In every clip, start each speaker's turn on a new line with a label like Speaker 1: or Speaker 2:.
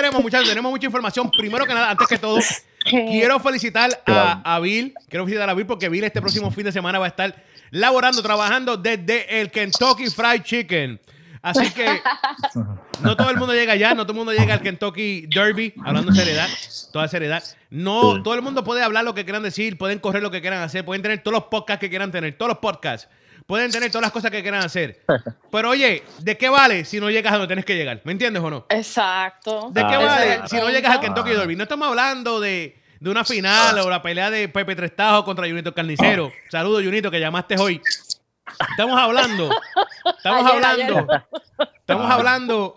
Speaker 1: tema, muchachos. Tenemos mucha información. Primero que nada, antes que todo,
Speaker 2: Eh.
Speaker 1: quiero felicitar a, a Bill. Quiero felicitar a Bill porque Bill este próximo fin de semana va a estar laborando, trabando desde el Kentucky Fried Chicken. Así que no todo el mundo llega allá, no todo el mundo llega al Kentucky Derby, hablando en seriedad, toda seriedad. No, todo el mundo puede hablar lo que quieran decir, pueden correr lo que quieran hacer, pueden tener todos los podcasts que quieran tener, todos los podcasts, pueden tener todas las cosas que quieran hacer. Pero oye, ¿de qué vale si no llegas a donde tienes que llegar? ¿Me entiendes o no?
Speaker 2: Exacto.
Speaker 1: ¿De qué
Speaker 2: Ah, Ese es
Speaker 1: vale
Speaker 2: el
Speaker 1: si no llegas al
Speaker 2: punto.
Speaker 1: Kentucky Derby? No estamos hablando de, de una final o la pelea de Pepe Trestajo contra Junito Carnicero. Saludos, Junito, que llamaste hoy. Estamos hablando, estamos
Speaker 2: Ayer,
Speaker 1: hablando,
Speaker 2: ayer.
Speaker 1: estamos
Speaker 2: Ah.
Speaker 3: Claro.
Speaker 1: hablando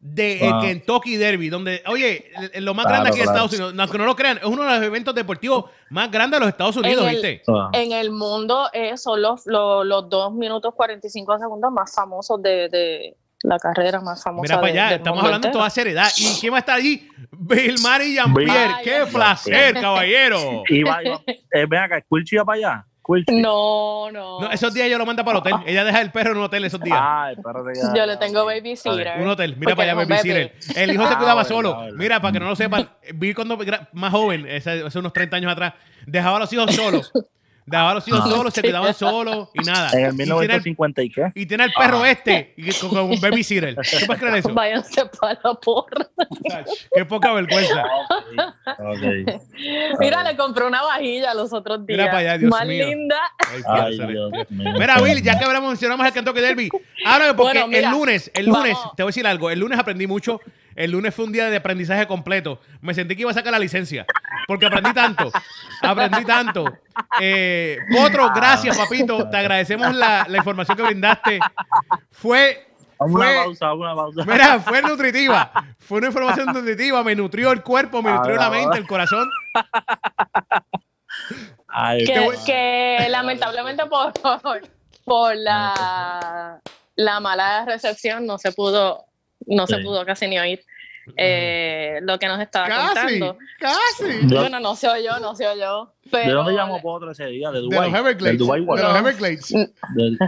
Speaker 1: de el
Speaker 3: Wow.
Speaker 1: Kentucky Derby, donde, oye, el- el- lo más
Speaker 3: Claro,
Speaker 1: grande aquí en
Speaker 3: claro.
Speaker 1: Estados Unidos, no, que no lo crean, es uno de los eventos deportivos más grandes de los Estados Unidos,
Speaker 2: En el-
Speaker 1: ¿viste?
Speaker 3: Ah,
Speaker 2: En el mundo eh, son los, los, los 2 minutos 45 segundos más famosos de, de la carrera más famosa.
Speaker 1: Mira para
Speaker 2: de-
Speaker 1: allá,
Speaker 2: del
Speaker 1: estamos
Speaker 2: mundo
Speaker 1: hablando en
Speaker 2: entero.
Speaker 1: toda seriedad. ¿Y quién va a estar allí? Bill Mar y Jean-Pierre.
Speaker 2: Ay,
Speaker 1: ¡Qué
Speaker 2: Jean-Pierre.
Speaker 1: placer, caballero!
Speaker 3: Y va, y va. Eh, ven acá, ¿Quilchi va para allá? ¿Quilchi?
Speaker 2: No, no.
Speaker 1: No, esos días ella lo manda para el hotel. Ella deja el perro en un hotel esos días.
Speaker 3: Ay, espérate que ya-
Speaker 2: Yo le tengo
Speaker 3: ok.
Speaker 2: babysitter.
Speaker 1: Un hotel, mira
Speaker 2: Porque
Speaker 1: para
Speaker 2: era
Speaker 1: allá,
Speaker 2: un
Speaker 1: babysitter. El hijo se
Speaker 3: Ah,
Speaker 1: cuidaba
Speaker 3: verdad,
Speaker 1: solo.
Speaker 3: verdad.
Speaker 1: Mira, para que no lo sepan, vi cuando era más joven, es- hace unos 30 años atrás, dejaba a los hijos solos. Dejaba a los hijos
Speaker 3: Ah.
Speaker 1: solos, se cuidaban solos y nada.
Speaker 3: En el
Speaker 1: Y tiene el,
Speaker 3: 1950 y qué?
Speaker 1: y tiene al perro este y con, con un babysitter. ¿Tú puedes creer eso?
Speaker 2: Váyanse para la porra.
Speaker 1: Qué poca vergüenza.
Speaker 3: Ok.
Speaker 2: Mira, le compré una vajilla los otros días.
Speaker 1: Mira para allá, Dios
Speaker 2: Más
Speaker 1: mío.
Speaker 2: linda.
Speaker 1: Ay,
Speaker 3: Ay,
Speaker 1: piénsale.
Speaker 3: Dios mío.
Speaker 1: este. Mira, Bill, ya que hablamos, mencionamos el Kentucky Derby, háblame porque
Speaker 2: Bueno, mira,
Speaker 1: el lunes, el lunes,
Speaker 2: vamos.
Speaker 1: te voy a decir algo, el lunes aprendí mucho, el lunes fue un día de aprendizaje completo, me sentí que iba a sacar la licencia, porque aprendí tanto, aprendí tanto. Eh, Potro, gracias, papito, te agradecemos la, la información que brindaste. Fue,
Speaker 3: Vamos a una
Speaker 1: fue-
Speaker 3: pausa, vamos a una pausa.
Speaker 1: mira, fue nutritiva, fue una información nutritiva, me nutrió el cuerpo, me
Speaker 3: Ah,
Speaker 1: nutrió la
Speaker 3: bravo.
Speaker 1: mente, el corazón.
Speaker 3: Ay,
Speaker 2: que,
Speaker 3: qué
Speaker 2: que lamentablemente por, por la, la mala recepción no se pudo, no se
Speaker 3: Sí.
Speaker 2: pudo casi ni oír eh, lo que nos estaba
Speaker 1: Casi,
Speaker 2: contando.
Speaker 1: casi.
Speaker 3: Yo-
Speaker 2: Bueno, no se oyó, no se oyó.
Speaker 3: ¿De
Speaker 2: Pero,
Speaker 3: dónde llamó Potro ese día?
Speaker 1: De
Speaker 3: De
Speaker 1: los
Speaker 3: Dubai.
Speaker 1: Everglades. De
Speaker 3: Dubai World.
Speaker 1: los
Speaker 2: No.
Speaker 1: Everglades.
Speaker 3: Del-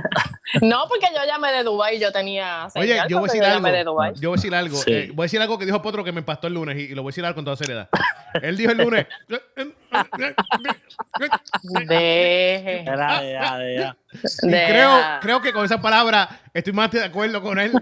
Speaker 2: no, porque yo llamé de Dubái, yo tenía
Speaker 1: Oye,
Speaker 2: señal
Speaker 1: yo voy a
Speaker 2: cuando
Speaker 1: decir
Speaker 2: llamé de
Speaker 1: algo.
Speaker 2: Dubái.
Speaker 1: Yo voy a decir algo.
Speaker 3: Sí.
Speaker 1: eh, voy a decir algo que dijo Potro que me impactó el lunes y, y lo voy a decir algo con toda seriedad. Él dijo el lunes. "Eh,
Speaker 2: Deje,
Speaker 3: Era, era, era.
Speaker 1: y
Speaker 2: deja.
Speaker 1: creo, creo que con esa palabra estoy más de acuerdo con él.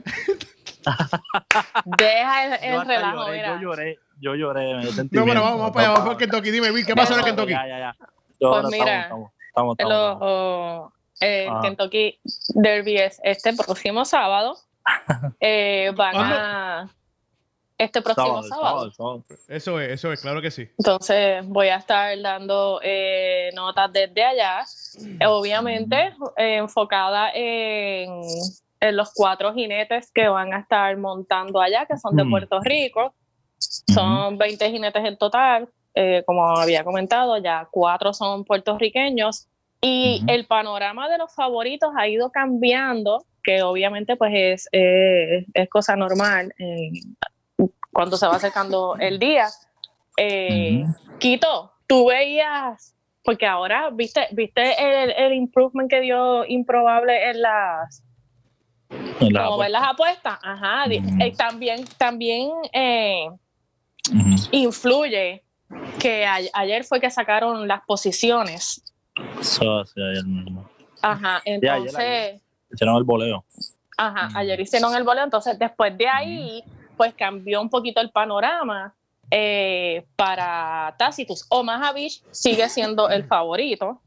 Speaker 2: deja el, el
Speaker 3: Yo hasta
Speaker 2: relajo,
Speaker 3: lloré,
Speaker 2: mira.
Speaker 3: Yo lloré, yo lloré. me sentí
Speaker 1: No, bueno,
Speaker 3: bien.
Speaker 1: vamos, vamos para allá, vamos para Kentucky. Dime, Bill, ¿qué pasó en el Kentucky?
Speaker 3: Ya, ya, ya. Yo ahora
Speaker 2: Pues
Speaker 3: estamos,
Speaker 2: mira,
Speaker 3: estamos, estamos,
Speaker 2: El,
Speaker 3: estamos, estamos.
Speaker 2: ojo, el
Speaker 3: Ah.
Speaker 2: eh, Kentucky Derby es este próximo sábado. Eh, van a. Este próximo sábado.
Speaker 3: Sábado, sábado, sábado.
Speaker 1: Eso es, eso es, claro que sí.
Speaker 2: Entonces voy a estar dando eh, notas desde allá. Obviamente eh, enfocada en, en los cuatro jinetes que van a estar montando allá, que son de
Speaker 3: Mm.
Speaker 2: Puerto Rico. Son 20 jinetes en total, eh, como había comentado, ya cuatro son puertorriqueños. Y
Speaker 3: Ujú.
Speaker 2: el panorama de los favoritos ha ido cambiando, que obviamente pues es, eh, es cosa normal eh, cuando se va acercando el día. Eh, Quito, tú veías, porque ahora viste, viste el, el improvement que dio Improbable en las,
Speaker 3: En la-
Speaker 2: como ver las apuestas. Ajá, di-
Speaker 3: Ujú.
Speaker 2: eh, también, también eh,
Speaker 3: Ujú.
Speaker 2: influye que a- ayer fue que sacaron las posiciones.
Speaker 3: Eso, sí, ayer mismo.
Speaker 2: Ajá,
Speaker 3: ayer la
Speaker 2: entonces,
Speaker 3: Hicieron el boleo.
Speaker 2: ajá,
Speaker 3: Ujú.
Speaker 2: ayer hicieron el voleo, entonces después de ahí, pues cambió un poquito el panorama eh, para Tacitus. Omaha Beach sigue siendo el favorito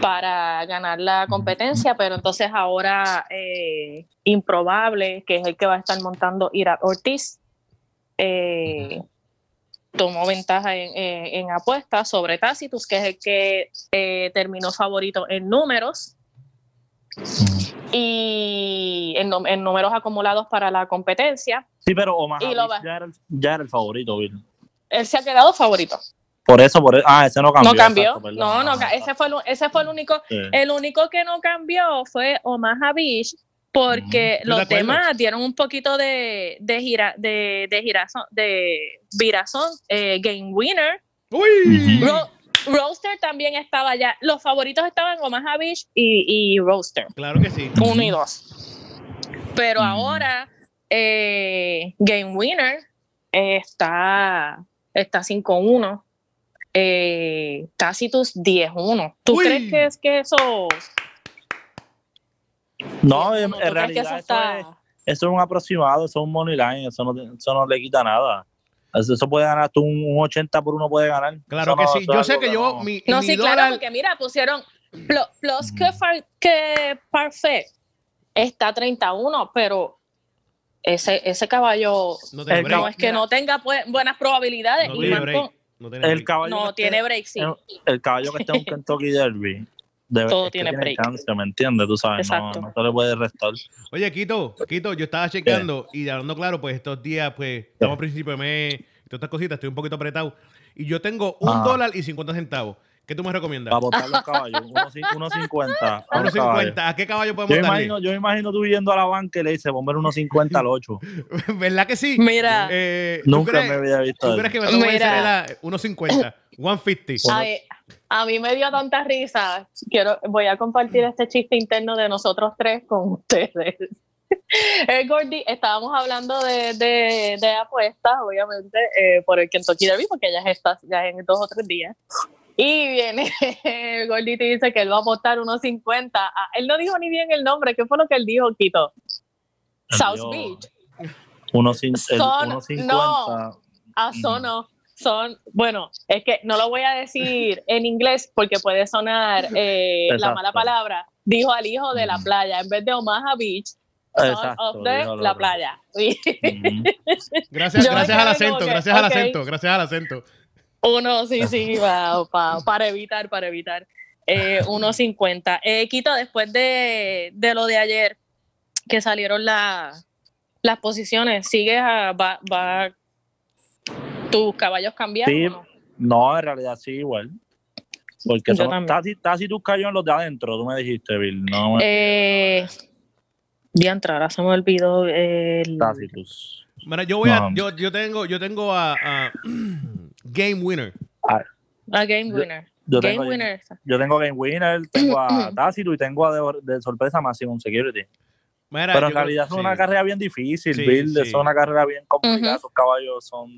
Speaker 2: para ganar la competencia, pero entonces ahora eh, Improbable, que es el que va a estar montando Ira Ortiz, eh, tomó ventaja en, en- en apuestas sobre Tacitus, que es el que eh, terminó favorito en números y en, nom- en números acumulados para la competencia.
Speaker 3: Sí, pero Omaha
Speaker 2: Y lo
Speaker 3: Beach
Speaker 2: va-
Speaker 3: ya, era el, ya era el favorito, Bill.
Speaker 2: Él se ha quedado favorito.
Speaker 3: Por eso, por eso. Ah, ese no cambió.
Speaker 2: no cambió.
Speaker 3: exacto, perdón.
Speaker 2: no, no,
Speaker 3: Ajá.
Speaker 2: ca- ese fue, el, u- ese fue el único.
Speaker 3: Sí.
Speaker 2: El único que no cambió fue Omaha Beach porque
Speaker 1: Ujú. Yo de
Speaker 2: los
Speaker 1: acuerdo.
Speaker 2: demás dieron un poquito de, de gira, de, de girazón, de virazón, eh, game winner.
Speaker 1: ¡Uy!
Speaker 2: Ro- Roaster también estaba allá. Los favoritos estaban Omaha Beach y, y Roaster.
Speaker 1: Claro que sí.
Speaker 2: unidos. Pero
Speaker 3: Mm.
Speaker 2: ahora Eh, Game Winner eh, está, está 5-1. Eh, Tacitus 10-1. ¿Tú
Speaker 1: Uy.
Speaker 2: crees que es que eso...
Speaker 3: No, en,
Speaker 2: ¿Tú crees
Speaker 3: en
Speaker 2: que
Speaker 3: realidad
Speaker 2: eso
Speaker 3: eso,
Speaker 2: está-
Speaker 3: es, eso es un aproximado, eso es un money line, eso no, te- eso no le quita nada. Eso, eso puede ganar, tú un un 80 por uno puede ganar.
Speaker 1: Claro
Speaker 3: Eso
Speaker 1: que
Speaker 3: no-
Speaker 1: sí.
Speaker 3: eso
Speaker 1: Yo
Speaker 3: es
Speaker 1: sé
Speaker 3: algo
Speaker 1: que yo,
Speaker 3: no-
Speaker 1: mi,
Speaker 2: No,
Speaker 1: mi
Speaker 2: sí, claro,
Speaker 1: dólar-
Speaker 2: porque mira, pusieron pl- plus que,
Speaker 3: Ujú.
Speaker 2: far- que Parfait está 31, pero ese, ese caballo
Speaker 1: no tengo
Speaker 3: El
Speaker 1: break.
Speaker 2: no es que
Speaker 3: mira.
Speaker 2: no tenga pues, buenas probabilidades.
Speaker 1: No
Speaker 2: y
Speaker 1: tiene
Speaker 2: van
Speaker 1: break.
Speaker 2: con-
Speaker 1: No tiene
Speaker 3: El
Speaker 1: break.
Speaker 3: caballo,
Speaker 2: no
Speaker 3: que
Speaker 2: tiene
Speaker 3: esté-
Speaker 2: break, sí.
Speaker 3: eh, el caballo que esté en un Kentucky Derby. debe-
Speaker 2: Todo
Speaker 3: es que
Speaker 2: tiene break.
Speaker 3: chance, ¿me entiendes? Tú sabes, no,
Speaker 2: Exacto.
Speaker 3: no se le puede restar.
Speaker 1: Oye, Quito, Quito, yo estaba chequeando y hablando claro, pues estos días, pues estamos a principio de mes, y todas estas cositas, estoy un poquito apretado. Y yo tengo un
Speaker 3: Ajá.
Speaker 1: dólar y 50 centavos. ¿Qué tú me recomiendas?
Speaker 3: Para botar los caballos, unos cin- unos 1.50. a los caballos.
Speaker 1: 1.50. ¿A qué caballo podemos
Speaker 3: Yo
Speaker 1: darle?
Speaker 3: imagino, yo me imagino tú yendo a la banca y le dices, ponme unos 50 al 8.
Speaker 1: ¿Verdad que sí?
Speaker 2: Mira,
Speaker 1: Eh, ¿tú
Speaker 3: Nunca
Speaker 1: crees-
Speaker 3: me había visto
Speaker 1: ¿Tú
Speaker 3: eso.
Speaker 1: crees que me tengo que
Speaker 2: Mira.
Speaker 1: hacer la 1.50? 150.
Speaker 2: a, a mí me dio tanta risa. Quiero, voy a compartir este chiste interno de nosotros tres con ustedes. Eh, Gordy, estábamos hablando de, de, de apuestas, obviamente, eh, por el Kentucky Derby, porque ya es esta- ya es en dos o tres días. Y viene el Gordy y te dice que él va a apostar unos 50. Ah, él no dijo ni bien el nombre, ¿qué fue lo que él dijo, Quito?
Speaker 3: Él
Speaker 2: South
Speaker 3: dijo,
Speaker 2: Beach.
Speaker 3: Unos cin- el-
Speaker 2: Son-
Speaker 3: unos 50.
Speaker 2: no. Ah, son, no, son, bueno, es que no lo voy a decir en inglés porque puede sonar eh, la
Speaker 3: Exacto.
Speaker 2: mala palabra. Dijo al hijo de la
Speaker 3: Mm.
Speaker 2: playa, en vez de Omaha Beach, son
Speaker 3: Exacto,
Speaker 2: of the-
Speaker 3: dijo el
Speaker 2: la
Speaker 3: otro.
Speaker 2: playa.
Speaker 3: Ujú.
Speaker 1: Gracias,
Speaker 2: Yo
Speaker 1: gracias
Speaker 2: me
Speaker 1: al
Speaker 2: quedé
Speaker 1: acento,
Speaker 2: como que,
Speaker 1: gracias al
Speaker 2: ok.
Speaker 1: acento, gracias al acento.
Speaker 2: Uno, sí, sí, va, pa- para evitar, para evitar. Eh, 1.50. Eh, Quito, después de, de lo de ayer, que salieron la- las posiciones, ¿sigues a va, va- tus caballos cambiados?
Speaker 3: Sí.
Speaker 2: o no?
Speaker 3: No, en realidad sí, igual. Porque
Speaker 2: Yo
Speaker 3: son,
Speaker 2: también.
Speaker 3: casi, casi tú cayó en los de adentro, tú me dijiste, Bill. No,
Speaker 2: Eh, diantra, ahora se me olvidó el...
Speaker 3: Ah, Tacitus.
Speaker 1: Mira, yo voy a,
Speaker 3: No.
Speaker 1: yo, yo tengo, yo tengo a, a Game Winner.
Speaker 2: A Ah, Game Winner.
Speaker 3: Yo
Speaker 2: game
Speaker 3: tengo,
Speaker 2: Winner.
Speaker 3: yo tengo Game Winner, tengo a Tacitus y tengo a de, de sorpresa Maximum Security.
Speaker 1: Mira,
Speaker 3: Pero en
Speaker 1: yo-
Speaker 3: realidad es
Speaker 1: sí.
Speaker 3: una carrera bien difícil,
Speaker 1: Sí,
Speaker 3: Bill.
Speaker 1: sí.
Speaker 3: Es una carrera bien complicada.
Speaker 2: Ujú.
Speaker 3: Esos caballos son,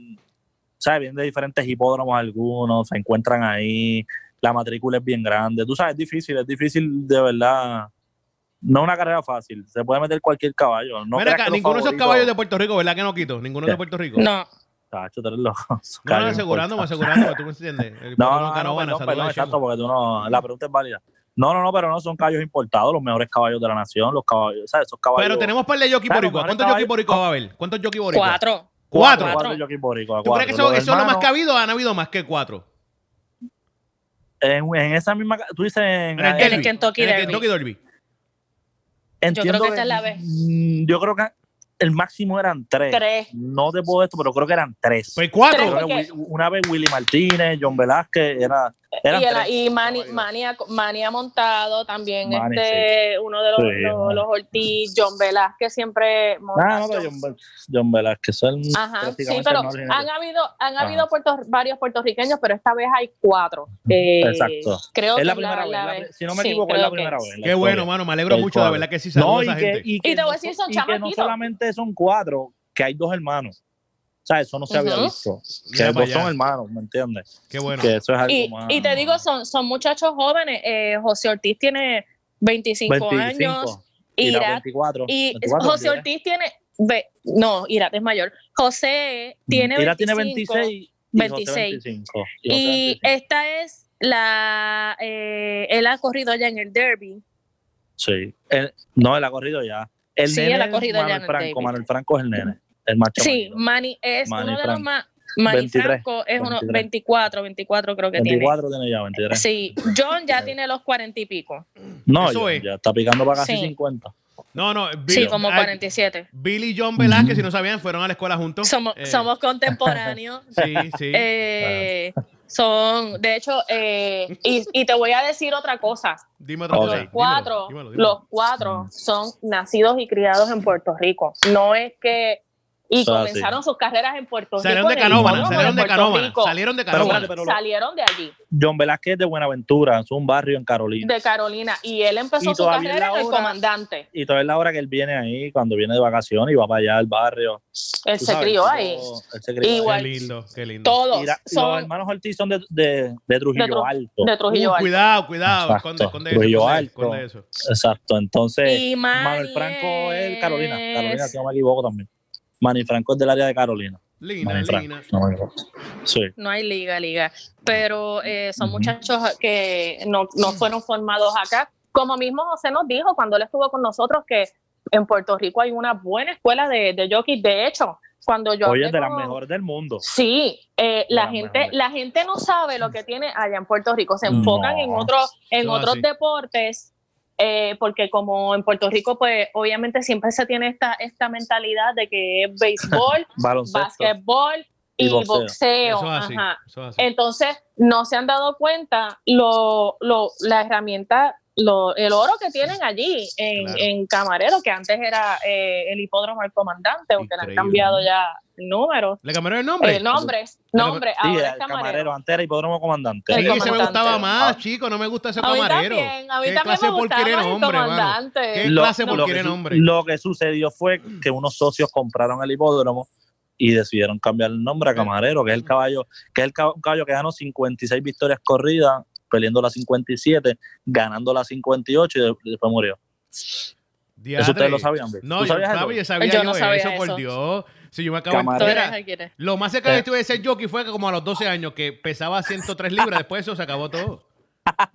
Speaker 3: ¿sabes? Vienen de diferentes hipódromos algunos, se encuentran ahí. La matrícula es bien grande. Tú sabes, es difícil, es difícil de verdad. No es una carrera fácil. Se puede meter cualquier caballo. No
Speaker 1: Mira
Speaker 3: creas
Speaker 1: acá,
Speaker 3: que los
Speaker 1: ninguno de esos
Speaker 3: favoritos-
Speaker 1: caballos de Puerto Rico, ¿verdad que no quito? Ninguno de
Speaker 3: ¿Qué?
Speaker 1: Puerto Rico.
Speaker 2: No,
Speaker 3: Tacho, tú eres loco.
Speaker 1: No, no,
Speaker 3: Caballos,
Speaker 1: asegurándome,
Speaker 3: por-
Speaker 1: asegurándome, tú me entiendes. El Puerto
Speaker 3: No, no, no,
Speaker 1: Caravana,
Speaker 3: perdón,
Speaker 1: saluda
Speaker 3: perdón,
Speaker 1: a
Speaker 3: exacto,
Speaker 1: Chemo.
Speaker 3: porque tú no, la pregunta es válida. No, no, no, pero no son caballos importados, los mejores caballos de la nación, los caballos, ¿sabes? Esos caballos.
Speaker 1: Pero tenemos par de jockey
Speaker 3: Claro,
Speaker 1: boricua.
Speaker 3: mejor
Speaker 1: ¿Cuántos
Speaker 3: caballo-
Speaker 1: jockey boricua va a haber? ¿Cuántos jockey boricua?
Speaker 2: cuatro.
Speaker 1: Cuatro.
Speaker 3: cuatro
Speaker 2: Cuatro.
Speaker 3: jockeys boricuas,
Speaker 1: ¿Tú crees que
Speaker 3: cuatro.
Speaker 1: eso,
Speaker 3: Los
Speaker 1: eso es lo más
Speaker 3: hermanos-
Speaker 1: que ha habido? Han habido más que cuatro.
Speaker 3: En, en esa misma. ca- Tú dices. En,
Speaker 1: En el
Speaker 2: En el
Speaker 1: Derby.
Speaker 2: Kentucky
Speaker 1: En el
Speaker 2: Derby.
Speaker 1: Kentucky Derby.
Speaker 2: creo que esta es la vez.
Speaker 3: mm, Yo creo que el máximo eran tres.
Speaker 2: Tres.
Speaker 3: No te puedo esto, pero creo que eran tres.
Speaker 1: Pues cuatro.
Speaker 2: Tres.
Speaker 3: Creo que
Speaker 2: porque-
Speaker 3: Wi- una vez Willy Martínez, John Velázquez, era, eran
Speaker 2: y, el-
Speaker 3: tres.
Speaker 2: y Mani,
Speaker 3: caballos.
Speaker 2: Mani ha- Mani ha montado también
Speaker 3: Mani,
Speaker 2: este uno de los,
Speaker 3: Sí,
Speaker 2: los,
Speaker 3: Mani.
Speaker 2: los Ortiz, John Velázquez siempre monta.
Speaker 3: Ah, no, pero John, Vel- John Velázquez son
Speaker 2: Ajá, sí,
Speaker 3: prácticamente
Speaker 2: pero
Speaker 3: no originales.
Speaker 2: han habido, han
Speaker 3: Ajá.
Speaker 2: habido puerto- varios puertorriqueños, pero esta vez hay cuatro. Eh,
Speaker 3: Exacto.
Speaker 2: Creo
Speaker 3: Es la
Speaker 2: que
Speaker 3: primera vez. la- si no me
Speaker 2: sí,
Speaker 3: equivoco, es
Speaker 2: creo
Speaker 3: la
Speaker 2: que
Speaker 3: primera
Speaker 2: es.
Speaker 3: vez. en la
Speaker 1: Qué bueno,
Speaker 3: historia.
Speaker 1: mano. Me alegro
Speaker 3: Del
Speaker 1: mucho, la
Speaker 3: cuadro.
Speaker 1: verdad que sí saludo
Speaker 3: No,
Speaker 1: a
Speaker 3: y
Speaker 1: esa
Speaker 3: que,
Speaker 1: gente.
Speaker 3: y
Speaker 2: Y
Speaker 3: que
Speaker 2: te voy a
Speaker 3: no,
Speaker 2: decir,
Speaker 3: so-
Speaker 2: son
Speaker 3: y que no
Speaker 2: chamaquitos.
Speaker 3: solamente son cuatro, que hay dos hermanos. O sea, eso no se había
Speaker 2: Ujú.
Speaker 3: visto.
Speaker 1: Mira
Speaker 3: Que
Speaker 1: pa'
Speaker 3: dos son
Speaker 1: allá.
Speaker 3: hermanos, ¿me entiendes?
Speaker 1: Qué bueno.
Speaker 3: Que eso es algo
Speaker 2: Y,
Speaker 3: más.
Speaker 2: y te digo, son, son muchachos jóvenes. Eh, José Ortiz tiene 25,
Speaker 3: 25,
Speaker 2: años.
Speaker 3: y la
Speaker 2: Irat
Speaker 3: 24.
Speaker 2: y
Speaker 3: 24,
Speaker 2: José
Speaker 3: 23.
Speaker 2: Ortiz tiene. ve- no, Irat es mayor. José tiene 25.
Speaker 3: Irat tiene 26. y José
Speaker 2: 26.
Speaker 3: 25, y José
Speaker 2: Y
Speaker 3: 25.
Speaker 2: esta es la. eh, él ha corrido ya en el derby.
Speaker 3: Sí. El- no, él ha corrido ya. El
Speaker 2: Sí,
Speaker 3: nene
Speaker 2: él ha
Speaker 3: es
Speaker 2: corrido ya
Speaker 3: Manuel
Speaker 2: en el
Speaker 3: Franco.
Speaker 2: David.
Speaker 3: Manuel Franco es el nene. El macho.
Speaker 2: Sí,
Speaker 3: mayor.
Speaker 2: Manny es
Speaker 3: Manny
Speaker 2: uno de los
Speaker 3: Franco.
Speaker 2: más. Manny
Speaker 3: 23,
Speaker 2: Franco es uno.
Speaker 3: 23.
Speaker 2: 24, 24 creo que tiene.
Speaker 3: 24 tiene ya, 23.
Speaker 2: Sí, John ya tiene los 40 y pico.
Speaker 3: No,
Speaker 1: Eso
Speaker 3: ya,
Speaker 1: es.
Speaker 3: ya está picando para casi
Speaker 2: Sí.
Speaker 3: 50.
Speaker 1: No, no.
Speaker 2: Sí,
Speaker 1: Bill-
Speaker 2: como
Speaker 1: ay,
Speaker 2: 47.
Speaker 1: Billy y John Velázquez,
Speaker 3: Ujú.
Speaker 1: si no sabían, fueron a la escuela juntos.
Speaker 2: Somos,
Speaker 1: Eh,
Speaker 2: somos contemporáneos.
Speaker 1: Sí, sí.
Speaker 2: Eh, son, de hecho, eh, y, y te voy a decir otra cosa.
Speaker 1: Dime otra
Speaker 3: Ok.
Speaker 1: cosa.
Speaker 2: Los cuatro,
Speaker 1: Dímelo, dímelo, dímelo.
Speaker 2: los cuatro son nacidos y criados en Puerto Rico. No es que Y
Speaker 3: Eso es así.
Speaker 2: comenzaron sus carreras en Puerto
Speaker 1: Salieron de
Speaker 2: Rico. en el
Speaker 1: Canóvana,
Speaker 2: hipódromo
Speaker 1: salieron de
Speaker 2: Puerto
Speaker 1: Canóvana,
Speaker 2: Rico.
Speaker 1: salieron de
Speaker 3: Pero
Speaker 1: Canóvana.
Speaker 3: espérate, pero lo-
Speaker 2: Salieron de allí,
Speaker 3: John Velázquez es de Buenaventura, es un barrio en Carolina.
Speaker 2: de Carolina. Y él empezó
Speaker 3: Y
Speaker 2: su
Speaker 3: todavía
Speaker 2: carrera
Speaker 3: la
Speaker 2: en el
Speaker 3: hora-
Speaker 2: comandante.
Speaker 3: Y toda es la hora que él viene ahí, cuando viene de vacaciones y va para allá al barrio.
Speaker 2: Él
Speaker 3: Tú
Speaker 2: se
Speaker 3: sabes,
Speaker 2: crió
Speaker 3: tipo,
Speaker 2: ahí.
Speaker 3: Él se crió ahí.
Speaker 2: Igual.
Speaker 1: Qué lindo, qué lindo.
Speaker 2: Todos
Speaker 3: Y la- y los
Speaker 2: son
Speaker 3: hermanos Ortiz son de, de, de Trujillo
Speaker 2: De Tru-
Speaker 3: Alto.
Speaker 2: de Trujillo
Speaker 1: Uh,
Speaker 2: Alto.
Speaker 1: cuidado, cuidado.
Speaker 3: Exacto.
Speaker 1: Esconde, esconde
Speaker 3: Ruido
Speaker 1: eso, esconde-
Speaker 3: alto.
Speaker 1: esconde eso.
Speaker 3: Exacto. Entonces,
Speaker 2: Y
Speaker 3: Manuel Franco es Carolina. Carolina, si no me equivoco también. Manuel Franco es del área de Carolina.
Speaker 1: Lina,
Speaker 3: Manuel Franco.
Speaker 1: Lina.
Speaker 3: no me equivoco. Sí.
Speaker 2: No hay liga, liga. Pero eh, son
Speaker 3: Ujú.
Speaker 2: muchachos que no, no fueron formados acá. Como mismo José nos dijo cuando él estuvo con nosotros que en Puerto Rico hay una buena escuela de, de jockeys. De hecho, cuando yo... hablé
Speaker 3: Oye, es de las
Speaker 2: con-
Speaker 3: mejores del mundo.
Speaker 2: Sí, eh, la
Speaker 3: las
Speaker 2: gente,
Speaker 3: mejores. Mm.
Speaker 2: la gente no sabe lo que tiene allá en Puerto Rico. Se
Speaker 3: No.
Speaker 2: enfocan en otros, en
Speaker 1: Eso es
Speaker 2: otros
Speaker 1: así.
Speaker 2: deportes, eh, porque como en Puerto Rico, pues, obviamente siempre se tiene esta, esta mentalidad de que es béisbol,
Speaker 3: Baloncesto.
Speaker 2: básquetbol y,
Speaker 3: Y boxeo.
Speaker 2: boxeo.
Speaker 1: Eso es así.
Speaker 2: Ajá.
Speaker 1: Eso es así.
Speaker 2: Entonces, no se han dado cuenta lo, lo- la herramienta, lo- el oro que tienen allí en,
Speaker 1: Claro.
Speaker 2: en Camarero, que antes era eh, el hipódromo del comandante, aunque le han
Speaker 1: Increíble.
Speaker 2: cambiado ya números.
Speaker 1: ¿Le cambiaron el nombre?
Speaker 2: El nombre,
Speaker 1: Pero-
Speaker 2: nombre,
Speaker 3: Sí,
Speaker 2: ahora
Speaker 3: el
Speaker 2: es camarero.
Speaker 3: camarero. Antes era hipódromo comandante. Ah,
Speaker 1: Sí,
Speaker 2: el
Speaker 1: ese me
Speaker 2: comandante.
Speaker 1: gustaba más, chico. No me gusta ese
Speaker 2: A mí
Speaker 1: camarero.
Speaker 2: también, a mí
Speaker 1: ¿Qué
Speaker 2: también
Speaker 1: clase
Speaker 2: me
Speaker 1: de
Speaker 2: gustaba
Speaker 1: porquería
Speaker 2: más
Speaker 1: de
Speaker 2: el
Speaker 1: hombre, mano?
Speaker 2: comandante.
Speaker 1: ¿Qué clase
Speaker 2: no,
Speaker 1: por
Speaker 2: lo
Speaker 1: quién
Speaker 3: su-
Speaker 1: nombre?
Speaker 3: lo que sucedió fue que unos socios compraron el hipódromo y decidieron cambiar el nombre a Camarero, que es el caballo, que es el ca- un caballo que ganó 56 victorias corridas, peleando la 57, ganando la 58 y de- y después murió.
Speaker 1: Diadre.
Speaker 3: Eso ustedes lo sabían. ¿ves?
Speaker 1: No,
Speaker 3: ¿Tú
Speaker 1: yo
Speaker 3: sabías eso?
Speaker 1: sabía, sabía
Speaker 2: Yo
Speaker 1: yo,
Speaker 2: no sabía
Speaker 1: eso,
Speaker 2: eso.
Speaker 1: por Dios. Si yo me acabo
Speaker 3: Camarero.
Speaker 1: Mira, Lo más cerca
Speaker 3: Eh.
Speaker 1: que estuve de ser jockey fue que como a los 12 años, que pesaba 103 libras. Después eso se acabó todo. A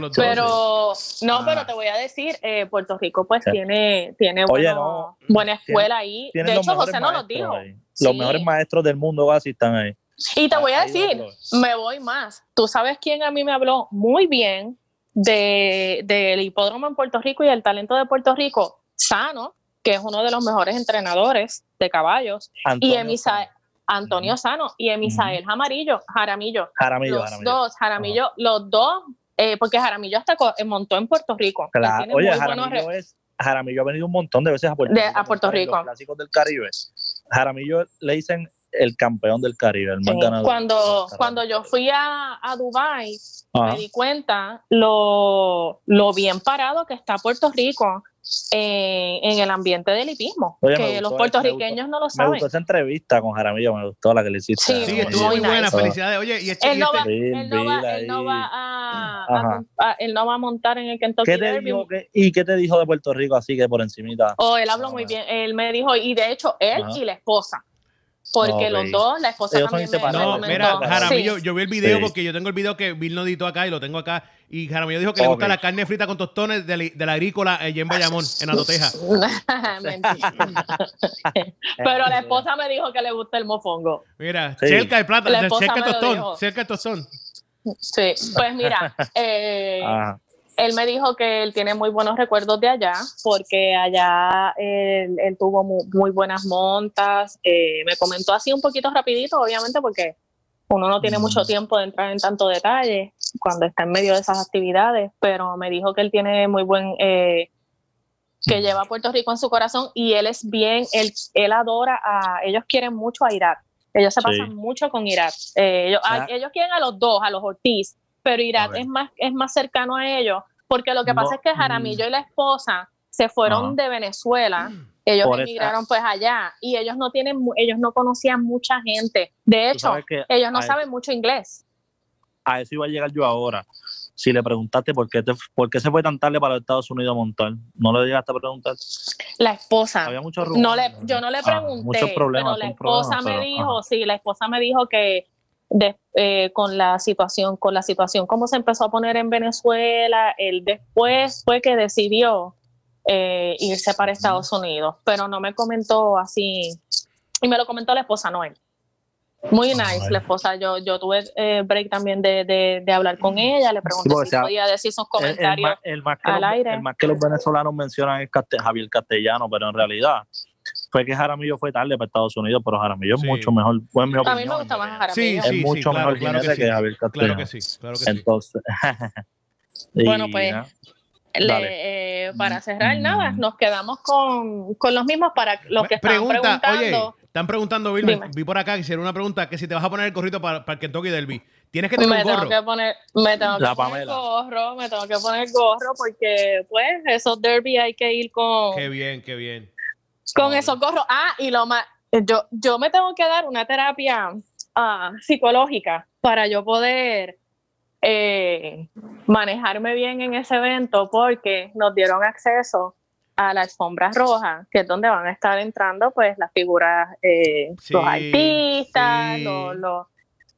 Speaker 1: los 12.
Speaker 2: Pero no,
Speaker 3: Ah.
Speaker 2: pero te voy a decir, eh, Puerto Rico pues
Speaker 3: Sí.
Speaker 2: tiene tiene
Speaker 3: Oye,
Speaker 2: bueno- buena escuela ahí.
Speaker 3: Tienen
Speaker 2: De
Speaker 3: los
Speaker 2: hecho,
Speaker 3: mejores
Speaker 2: José no nos
Speaker 3: maestros
Speaker 2: dijo.
Speaker 3: ahí.
Speaker 2: Sí.
Speaker 3: Los mejores maestros del mundo casi están ahí.
Speaker 2: Y te voy a
Speaker 3: Ahí lo
Speaker 2: decir,
Speaker 3: probé.
Speaker 2: me voy más. Tú sabes quién a mí me habló muy bien de- del hipódromo en Puerto Rico y el talento de Puerto Rico, Sano, que es uno de los mejores entrenadores de caballos, y
Speaker 3: Antonio
Speaker 2: Emisa- Antonio Sano y Emisael Amarillo, Jaramillo.
Speaker 3: Jaramillo,
Speaker 2: los
Speaker 3: Jaramillo.
Speaker 2: dos, Jaramillo, los dos, eh, porque Jaramillo hasta co- eh, montó en Puerto Rico. Él
Speaker 3: Claro.
Speaker 2: tiene
Speaker 3: Oye,
Speaker 2: muy buenos
Speaker 3: Jaramillo
Speaker 2: re-
Speaker 3: es. Jaramillo ha venido un montón de veces a Puerto
Speaker 2: De-
Speaker 3: Rico.
Speaker 2: a Puerto
Speaker 3: en los
Speaker 2: Rico.
Speaker 3: clásicos del Caribe. Jaramillo le dicen el campeón del Caribe, el más
Speaker 2: Sí,
Speaker 3: ganador.
Speaker 2: Cuando,
Speaker 3: Jaramillo.
Speaker 2: cuando yo fui a, a Dubái,
Speaker 3: Ajá.
Speaker 2: me di cuenta lo, lo bien parado que está Puerto Rico eh, en el ambiente del hipismo,
Speaker 3: Oye, me
Speaker 2: que
Speaker 3: gustó,
Speaker 2: los
Speaker 3: me
Speaker 2: puertorriqueños no lo
Speaker 3: Me
Speaker 2: saben.
Speaker 3: gustó esa entrevista con Jaramillo, me gustó la que le hiciste.
Speaker 2: Sí,
Speaker 1: Sí,
Speaker 2: no,
Speaker 1: estuvo muy
Speaker 2: no,
Speaker 1: buena.
Speaker 2: no.
Speaker 1: Felicidades. Oye, y este...
Speaker 2: Él no,
Speaker 1: y
Speaker 2: va,
Speaker 1: este-
Speaker 3: Bill,
Speaker 2: él no va-
Speaker 3: Bill
Speaker 2: él no
Speaker 3: ahí.
Speaker 2: va a, a
Speaker 3: Ajá.
Speaker 2: mon- a- él no va a montar en el Kentucky
Speaker 3: ¿Qué te
Speaker 2: Derby.
Speaker 3: dijo que- ¿Y qué te dijo de Puerto Rico así que por encimita?
Speaker 2: Oh, él habló
Speaker 3: Ah,
Speaker 2: muy bien.
Speaker 3: bueno.
Speaker 2: Él me dijo, y de hecho, él
Speaker 3: Ajá.
Speaker 2: y la esposa. Porque
Speaker 3: Ok.
Speaker 2: los dos, la esposa
Speaker 3: Ellos son
Speaker 2: también me- me
Speaker 1: No,
Speaker 3: inseparables.
Speaker 2: comentó.
Speaker 1: mira,
Speaker 3: Sí.
Speaker 1: Jaramillo,
Speaker 2: Sí.
Speaker 1: yo vi el video
Speaker 3: Sí.
Speaker 1: porque yo tengo el video que Bill no editó acá y lo tengo acá. Y Jaramillo dijo que le
Speaker 3: Ok.
Speaker 1: gusta la carne frita con tostones de la, de la agrícola eh, allí en Bayamón, en Atoteja.
Speaker 2: Mentira. Pero la esposa me dijo que le gusta el mofongo.
Speaker 1: Mira,
Speaker 3: Sí.
Speaker 1: cerca de plata,
Speaker 2: La
Speaker 1: de-
Speaker 2: esposa
Speaker 1: cerca
Speaker 2: me
Speaker 1: de
Speaker 2: lo
Speaker 1: tostón,
Speaker 2: dijo.
Speaker 1: cerca de tostón.
Speaker 2: Sí, pues mira, eh,
Speaker 3: Ajá.
Speaker 2: él me dijo que él tiene muy buenos recuerdos de allá, porque allá él, él tuvo mu- muy, buenas montas. eh, me comentó así un poquito rapidito, obviamente, porque uno no tiene
Speaker 3: Mm.
Speaker 2: mucho tiempo de entrar en tanto detalle cuando está en medio de esas actividades, pero me dijo que él tiene muy buen... eh, que lleva a Puerto Rico en su corazón y él es bien, él, él adora a, ellos quieren mucho a Irak, ellos se
Speaker 3: Sí.
Speaker 2: pasan mucho con Irak, Eh, ellos, a-
Speaker 3: Ah.
Speaker 2: ellos quieren a los dos, a los Ortiz, pero Irak
Speaker 3: Ok.
Speaker 2: es más, es más cercano a ellos, porque lo que
Speaker 3: No, Mm.
Speaker 2: pasa es que Jaramillo y la esposa se fueron
Speaker 3: Ajá. Mm.
Speaker 2: de Venezuela, ellos
Speaker 3: Por eso-
Speaker 2: emigraron pues allá y ellos no tienen, mu- ellos no conocían mucha gente, de
Speaker 3: Tú
Speaker 2: hecho,
Speaker 3: sabes que
Speaker 2: ellos no
Speaker 3: a-
Speaker 2: saben mucho inglés.
Speaker 3: A eso iba a llegar yo ahora. Si le preguntaste por qué, te- por qué se fue tan tarde para los Estados Unidos a montar, no le llegaste a preguntar.
Speaker 2: La esposa.
Speaker 3: Había muchos rumores.
Speaker 2: Ah, No le, yo no le
Speaker 3: Ajá,
Speaker 2: pregunté,
Speaker 3: muchos problemas,
Speaker 2: pero la
Speaker 3: son
Speaker 2: esposa
Speaker 3: problemas,
Speaker 2: me
Speaker 3: pero- ah.
Speaker 2: dijo,
Speaker 3: ajá.
Speaker 2: sí, la esposa me dijo que de- eh, con la situación, con la situación, cómo se empezó a poner en Venezuela, él después fue que decidió eh, irse para Estados Unidos, pero no me comentó así, y me lo comentó la esposa, no él. Muy
Speaker 3: Ah,
Speaker 2: nice,
Speaker 3: bueno.
Speaker 2: la esposa. Yo, yo tuve eh, break también de, de- de hablar con ella, le pregunté
Speaker 3: Sí, porque
Speaker 2: si
Speaker 3: sea-
Speaker 2: podía decir sus
Speaker 3: El- El,
Speaker 2: comentarios.
Speaker 3: más, el más que
Speaker 2: al
Speaker 3: los,
Speaker 2: aire.
Speaker 3: el más que los venezolanos mencionan es Cate- Javier Castellano, pero en realidad fue que Jaramillo fue tarde para Estados Unidos, pero Jaramillo
Speaker 1: Sí.
Speaker 3: es mucho mejor. fue en mi
Speaker 2: A mí me
Speaker 3: opinión,
Speaker 2: gusta más
Speaker 3: en
Speaker 1: Sí,
Speaker 2: Jaramillo.
Speaker 1: sí,
Speaker 3: realidad. Es mucho
Speaker 1: claro,
Speaker 3: mejor
Speaker 1: claro que
Speaker 3: jinete que,
Speaker 1: sí.
Speaker 3: Javier Castellano.
Speaker 1: Claro que sí, claro que sí.
Speaker 3: Entonces. y
Speaker 2: Bueno, pues,
Speaker 3: nada.
Speaker 2: Le, eh, para cerrar,
Speaker 1: Mm.
Speaker 2: nada, nos quedamos con, con los mismos para los que
Speaker 1: Pregunta,
Speaker 2: están preguntando.
Speaker 1: oye, están preguntando, Vilma,
Speaker 2: Dime.
Speaker 1: vi por acá que hicieron una pregunta que si te vas a poner el gorrito para, para el Kentucky Derby, tienes que tener un
Speaker 2: me
Speaker 1: gorro.
Speaker 2: tengo que poner, me tengo que
Speaker 3: La
Speaker 2: poner
Speaker 3: Pamela.
Speaker 2: gorro, me tengo que poner gorro porque pues esos derby hay que ir con,
Speaker 1: Qué bien, qué bien.
Speaker 2: con esos gorros. Ah, y lo más, yo, yo me tengo que dar una terapia ah, psicológica para yo poder eh, manejarme bien en ese evento porque nos dieron acceso a la alfombra roja, que es donde van a estar entrando pues las figuras, eh,
Speaker 1: Sí,
Speaker 2: los artistas,
Speaker 1: sí.
Speaker 2: los- los-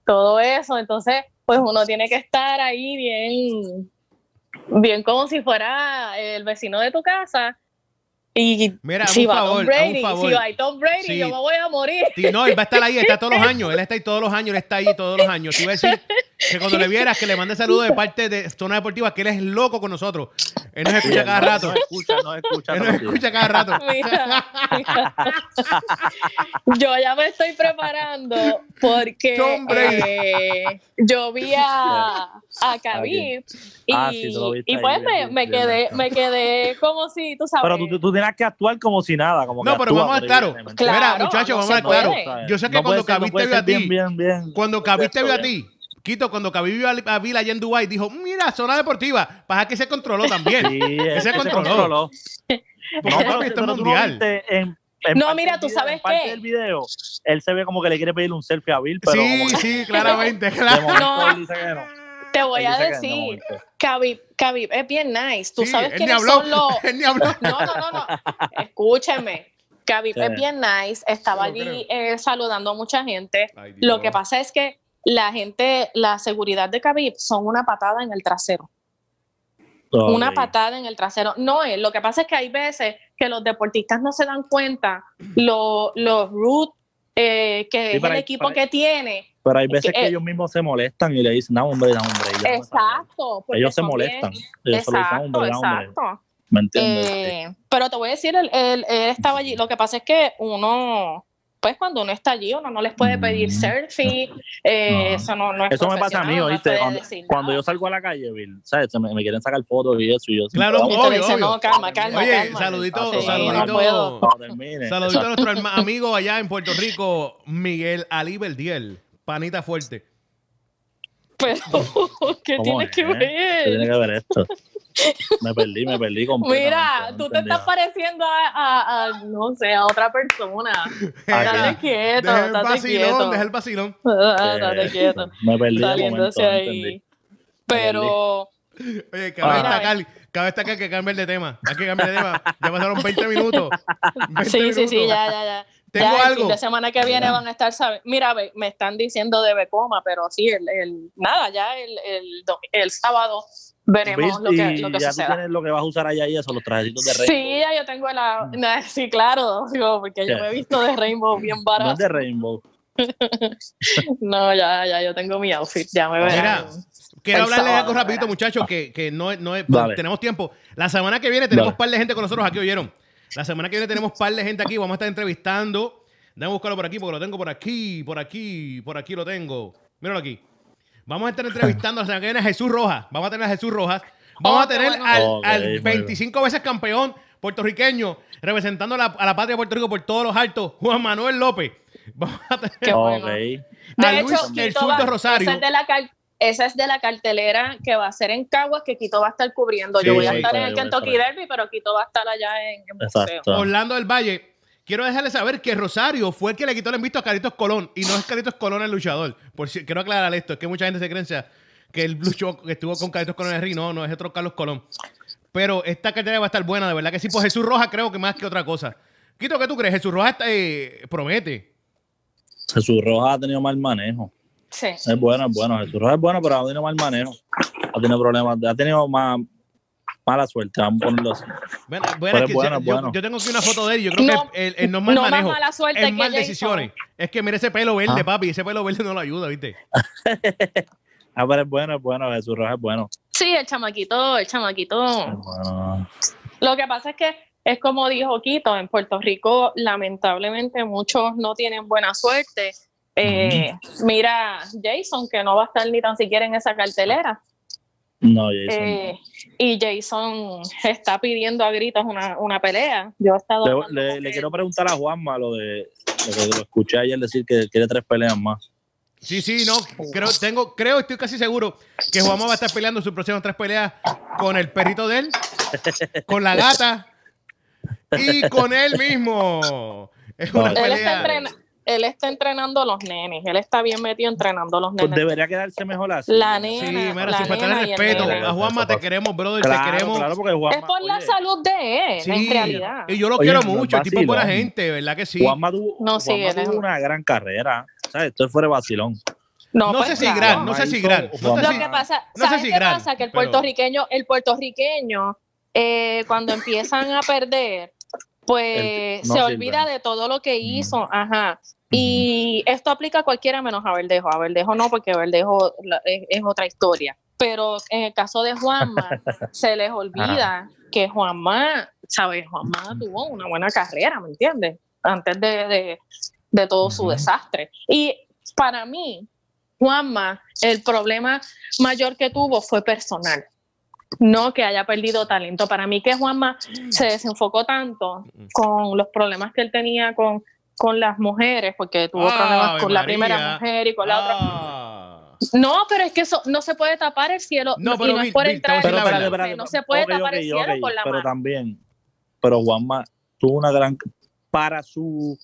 Speaker 2: todo eso. Entonces, pues uno tiene que estar ahí bien, bien como si fuera el vecino de tu casa. Y
Speaker 1: Mira,
Speaker 2: si
Speaker 1: haz un
Speaker 2: va
Speaker 1: favor,
Speaker 2: Tom
Speaker 1: haz un
Speaker 2: Brady,
Speaker 1: favor.
Speaker 2: si va ahí Tom Brady,
Speaker 1: Sí.
Speaker 2: yo me voy a morir.
Speaker 1: Sí, no, él va a estar ahí, está todos los años, él está ahí todos los años, él está ahí todos los años. Te iba a decir que cuando le vieras que le mande saludos de parte de Zona Deportiva, que él es loco con nosotros. Él nos escucha cada rato.
Speaker 3: No escucha, no escucha.
Speaker 1: Él
Speaker 3: no
Speaker 1: nos escucha cada rato.
Speaker 2: Mira, mira. Yo ya me estoy preparando porque
Speaker 1: Tom Brady.
Speaker 2: eh, yo vi a, a Khabib y,
Speaker 3: Ah, sí, tú lo viste
Speaker 2: y
Speaker 3: ahí,
Speaker 2: pues
Speaker 3: lo
Speaker 2: me,
Speaker 3: vi,
Speaker 2: me
Speaker 3: sí,
Speaker 2: quedé,
Speaker 3: verdad.
Speaker 2: me quedé como si, tú sabes,
Speaker 3: Pero tú, tú tienes que actuar como si nada. Como
Speaker 1: No,
Speaker 3: que
Speaker 1: pero
Speaker 3: actúa
Speaker 1: vamos a estar claro.
Speaker 3: horriblemente.
Speaker 2: Claro,
Speaker 1: Mira, muchachos,
Speaker 2: no
Speaker 1: vamos a
Speaker 2: se
Speaker 1: estar claro.
Speaker 2: puede.
Speaker 1: Yo sé que
Speaker 3: No
Speaker 1: cuando
Speaker 3: puede ser, no
Speaker 1: Khabib
Speaker 3: puede
Speaker 1: te vio
Speaker 3: ser
Speaker 1: a ti,
Speaker 3: Bien, bien, bien.
Speaker 1: cuando Khabib te vio a
Speaker 3: Eso,
Speaker 1: ti, Quito, cuando Khabib vio a, a Bill allá en Dubái, dijo, mira, Zona Deportiva, pasa que se controló también.
Speaker 3: Sí,
Speaker 1: Ese
Speaker 3: ese
Speaker 1: controló. Porque
Speaker 3: pero
Speaker 1: papi, esto es
Speaker 3: pero tú no
Speaker 1: mundial.
Speaker 3: viste en- en
Speaker 2: No,
Speaker 3: parte
Speaker 2: mira,
Speaker 3: del
Speaker 2: ¿tú
Speaker 3: video-
Speaker 2: sabes
Speaker 3: en parte
Speaker 2: qué?
Speaker 3: del video, él se ve como que le quiere pedir un selfie a Bill, pero como
Speaker 1: sí,
Speaker 3: que
Speaker 1: sí, claramente,
Speaker 3: de
Speaker 1: claro.
Speaker 3: momento
Speaker 2: No.
Speaker 3: él dice que no.
Speaker 2: te voy
Speaker 3: Él
Speaker 2: a
Speaker 3: dice que no,
Speaker 2: decir,
Speaker 3: de
Speaker 2: Khabib, Khabib es bien nice, tú
Speaker 1: Sí, él
Speaker 2: sabes
Speaker 1: ni
Speaker 2: quiénes
Speaker 1: habló,
Speaker 2: son los...
Speaker 1: él ni habló.
Speaker 2: No, no, no, no. Escúcheme. Khabib
Speaker 3: Sí.
Speaker 2: es bien nice. Estaba
Speaker 1: Yo lo
Speaker 2: allí eh, saludando a mucha gente.
Speaker 1: Ay, Dios.
Speaker 2: Lo que pasa es que la gente, la seguridad de Khabib son una patada en el trasero.
Speaker 3: momento.
Speaker 2: Una
Speaker 3: Ok.
Speaker 2: patada en el trasero. No es. Lo que pasa es que hay veces que los deportistas no se dan cuenta lo, los root eh, que es
Speaker 3: pero
Speaker 2: el
Speaker 3: hay-
Speaker 2: equipo
Speaker 3: pero
Speaker 2: que tiene.
Speaker 3: Pero hay veces
Speaker 2: que,
Speaker 3: que,
Speaker 2: eh,
Speaker 3: ellos mismos se molestan y le dicen, no, hombre, no, hombre. ya no me salgo".
Speaker 2: Exacto. porque
Speaker 3: ellos se
Speaker 2: son bien-
Speaker 3: molestan. Ellos solo dicen, "Oh,
Speaker 2: Exacto,
Speaker 3: hombre, no, hombre.
Speaker 2: exacto.
Speaker 3: ¿Me entiendes?
Speaker 2: Eh, pero te voy a decir, él, él- él estaba allí. Lo que pasa es que uno, pues cuando uno está allí, uno no les puede pedir
Speaker 3: Mm.
Speaker 2: selfie. eh,
Speaker 3: No.
Speaker 2: Eso no, no es
Speaker 3: Eso me pasa a
Speaker 2: profesional,
Speaker 3: mí,
Speaker 2: uno no
Speaker 3: ¿oíste?
Speaker 2: puede
Speaker 3: Cuando,
Speaker 2: decir
Speaker 3: cuando
Speaker 2: nada.
Speaker 3: yo salgo a la calle, Bill, ¿sabes? Se Me, me quieren sacar fotos y eso. Y yo,
Speaker 1: Claro,
Speaker 3: "No,
Speaker 2: Y
Speaker 1: obvio,
Speaker 2: tú le dices,
Speaker 1: obvio.
Speaker 2: no, calma, calma.
Speaker 1: Oye,
Speaker 2: calma.
Speaker 1: saludito,
Speaker 2: Sí, no
Speaker 1: saludito.
Speaker 2: puedo.
Speaker 3: cuando termine.
Speaker 1: Saludito a nuestro herma- amigo allá en Puerto Rico, Miguel Ali Verdiel, panita fuerte.
Speaker 2: Pero, ¿qué
Speaker 3: ¿Cómo
Speaker 2: tienes
Speaker 3: es?
Speaker 2: que
Speaker 3: ¿Qué tiene
Speaker 2: ver?
Speaker 3: que ver esto? Me perdí, me perdí completamente.
Speaker 2: Mira, tú
Speaker 3: no
Speaker 2: te
Speaker 3: entendía.
Speaker 2: estás pareciendo a, a- a, no sé, a otra persona.
Speaker 3: Ah,
Speaker 2: Dale quieto,
Speaker 1: Deja el
Speaker 2: date
Speaker 1: vacilón,
Speaker 2: quieto.
Speaker 1: deja el vacilón.
Speaker 2: Ah,
Speaker 3: Eh,
Speaker 2: Date quieto.
Speaker 3: Me perdí de momento,
Speaker 2: Saliéndose
Speaker 3: no
Speaker 2: ahí.
Speaker 3: entendí.
Speaker 2: Pero...
Speaker 1: Oye, cabe
Speaker 3: Ah.
Speaker 1: destacar, cabe destacar que cambiar de tema. Hay que cambiar de tema. Ya pasaron 20 minutos. 20
Speaker 2: ah, Sí, sí, sí,
Speaker 1: minutos.
Speaker 2: ya, ya, ya.
Speaker 1: Tengo
Speaker 2: Ya El
Speaker 1: algo.
Speaker 2: fin de semana que viene van a estar, sabe- mira, ve- me están diciendo de Becoma, pero sí, el, el- nada, ya el, el, do- el sábado veremos lo que,
Speaker 3: Bill,
Speaker 2: lo
Speaker 3: y
Speaker 2: que
Speaker 3: ya tú
Speaker 2: suceda.
Speaker 3: tienes lo que vas a usar allá y eso, los trajecitos de Rainbow. Mm.
Speaker 2: Sí, ya yo tengo la... na- Sí, claro, digo, porque yo
Speaker 3: Sí.
Speaker 2: me he visto de Rainbow bien
Speaker 3: No es
Speaker 2: barato.
Speaker 3: de Rainbow.
Speaker 2: No, ya, ya, yo tengo mi outfit, ya me verán.
Speaker 1: Quiero
Speaker 2: el
Speaker 1: hablarles
Speaker 2: sábado,
Speaker 1: algo rapidito,
Speaker 2: ¿verdad?
Speaker 1: muchachos, que, que no, es- no es-
Speaker 3: Dale.
Speaker 1: tenemos tiempo. La semana que viene tenemos
Speaker 3: Dale.
Speaker 1: par de gente con nosotros aquí, ¿oyeron? La semana que viene tenemos par de gente aquí. Vamos a estar entrevistando. Déjame buscarlo por aquí, porque lo tengo por aquí, por aquí, por aquí lo tengo. Míralo aquí. Vamos a estar entrevistando la semana que viene a Jesús Rojas. Vamos a tener a Jesús Rojas. Vamos
Speaker 2: Oh,
Speaker 1: a tener
Speaker 2: qué bueno.
Speaker 1: al,
Speaker 3: Ok,
Speaker 1: al
Speaker 3: muy bien.
Speaker 1: 25 veces campeón puertorriqueño, representando a la, a la patria de Puerto Rico por todos los altos, Juan Manuel López. Vamos a tener
Speaker 2: Qué bueno.
Speaker 3: Ok.
Speaker 1: a
Speaker 2: De
Speaker 1: Luis
Speaker 2: hecho,
Speaker 1: el
Speaker 2: Quito
Speaker 1: Sur de
Speaker 2: va-
Speaker 1: Rosario.
Speaker 2: Esa es de, la car- esa es de la cartelera que va a ser en Caguas, que Quito va a estar cubriendo.
Speaker 1: Sí,
Speaker 2: yo voy a
Speaker 1: sí,
Speaker 2: estar
Speaker 3: sí,
Speaker 2: en el
Speaker 3: yo voy a
Speaker 2: Kentucky
Speaker 3: estar
Speaker 2: Derby, pero Quito va a estar allá en, en museo.
Speaker 3: Exacto.
Speaker 1: Orlando del Valle, quiero dejarle saber que Rosario fue el que le quitó el invicto a Carlitos Colón y no es Carlitos Colón el luchador. Por si, quiero aclarar esto, es que mucha gente se creencia que él luchó, que estuvo con Carlitos Colón en el ring, no, no es otro Carlos Colón. Pero esta cartera va a estar buena, de verdad que sí. Pues Jesús Rojas creo que más que otra cosa. Quito, ¿qué tú crees? Jesús Rojas eh, promete.
Speaker 3: Jesús Rojas ha tenido mal manejo.
Speaker 2: Sí.
Speaker 3: Es bueno, es bueno. Jesús Rojas es bueno, pero ha tenido mal manejo. Ha tenido problemas, ha tenido ma- mala suerte, vamos a ponerlo así.
Speaker 1: Ven, ven
Speaker 3: Pero es
Speaker 1: aquí,
Speaker 3: bueno,
Speaker 1: yo,
Speaker 3: es bueno.
Speaker 1: yo tengo aquí una foto de él, yo creo
Speaker 2: No,
Speaker 1: que el, el Eh, no es mal
Speaker 2: no más
Speaker 1: manejo,
Speaker 2: mala suerte
Speaker 1: es
Speaker 2: que
Speaker 1: mal
Speaker 2: Jason.
Speaker 1: decisiones. Es que mira ese pelo verde,
Speaker 3: Ah.
Speaker 1: papi, ese pelo verde no lo ayuda, ¿viste?
Speaker 3: Ah, pero es bueno, es bueno, Jesús Rojas es bueno.
Speaker 2: Sí, el chamaquito, el
Speaker 3: Es
Speaker 2: chamaquito.
Speaker 3: bueno.
Speaker 2: Lo que pasa es que es como dijo Quito, en Puerto Rico lamentablemente muchos no tienen buena suerte. Eh, Mira, Jason, que no va a estar ni tan siquiera en esa cartelera.
Speaker 3: No, Jason.
Speaker 2: Eh, y Jason está pidiendo a gritos una, una pelea. Yo he estado.
Speaker 3: Le-
Speaker 2: hablando
Speaker 3: le,
Speaker 2: con
Speaker 3: le
Speaker 2: él.
Speaker 3: quiero preguntar a Juanma lo de lo que lo escuché ayer decir que quiere tres peleas más.
Speaker 1: Sí, sí, no. Creo, tengo, creo, estoy casi seguro que Juanma va a estar peleando sus próximas tres peleas con el perrito de él, con la gata y con él mismo. Es una
Speaker 3: Él
Speaker 2: Él está,
Speaker 1: pelea.
Speaker 2: entrena- él está entrenando a los nenes. Él está bien metido entrenando a los
Speaker 3: Pues
Speaker 2: nenes.
Speaker 3: debería quedarse mejor así.
Speaker 2: La
Speaker 1: Sí,
Speaker 2: nena.
Speaker 1: mira,
Speaker 2: la
Speaker 1: sin faltarle
Speaker 2: nena y el
Speaker 1: respeto.
Speaker 2: nene.
Speaker 1: A Juanma te queremos, brother, te queremos.
Speaker 3: claro, porque Juanma,
Speaker 2: Es por la
Speaker 3: oye,
Speaker 2: salud de él, en
Speaker 1: Sí,
Speaker 2: realidad.
Speaker 1: y yo lo
Speaker 3: Oye, ¿eh?
Speaker 1: quiero
Speaker 3: no es
Speaker 1: mucho, el tipo es buena
Speaker 3: vacilón.
Speaker 1: gente, ¿verdad que sí?
Speaker 3: Juanma tuvo,
Speaker 2: No, sí,
Speaker 3: Juanma
Speaker 2: él es
Speaker 3: tuvo
Speaker 2: un-
Speaker 3: una gran carrera. ¿sabes? Esto fue de vacilón.
Speaker 1: No,
Speaker 2: pues,
Speaker 1: sé si
Speaker 2: claro.
Speaker 1: gran, no sé si gran. No sé
Speaker 2: Lo
Speaker 1: si-
Speaker 2: que pasa,
Speaker 1: no sé
Speaker 2: ¿sabes
Speaker 1: si
Speaker 2: qué
Speaker 1: gran,
Speaker 2: pasa? Que el
Speaker 1: pero-
Speaker 2: puertorriqueño, el puertorriqueño, eh, cuando empiezan a perder, pues
Speaker 3: El- no
Speaker 2: se
Speaker 3: sirve.
Speaker 2: olvida de todo lo
Speaker 1: Mm.
Speaker 2: que hizo, ajá. Y esto aplica a cualquiera menos a Verdejo. A Verdejo no, porque Verdejo la- es, es otra historia. Pero en el caso de Juanma, se les olvida que Juanma, ¿sabes? Juanma tuvo una buena carrera, ¿me entiendes? Antes de, de- de todo su
Speaker 3: Ujú.
Speaker 2: desastre. Y para mí, Juanma, el problema mayor que tuvo fue personal. No que haya perdido talento. Para mí que Juanma se desenfocó tanto
Speaker 1: Mm.
Speaker 2: con los problemas que él tenía con, con las mujeres, porque tuvo
Speaker 1: Ay,
Speaker 2: problemas con la
Speaker 1: María.
Speaker 2: primera mujer y con la otra.
Speaker 1: Ah.
Speaker 2: No, pero es que eso no se puede tapar el cielo.
Speaker 1: No,
Speaker 2: No,
Speaker 1: pero
Speaker 2: y no
Speaker 1: Bill,
Speaker 2: es por
Speaker 1: Bill,
Speaker 2: entrar
Speaker 1: te voy
Speaker 2: en
Speaker 1: a decir la
Speaker 2: problemas,
Speaker 1: verdad.
Speaker 2: No se puede
Speaker 3: Ok,
Speaker 2: tapar
Speaker 3: ok,
Speaker 2: el cielo
Speaker 3: ok,
Speaker 2: con la
Speaker 3: Pero
Speaker 2: mano.
Speaker 3: también, pero Juanma tuvo una gran. Para su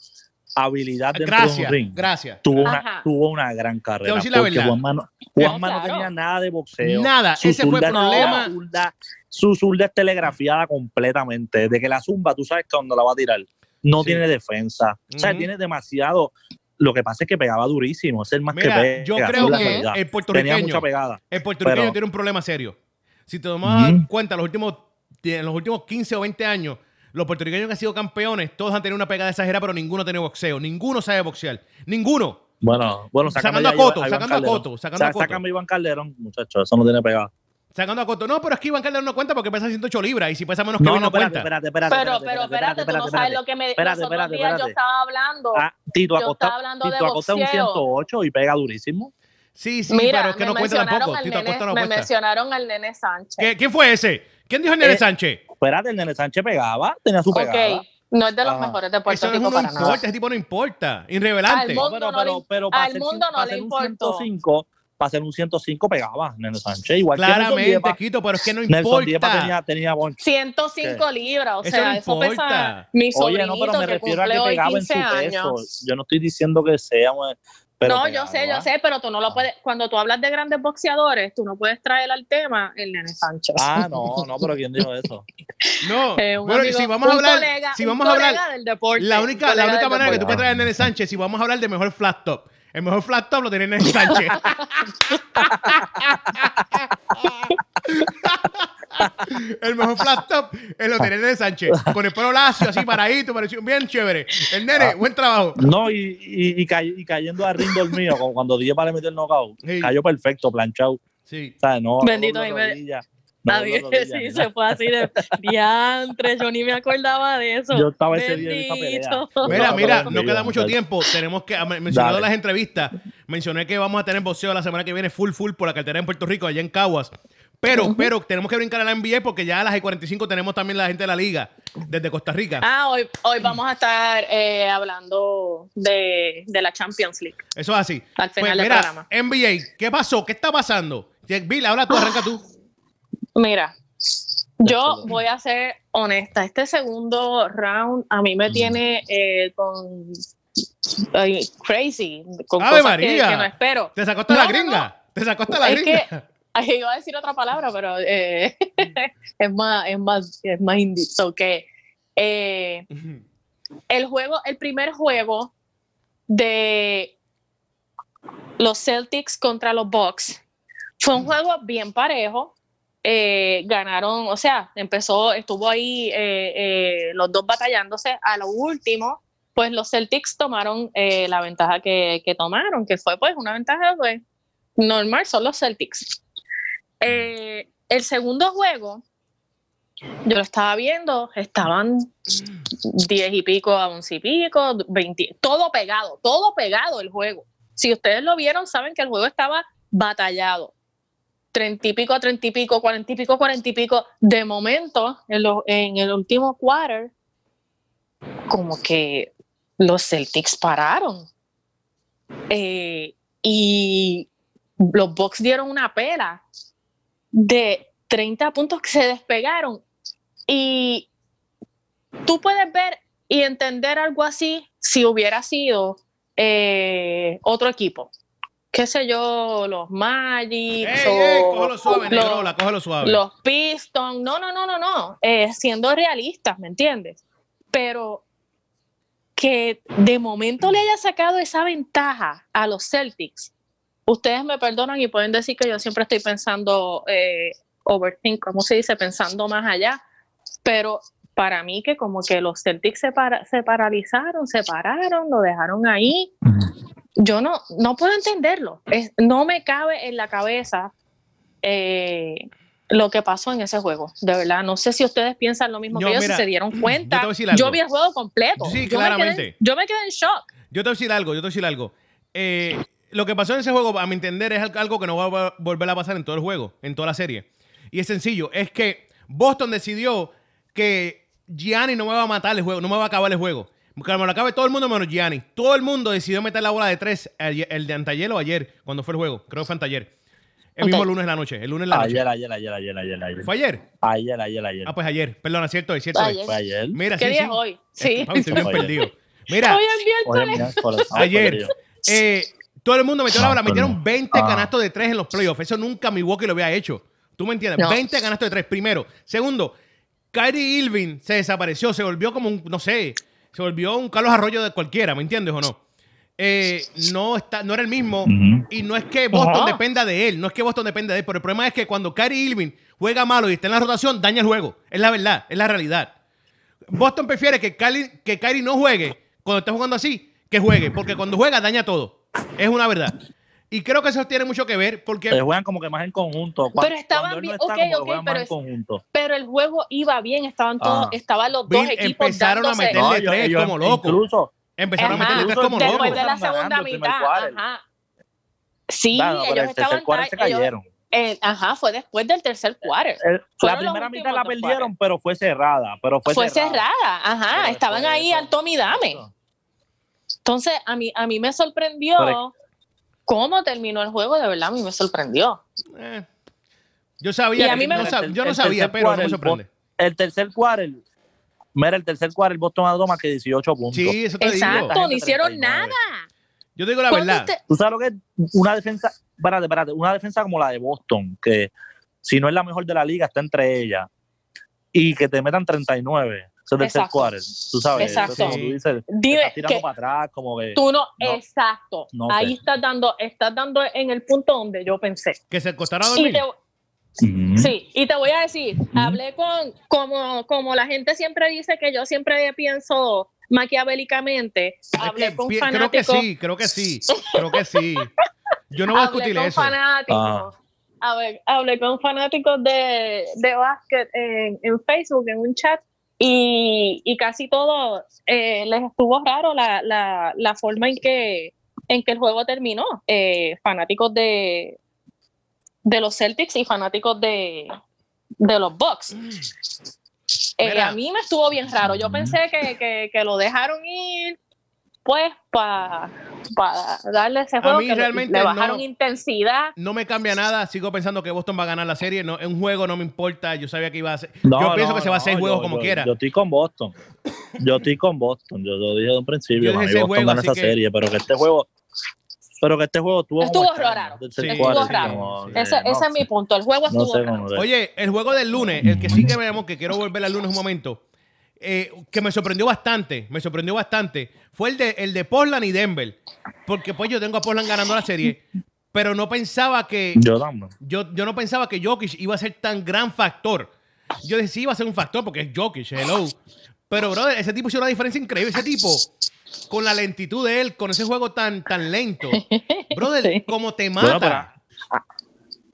Speaker 3: habilidad dentro de
Speaker 1: Gracias,
Speaker 3: un ring,
Speaker 1: gracias.
Speaker 3: tuvo,
Speaker 2: Ajá.
Speaker 3: una, tuvo una gran carrera.
Speaker 1: Te voy a decir la
Speaker 3: porque
Speaker 1: verdad.
Speaker 3: Juanma no, Juanma
Speaker 2: No,
Speaker 3: no
Speaker 2: claro.
Speaker 3: tenía nada de boxeo.
Speaker 1: Nada,
Speaker 3: Su
Speaker 1: ese fue el
Speaker 3: zurda-
Speaker 1: problema.
Speaker 3: su zurda- Su zurda es telegrafiada completamente. De que la zumba, tú sabes que cuando la va a tirar, no
Speaker 1: Sí.
Speaker 3: tiene defensa. O sea,
Speaker 1: Ujú.
Speaker 3: tiene demasiado. Lo que pasa es que pegaba durísimo. Es el más que
Speaker 1: Mira,
Speaker 3: pega.
Speaker 1: yo
Speaker 3: esa
Speaker 1: creo
Speaker 3: es la
Speaker 1: que
Speaker 3: realidad.
Speaker 1: el
Speaker 3: tenía
Speaker 1: puertorriqueño,
Speaker 3: mucha pegada.
Speaker 1: el puertorriqueño
Speaker 3: pero-
Speaker 1: tiene un problema serio. Si te tomas
Speaker 3: Ujú.
Speaker 1: cuenta, los últimos, en los últimos 15 o 20 años, los puertorriqueños que han sido campeones, todos han tenido una pegada exagerada, pero ninguno tiene boxeo. Ninguno sabe boxear. Ninguno.
Speaker 3: Bueno, bueno, sácame
Speaker 1: Sacando a
Speaker 3: ya Iván-
Speaker 1: Coto,
Speaker 3: Iván
Speaker 1: sacando a
Speaker 3: Calderón.
Speaker 1: Coto, sacando a
Speaker 3: Sá-
Speaker 1: Coto.
Speaker 3: Sácame a Iván Calderón, muchacho, eso no tiene pegada.
Speaker 1: Sacando a Coto. No, pero es que Iván Calderón no cuenta porque pesa 108 libras y si pesa menos que
Speaker 3: No,
Speaker 1: Bill
Speaker 3: no,
Speaker 1: no
Speaker 3: espérate,
Speaker 1: cuenta.
Speaker 3: espérate, espérate.
Speaker 2: Pero, pero espérate, tú no sabes lo que me.
Speaker 3: espérate,
Speaker 2: los otros
Speaker 3: espérate,
Speaker 2: días Yo
Speaker 3: espérate.
Speaker 2: estaba hablando.
Speaker 3: Ah, Tito
Speaker 2: yo
Speaker 3: Acosta,
Speaker 2: estaba hablando de
Speaker 3: Tito Acosta es un
Speaker 2: boxeo.
Speaker 3: 108 y pega durísimo.
Speaker 1: Sí, sí,
Speaker 2: Mira,
Speaker 1: pero es que
Speaker 2: me
Speaker 1: no cuenta
Speaker 2: mencionaron
Speaker 1: tampoco.
Speaker 2: al
Speaker 1: Tito
Speaker 2: nene-
Speaker 1: Acosta no
Speaker 2: me
Speaker 1: cuenta.
Speaker 2: mencionaron al nene Sánchez.
Speaker 1: ¿Qué- ¿Quién fue ese? ¿Quién dijo el nene
Speaker 3: Eh,
Speaker 1: Sánchez?
Speaker 3: Espérate, el Nene Sánchez pegaba, tenía su pegada.
Speaker 2: Ok, no es de los
Speaker 3: Ajá.
Speaker 2: mejores de Puerto
Speaker 1: Eso no,
Speaker 2: Rico
Speaker 1: no
Speaker 2: para nada.
Speaker 1: importa, ese tipo no importa. Irrevelante.
Speaker 2: Al mundo
Speaker 3: pero,
Speaker 2: no
Speaker 3: pero,
Speaker 2: le-
Speaker 3: pero para
Speaker 2: al
Speaker 3: ser,
Speaker 2: mundo no
Speaker 3: para
Speaker 2: le
Speaker 3: ser un
Speaker 2: importó.
Speaker 3: 105, para ser un 105 pegaba Nene Sánchez. Igual que Nelson
Speaker 1: Claramente,
Speaker 3: Diepa.
Speaker 1: Quito, pero es que no
Speaker 3: Nelson Diepa
Speaker 1: importa.
Speaker 3: tenía, tenía bonche.
Speaker 2: 105 libras, o
Speaker 1: Eso
Speaker 2: sea,
Speaker 1: no
Speaker 2: eso
Speaker 1: importa.
Speaker 2: pesa mi
Speaker 3: Oye,
Speaker 2: sobrinito
Speaker 3: no, pero me
Speaker 2: que
Speaker 3: refiero a que
Speaker 2: cumple hoy
Speaker 3: pegaba en
Speaker 2: 15
Speaker 3: su peso.
Speaker 2: años.
Speaker 3: Yo no estoy diciendo que sea. Pero Ah.
Speaker 2: no, yo
Speaker 3: pegaba.
Speaker 2: sé, yo sé, pero tú no lo puedes, cuando tú hablas de grandes boxeadores, tú no puedes traer al tema el nene Sánchez.
Speaker 3: Ah, no, no, pero ¿quién dijo eso?
Speaker 1: No,
Speaker 2: Eh, un
Speaker 1: bueno, y
Speaker 2: amigo-
Speaker 1: si vamos a
Speaker 2: un
Speaker 1: hablar,
Speaker 2: colega-
Speaker 1: si
Speaker 2: un
Speaker 1: vamos a hablar,
Speaker 2: colega del deporte,
Speaker 1: la
Speaker 2: un
Speaker 1: única, la
Speaker 2: colega
Speaker 1: única
Speaker 2: del
Speaker 1: manera que tú
Speaker 2: deporte.
Speaker 1: puedes traer a Nene Sánchez, si vamos a hablar de mejor flat top, el mejor flat top lo tiene Nene Sánchez. el mejor flat top eh, lo tiene Nene Sánchez. Con el pelo lacio, así paradito, parecido, bien chévere. El nene,
Speaker 3: Ah.
Speaker 1: buen trabajo.
Speaker 3: No, y, y, y cay- y cayendo a ring dormido, como cuando Diepa le metió el knockout,
Speaker 1: Sí.
Speaker 3: cayó perfecto, planchado.
Speaker 1: Sí.
Speaker 3: ¿sabes? No,
Speaker 2: Bendito
Speaker 3: no doble
Speaker 2: ahí me-
Speaker 3: rodilla, no
Speaker 2: A
Speaker 3: doble
Speaker 2: mí
Speaker 3: rodilla,
Speaker 2: sí
Speaker 3: ni
Speaker 2: se fue así de diantre, yo ni me acordaba de eso.
Speaker 3: nada. Yo estaba ese día en esa pelea.
Speaker 2: Bendito.
Speaker 1: Mira,
Speaker 3: Yo
Speaker 1: mira,
Speaker 3: estaba
Speaker 1: no queda
Speaker 3: dormido,
Speaker 1: mucho
Speaker 3: muchacho.
Speaker 1: tiempo. Tenemos que, mencionado
Speaker 3: Dale.
Speaker 1: las entrevistas, mencioné que vamos a tener boxeo la semana que viene full, full por la cartera en Puerto Rico, allá en Caguas. Pero, pero, tenemos que brincar a la NBA porque ya a las 45 tenemos también la gente de la liga desde Costa Rica.
Speaker 2: Ah, hoy, hoy vamos a estar eh, hablando de, de la Champions League.
Speaker 1: Eso es así. Pues,
Speaker 2: Al final del programa.
Speaker 1: NBA, ¿qué pasó? ¿Qué está pasando? Bill, ahora tú, arranca tú.
Speaker 2: Mira, yo voy a ser honesta. Este segundo round a mí me tiene eh, con ay, crazy, con
Speaker 1: ¡Ave
Speaker 2: cosas que-
Speaker 1: María!
Speaker 2: Que, no espero.
Speaker 1: Te sacó hasta
Speaker 2: No,
Speaker 1: la
Speaker 2: no,
Speaker 1: gringa. Te sacó hasta la
Speaker 2: Es
Speaker 1: gringa.
Speaker 2: Ay, iba a decir otra palabra, pero eh, es más, es más, es más indie. So que eh, el juego, el primer juego de los Celtics contra los Bucks fue un juego bien parejo. Eh, ganaron, o sea, empezó, estuvo ahí eh, eh, los dos batallándose. A lo último, pues los Celtics tomaron eh, la ventaja que, que tomaron, que fue pues una ventaja pues, normal, son los Celtics. Eh, el segundo juego, yo lo estaba viendo, estaban 10 y pico a 11 y pico, 20, todo pegado, todo pegado el juego. Si ustedes lo vieron, saben que el juego estaba batallado. treinta y pico a treinta y pico, cuarenta y pico, cuarenta y pico. De momento, en, lo- en el último quarter, como que los Celtics pararon. Eh, y los Bucks dieron una pela de 30 puntos que se despegaron. Y tú puedes ver y entender algo así si hubiera sido eh, otro equipo. Qué sé yo, los Magic,
Speaker 1: ey, ey,
Speaker 2: o
Speaker 1: cógelo suave,
Speaker 2: los-
Speaker 1: Negrola, cógelo suave.
Speaker 2: los Pistons, no, no, no, no, no, eh, siendo realistas, ¿me entiendes? Pero que de momento le haya sacado esa ventaja a los Celtics, ustedes me perdonan y pueden decir que yo siempre estoy pensando eh, overthink, ¿cómo se dice? Pensando más allá, pero para mí que como que los Celtics se, para- se paralizaron, se pararon, lo dejaron ahí. Yo no, no puedo entenderlo. Es- no me cabe en la cabeza eh, lo que pasó en ese juego. De verdad, no sé si ustedes piensan lo mismo
Speaker 1: Yo,
Speaker 2: que yo,
Speaker 1: mira,
Speaker 2: si se dieron
Speaker 1: yo te
Speaker 2: cuenta.
Speaker 1: voy a decir
Speaker 2: Yo,
Speaker 1: algo.
Speaker 2: vi el juego completo.
Speaker 1: Sí,
Speaker 2: yo, me quedé-
Speaker 1: claramente.
Speaker 2: yo me quedé en shock.
Speaker 1: Yo te voy a decir algo, yo te voy a decir algo. Eh, lo que pasó en ese juego, a mi entender, es al- algo que no va a vol- volver a pasar en todo el juego, en toda la serie. Y es sencillo, es que Boston decidió que Gianni no me va a matar el juego, no me va a acabar el juego. Porque me lo acabe todo el mundo menos Gianni. Todo el mundo decidió meter la bola de tres, el, el de antayer o ayer, cuando fue el juego. Creo que fue antayer. El mismo
Speaker 2: Ok.
Speaker 1: lunes en la noche, el lunes en la noche.
Speaker 3: Ah, Ayer, ayer, ayer, ayer, ayer, ayer.
Speaker 1: ¿Fue ayer?
Speaker 3: Ayer, ayer, ayer.
Speaker 1: Ah, pues ayer. Perdona, cierto es, cierto es.
Speaker 2: Ayer.
Speaker 3: Fue ayer.
Speaker 1: Mira,
Speaker 2: ¿Qué
Speaker 1: sí,
Speaker 2: día
Speaker 1: sí.
Speaker 2: es hoy?
Speaker 1: Es que,
Speaker 2: Sí.
Speaker 1: papi, estoy bien
Speaker 3: Oye.
Speaker 1: perdido. Mira,
Speaker 2: Hoy es
Speaker 3: Hoy es
Speaker 2: miércoles.
Speaker 3: miércoles, estamos
Speaker 1: Ayer.
Speaker 3: perdidos.
Speaker 1: Eh, todo el mundo metió la bola.
Speaker 3: Ah, coño.
Speaker 1: Metieron 20
Speaker 3: Ah.
Speaker 1: canastos de 3 en los playoffs. Eso nunca Milwaukee lo había hecho. ¿Tú me entiendes?
Speaker 2: No.
Speaker 1: 20 canastos de 3, primero. Segundo, Kyrie Irving se desapareció. Se volvió como un, no sé, se volvió un Carlos Arroyo de cualquiera. ¿Me entiendes o no? Eh, no, está, no era el mismo.
Speaker 3: Ujú.
Speaker 1: Y no es que Boston
Speaker 2: Ajá.
Speaker 1: dependa de él. No es que Boston dependa de él. Pero el problema es que cuando Kyrie Irving juega malo y está en la rotación, daña el juego. Es la verdad. Es la realidad. Boston prefiere que Kyrie, que Kyrie no juegue cuando está jugando así, que juegue, porque cuando juega daña todo. Es una verdad. Y creo que eso tiene mucho que ver porque
Speaker 3: Ellos juegan como que más en conjunto. Cuando-
Speaker 2: Pero estaban
Speaker 3: cuando él
Speaker 2: bien-
Speaker 3: no está,
Speaker 2: ok,
Speaker 3: como que
Speaker 2: ok,
Speaker 3: juegan más
Speaker 2: pero
Speaker 3: en
Speaker 2: es-
Speaker 3: conjunto.
Speaker 2: Pero el juego iba bien, estaban todos,
Speaker 3: Ah.
Speaker 2: estaban los dos
Speaker 1: Bill,
Speaker 2: equipos
Speaker 1: empezaron a
Speaker 2: dándose.
Speaker 1: meter- Meterle tres como loco.
Speaker 3: Incluso,
Speaker 1: empezaron
Speaker 2: Ajá.
Speaker 1: a meterle tres como
Speaker 3: Después
Speaker 1: locos.
Speaker 2: de la
Speaker 3: Estaban
Speaker 2: segunda
Speaker 3: ganando el primer
Speaker 2: mitad.
Speaker 3: quarter.
Speaker 2: Ajá. Sí,
Speaker 3: Nah, no, pero
Speaker 2: ellos
Speaker 3: el tercer
Speaker 2: estaban
Speaker 3: quarter se
Speaker 2: ellos-
Speaker 3: cayeron.
Speaker 2: eh, ajá, fue después del tercer quarter.
Speaker 3: El- la
Speaker 2: Fueron los
Speaker 3: primera mitad
Speaker 2: últimos
Speaker 3: la
Speaker 2: dos
Speaker 3: perdieron, pero fue cerrada. Pero
Speaker 2: Fue,
Speaker 3: fue,
Speaker 2: cerrada. ajá,
Speaker 3: Pero
Speaker 2: estaban
Speaker 3: después de
Speaker 2: ahí
Speaker 3: eso-
Speaker 2: al Tommy Dame. Entonces, a mí, a mí me sorprendió
Speaker 3: Correcto.
Speaker 2: cómo terminó el juego, de verdad, a mí me sorprendió.
Speaker 1: Eh. Yo
Speaker 2: Y
Speaker 1: sabía,
Speaker 2: a
Speaker 1: que-
Speaker 2: mí me-
Speaker 1: no sab- yo
Speaker 3: El
Speaker 1: no
Speaker 3: tercer
Speaker 1: sabía, pero no
Speaker 3: quarter,
Speaker 1: me
Speaker 3: el
Speaker 1: sorprende.
Speaker 3: El tercer quarter, mira, el tercer quarter, Boston ha dado más que 18 puntos.
Speaker 1: Sí, eso te
Speaker 2: Exacto,
Speaker 1: digo.
Speaker 2: no hicieron
Speaker 3: 39.
Speaker 2: nada.
Speaker 1: Yo te digo la
Speaker 2: ¿Cuándo
Speaker 1: verdad.
Speaker 2: usted-
Speaker 3: Tú sabes lo que es una defensa, espérate, espérate, una defensa como la de Boston, que si no es la mejor de la liga, está entre ellas, y que te metan 39, eso es tercer
Speaker 2: Exacto.
Speaker 3: quarter, tú sabes, eso es
Speaker 2: Exacto.
Speaker 3: como tú dices, te
Speaker 2: Dime
Speaker 3: estás tirando
Speaker 2: que
Speaker 3: para atrás, como que...
Speaker 2: tú no,
Speaker 3: No.
Speaker 2: exacto.
Speaker 3: No
Speaker 2: ahí
Speaker 3: sé.
Speaker 2: estás dando, estás dando en el punto donde yo pensé.
Speaker 1: Que se acostaron a
Speaker 2: Y
Speaker 1: dormir.
Speaker 2: te, Sí, y te voy a decir, hablé con, como, como la gente siempre dice que yo siempre pienso maquiavélicamente,
Speaker 1: Es
Speaker 2: hablé
Speaker 1: que
Speaker 2: con
Speaker 1: pi-
Speaker 2: fanáticos.
Speaker 1: creo que sí, creo que sí, creo que sí. Yo no voy a discutir
Speaker 2: hablé con
Speaker 1: eso.
Speaker 2: fanáticos.
Speaker 3: Ah.
Speaker 2: A ver, hablé con fanáticos de, de básquet en, en Facebook, en un chat, y, y casi todo eh, les estuvo raro la, la, la forma en que, en que el juego terminó. Eh, fanáticos de, de los Celtics y fanáticos de, de los Bucks. Eh,
Speaker 1: Mm. Mira.
Speaker 2: a mí me estuvo bien raro. Yo pensé que, que, que lo dejaron ir, pues, para darle ese juego.
Speaker 1: mí
Speaker 2: que le-
Speaker 1: realmente
Speaker 2: le bajaron
Speaker 1: no-
Speaker 2: intensidad.
Speaker 1: No me cambia nada, sigo pensando que Boston va a ganar la serie. No, es un juego, no me importa. Yo sabía que iba a ser.
Speaker 3: No,
Speaker 1: yo pienso
Speaker 3: no,
Speaker 1: que se va a
Speaker 3: no,
Speaker 1: seis juegos
Speaker 3: yo-
Speaker 1: como
Speaker 3: yo-
Speaker 1: quiera.
Speaker 3: Yo estoy con Boston, yo estoy con Boston, yo lo dije de un
Speaker 1: Yo
Speaker 3: principio,
Speaker 1: dije
Speaker 3: para mí
Speaker 1: ese
Speaker 3: Boston
Speaker 1: juego,
Speaker 3: gana
Speaker 1: así
Speaker 3: esa
Speaker 1: que-
Speaker 3: serie, pero que este juego... Pero que este juego tuvo
Speaker 2: Estuvo raro. Estuvo raro. Ese, ese es mi punto. El juego
Speaker 3: Eh, No
Speaker 2: estuvo
Speaker 3: sé
Speaker 2: raro.
Speaker 3: cómo es.
Speaker 1: Oye, el juego del lunes, el que sí que veamos, que quiero volver al lunes un momento, eh, que me sorprendió bastante, me sorprendió bastante, fue el de, el de Portland y Denver. Porque pues yo tengo a Portland ganando la serie, pero no pensaba que,
Speaker 3: Yo también.
Speaker 1: yo, yo no pensaba que Jokic iba a ser tan gran factor. Yo decía, sí, iba a ser un factor porque es Jokic, hello. Pero, brother, ese tipo hizo una diferencia increíble. Ese tipo, con la lentitud de él, con ese juego tan, tan lento. Brother,
Speaker 2: Sí.
Speaker 1: como te
Speaker 3: Bueno, pero,
Speaker 1: mata.
Speaker 3: a-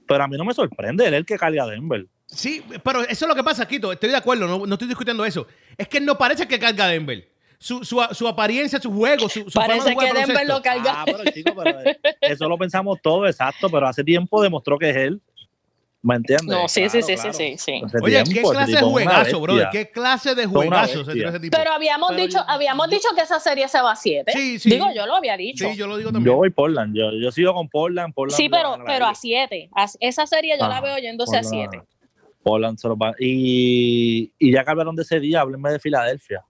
Speaker 3: pero a mí no me sorprende él el que carga a Denver.
Speaker 1: Sí, pero eso es lo que pasa, Quito. Estoy de acuerdo, no, no estoy discutiendo eso. Es que no parece que carga a Denver. Su, su, su apariencia, su juego, su, su forma de
Speaker 2: Parece
Speaker 1: jugar
Speaker 2: que Denver
Speaker 1: baloncesto.
Speaker 2: lo carga.
Speaker 3: Ah, pero chico, pero eh, eso lo pensamos todo exacto, pero hace tiempo demostró que es él. ¿Me entiendes?
Speaker 2: No, sí, sí,
Speaker 1: Claro,
Speaker 2: sí,
Speaker 1: claro.
Speaker 2: sí, sí, sí.
Speaker 3: Ese
Speaker 1: Oye, ¿qué
Speaker 3: tipo, ese
Speaker 1: clase de
Speaker 3: tipo es una
Speaker 1: juegazo,
Speaker 3: bestia.
Speaker 1: brother? ¿Qué clase de
Speaker 3: una
Speaker 1: juegazo se
Speaker 3: bestia.
Speaker 1: tiró ese tipo?
Speaker 2: Pero habíamos
Speaker 1: Pero
Speaker 2: dicho,
Speaker 1: yo-
Speaker 2: habíamos dicho que esa serie se va a 7.
Speaker 1: Sí, sí.
Speaker 2: Digo, yo lo había dicho.
Speaker 1: Sí, yo lo digo
Speaker 3: Yo
Speaker 1: también.
Speaker 3: voy Portland, yo, yo sigo con Portland. Portland
Speaker 2: sí,
Speaker 3: le va a
Speaker 2: pero,
Speaker 3: ganar la
Speaker 2: pero a
Speaker 3: liga.
Speaker 2: 7. Esa serie yo la
Speaker 3: Ajá,
Speaker 2: veo yéndose a 7.
Speaker 3: Portland- Portland se lo va. Y, y ya que hablaron de ese día, háblenme de Filadelfia.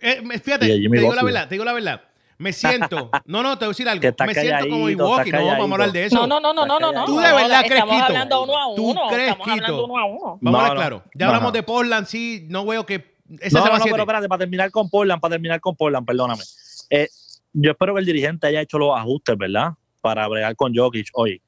Speaker 1: Eh, me- fíjate,
Speaker 3: Y
Speaker 1: te
Speaker 3: a Jimmy
Speaker 1: digo la
Speaker 3: Butler.
Speaker 1: verdad, te digo la verdad. Me siento, no, no, te voy a decir algo.
Speaker 3: Que está
Speaker 1: Me siento como
Speaker 3: calladito,
Speaker 1: Milwaukee, no
Speaker 3: está
Speaker 1: vamos a
Speaker 3: calladito.
Speaker 1: hablar de eso.
Speaker 2: No, no, no, no, no, no, no.
Speaker 1: Tú de
Speaker 2: No,
Speaker 1: verdad crees,
Speaker 2: Estamos
Speaker 1: Quito.
Speaker 2: hablando uno a
Speaker 1: Tú
Speaker 2: uno.
Speaker 1: crees,
Speaker 2: Estamos hablando
Speaker 1: Quito.
Speaker 2: uno a uno.
Speaker 1: Vamos a hablar
Speaker 3: No,
Speaker 1: claro. Ya
Speaker 3: no,
Speaker 1: hablamos
Speaker 3: no.
Speaker 1: de Portland, sí, no veo que ese se
Speaker 3: no,
Speaker 1: va
Speaker 3: no,
Speaker 1: a
Speaker 3: no, pero
Speaker 1: siete.
Speaker 3: espérate, para terminar con Portland, para terminar con Portland, perdóname. Eh, yo espero que el dirigente haya hecho los ajustes, ¿verdad? Para bregar con Jokic hoy.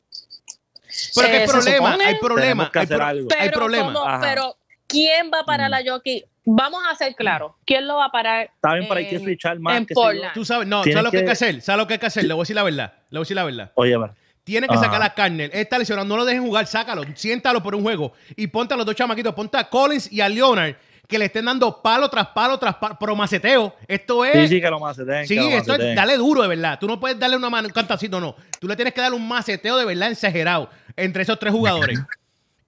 Speaker 1: Pero que hay
Speaker 2: Eh, se
Speaker 1: problema,
Speaker 2: supone.
Speaker 1: hay
Speaker 3: Tenemos
Speaker 1: problema.
Speaker 3: que
Speaker 1: hay
Speaker 3: hacer
Speaker 1: pro-
Speaker 3: algo.
Speaker 1: Hay
Speaker 2: Pero,
Speaker 1: problema.
Speaker 2: ¿cómo-
Speaker 3: Ajá.
Speaker 2: pero ¿quién va para
Speaker 3: Mm.
Speaker 2: la jockey? Vamos a ser claros. ¿Quién lo va a parar
Speaker 3: Está bien, pero hay que
Speaker 2: en-
Speaker 3: switchar más.
Speaker 2: en
Speaker 3: qué sé yo.
Speaker 2: Portland?
Speaker 1: Tú sabes, no,
Speaker 3: Tienes
Speaker 1: ¿sabes lo que hay
Speaker 3: que-
Speaker 1: que hacer? ¿Sabes lo que hay que hacer? Le voy a decir la verdad. Le voy a decir la verdad.
Speaker 3: Oye, pero-
Speaker 1: Tienen que
Speaker 3: Ajá.
Speaker 1: sacar a Carnell. Él Está lesionado, no lo dejen jugar, sácalo, siéntalo por un juego y ponte a los dos chamaquitos, ponte a Collins y a Leonard que le estén dando palo tras palo tras palo, pero maceteo. Esto es
Speaker 3: sí, sí, que lo más se den,
Speaker 1: Eh, Sí,
Speaker 3: que lo
Speaker 1: esto es,
Speaker 3: maceten.
Speaker 1: dale duro de verdad. Tú no puedes darle una mano, un cantacito, no. Tú le tienes que dar un maceteo de verdad exagerado entre esos tres jugadores.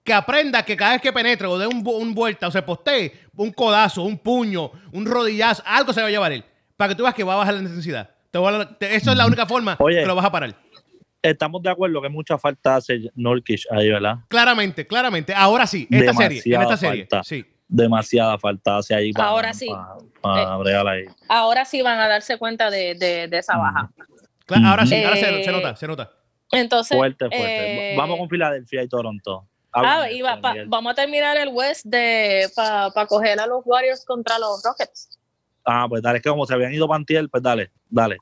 Speaker 1: que aprenda que cada vez que penetre o dé un, vu- un vuelta o se postee, un codazo, un puño, un rodillazo, algo se va a llevar él. Para que tú veas que va a bajar la intensidad. Te va a- te- eso es la única forma
Speaker 3: Oye.
Speaker 1: que lo vas a parar.
Speaker 3: Estamos de acuerdo que mucha falta hace Norkish ahí, ¿verdad?
Speaker 1: Claramente, claramente. Ahora sí, esta serie. En
Speaker 3: Demasiada
Speaker 1: esta serie.
Speaker 3: falta.
Speaker 1: Sí.
Speaker 3: Demasiada falta hace ahí. para-
Speaker 2: Ahora sí. Eh,
Speaker 3: Para, para bregar ahí.
Speaker 2: Ahora sí van a darse cuenta de, de- de esa baja.
Speaker 1: Cla- ahora sí, ahora se,
Speaker 2: Eh,
Speaker 1: se nota, se nota.
Speaker 2: Entonces,
Speaker 3: Fuerte, fuerte.
Speaker 2: eh,
Speaker 3: Vamos con Filadelfia y Toronto.
Speaker 2: Ah,
Speaker 3: Háblame de
Speaker 2: y va-
Speaker 3: esto,
Speaker 2: pa-
Speaker 3: Miguel.
Speaker 2: vamos a terminar el West de para coger a los Warriors contra los Rockets.
Speaker 3: Ah, pues dale, es que como se habían ido Pantiel, pues dale, dale.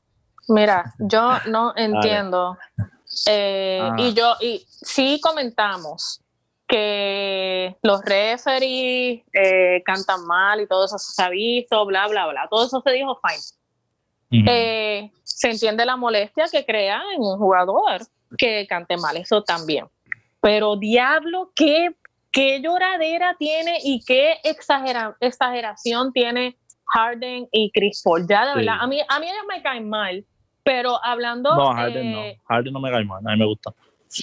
Speaker 2: Mira, yo no entiendo. Eh,
Speaker 3: Ah.
Speaker 2: Y yo, y sí comentamos que los referees eh, cantan mal y todo eso se ha visto, bla, bla, bla. Todo eso se dijo fine.
Speaker 3: Ujú.
Speaker 2: Eh, se entiende la molestia que crea en un jugador que cante mal, eso también. Pero diablo, qué, qué lloradera tiene y qué exagera- exageración tiene Harden y Chris Paul. Ya de
Speaker 3: Sí.
Speaker 2: verdad, a mí, a mí ellos me caen mal, pero hablando...
Speaker 3: no, Harden
Speaker 2: eh,
Speaker 3: no. Harden no me cae mal, a mí me gusta.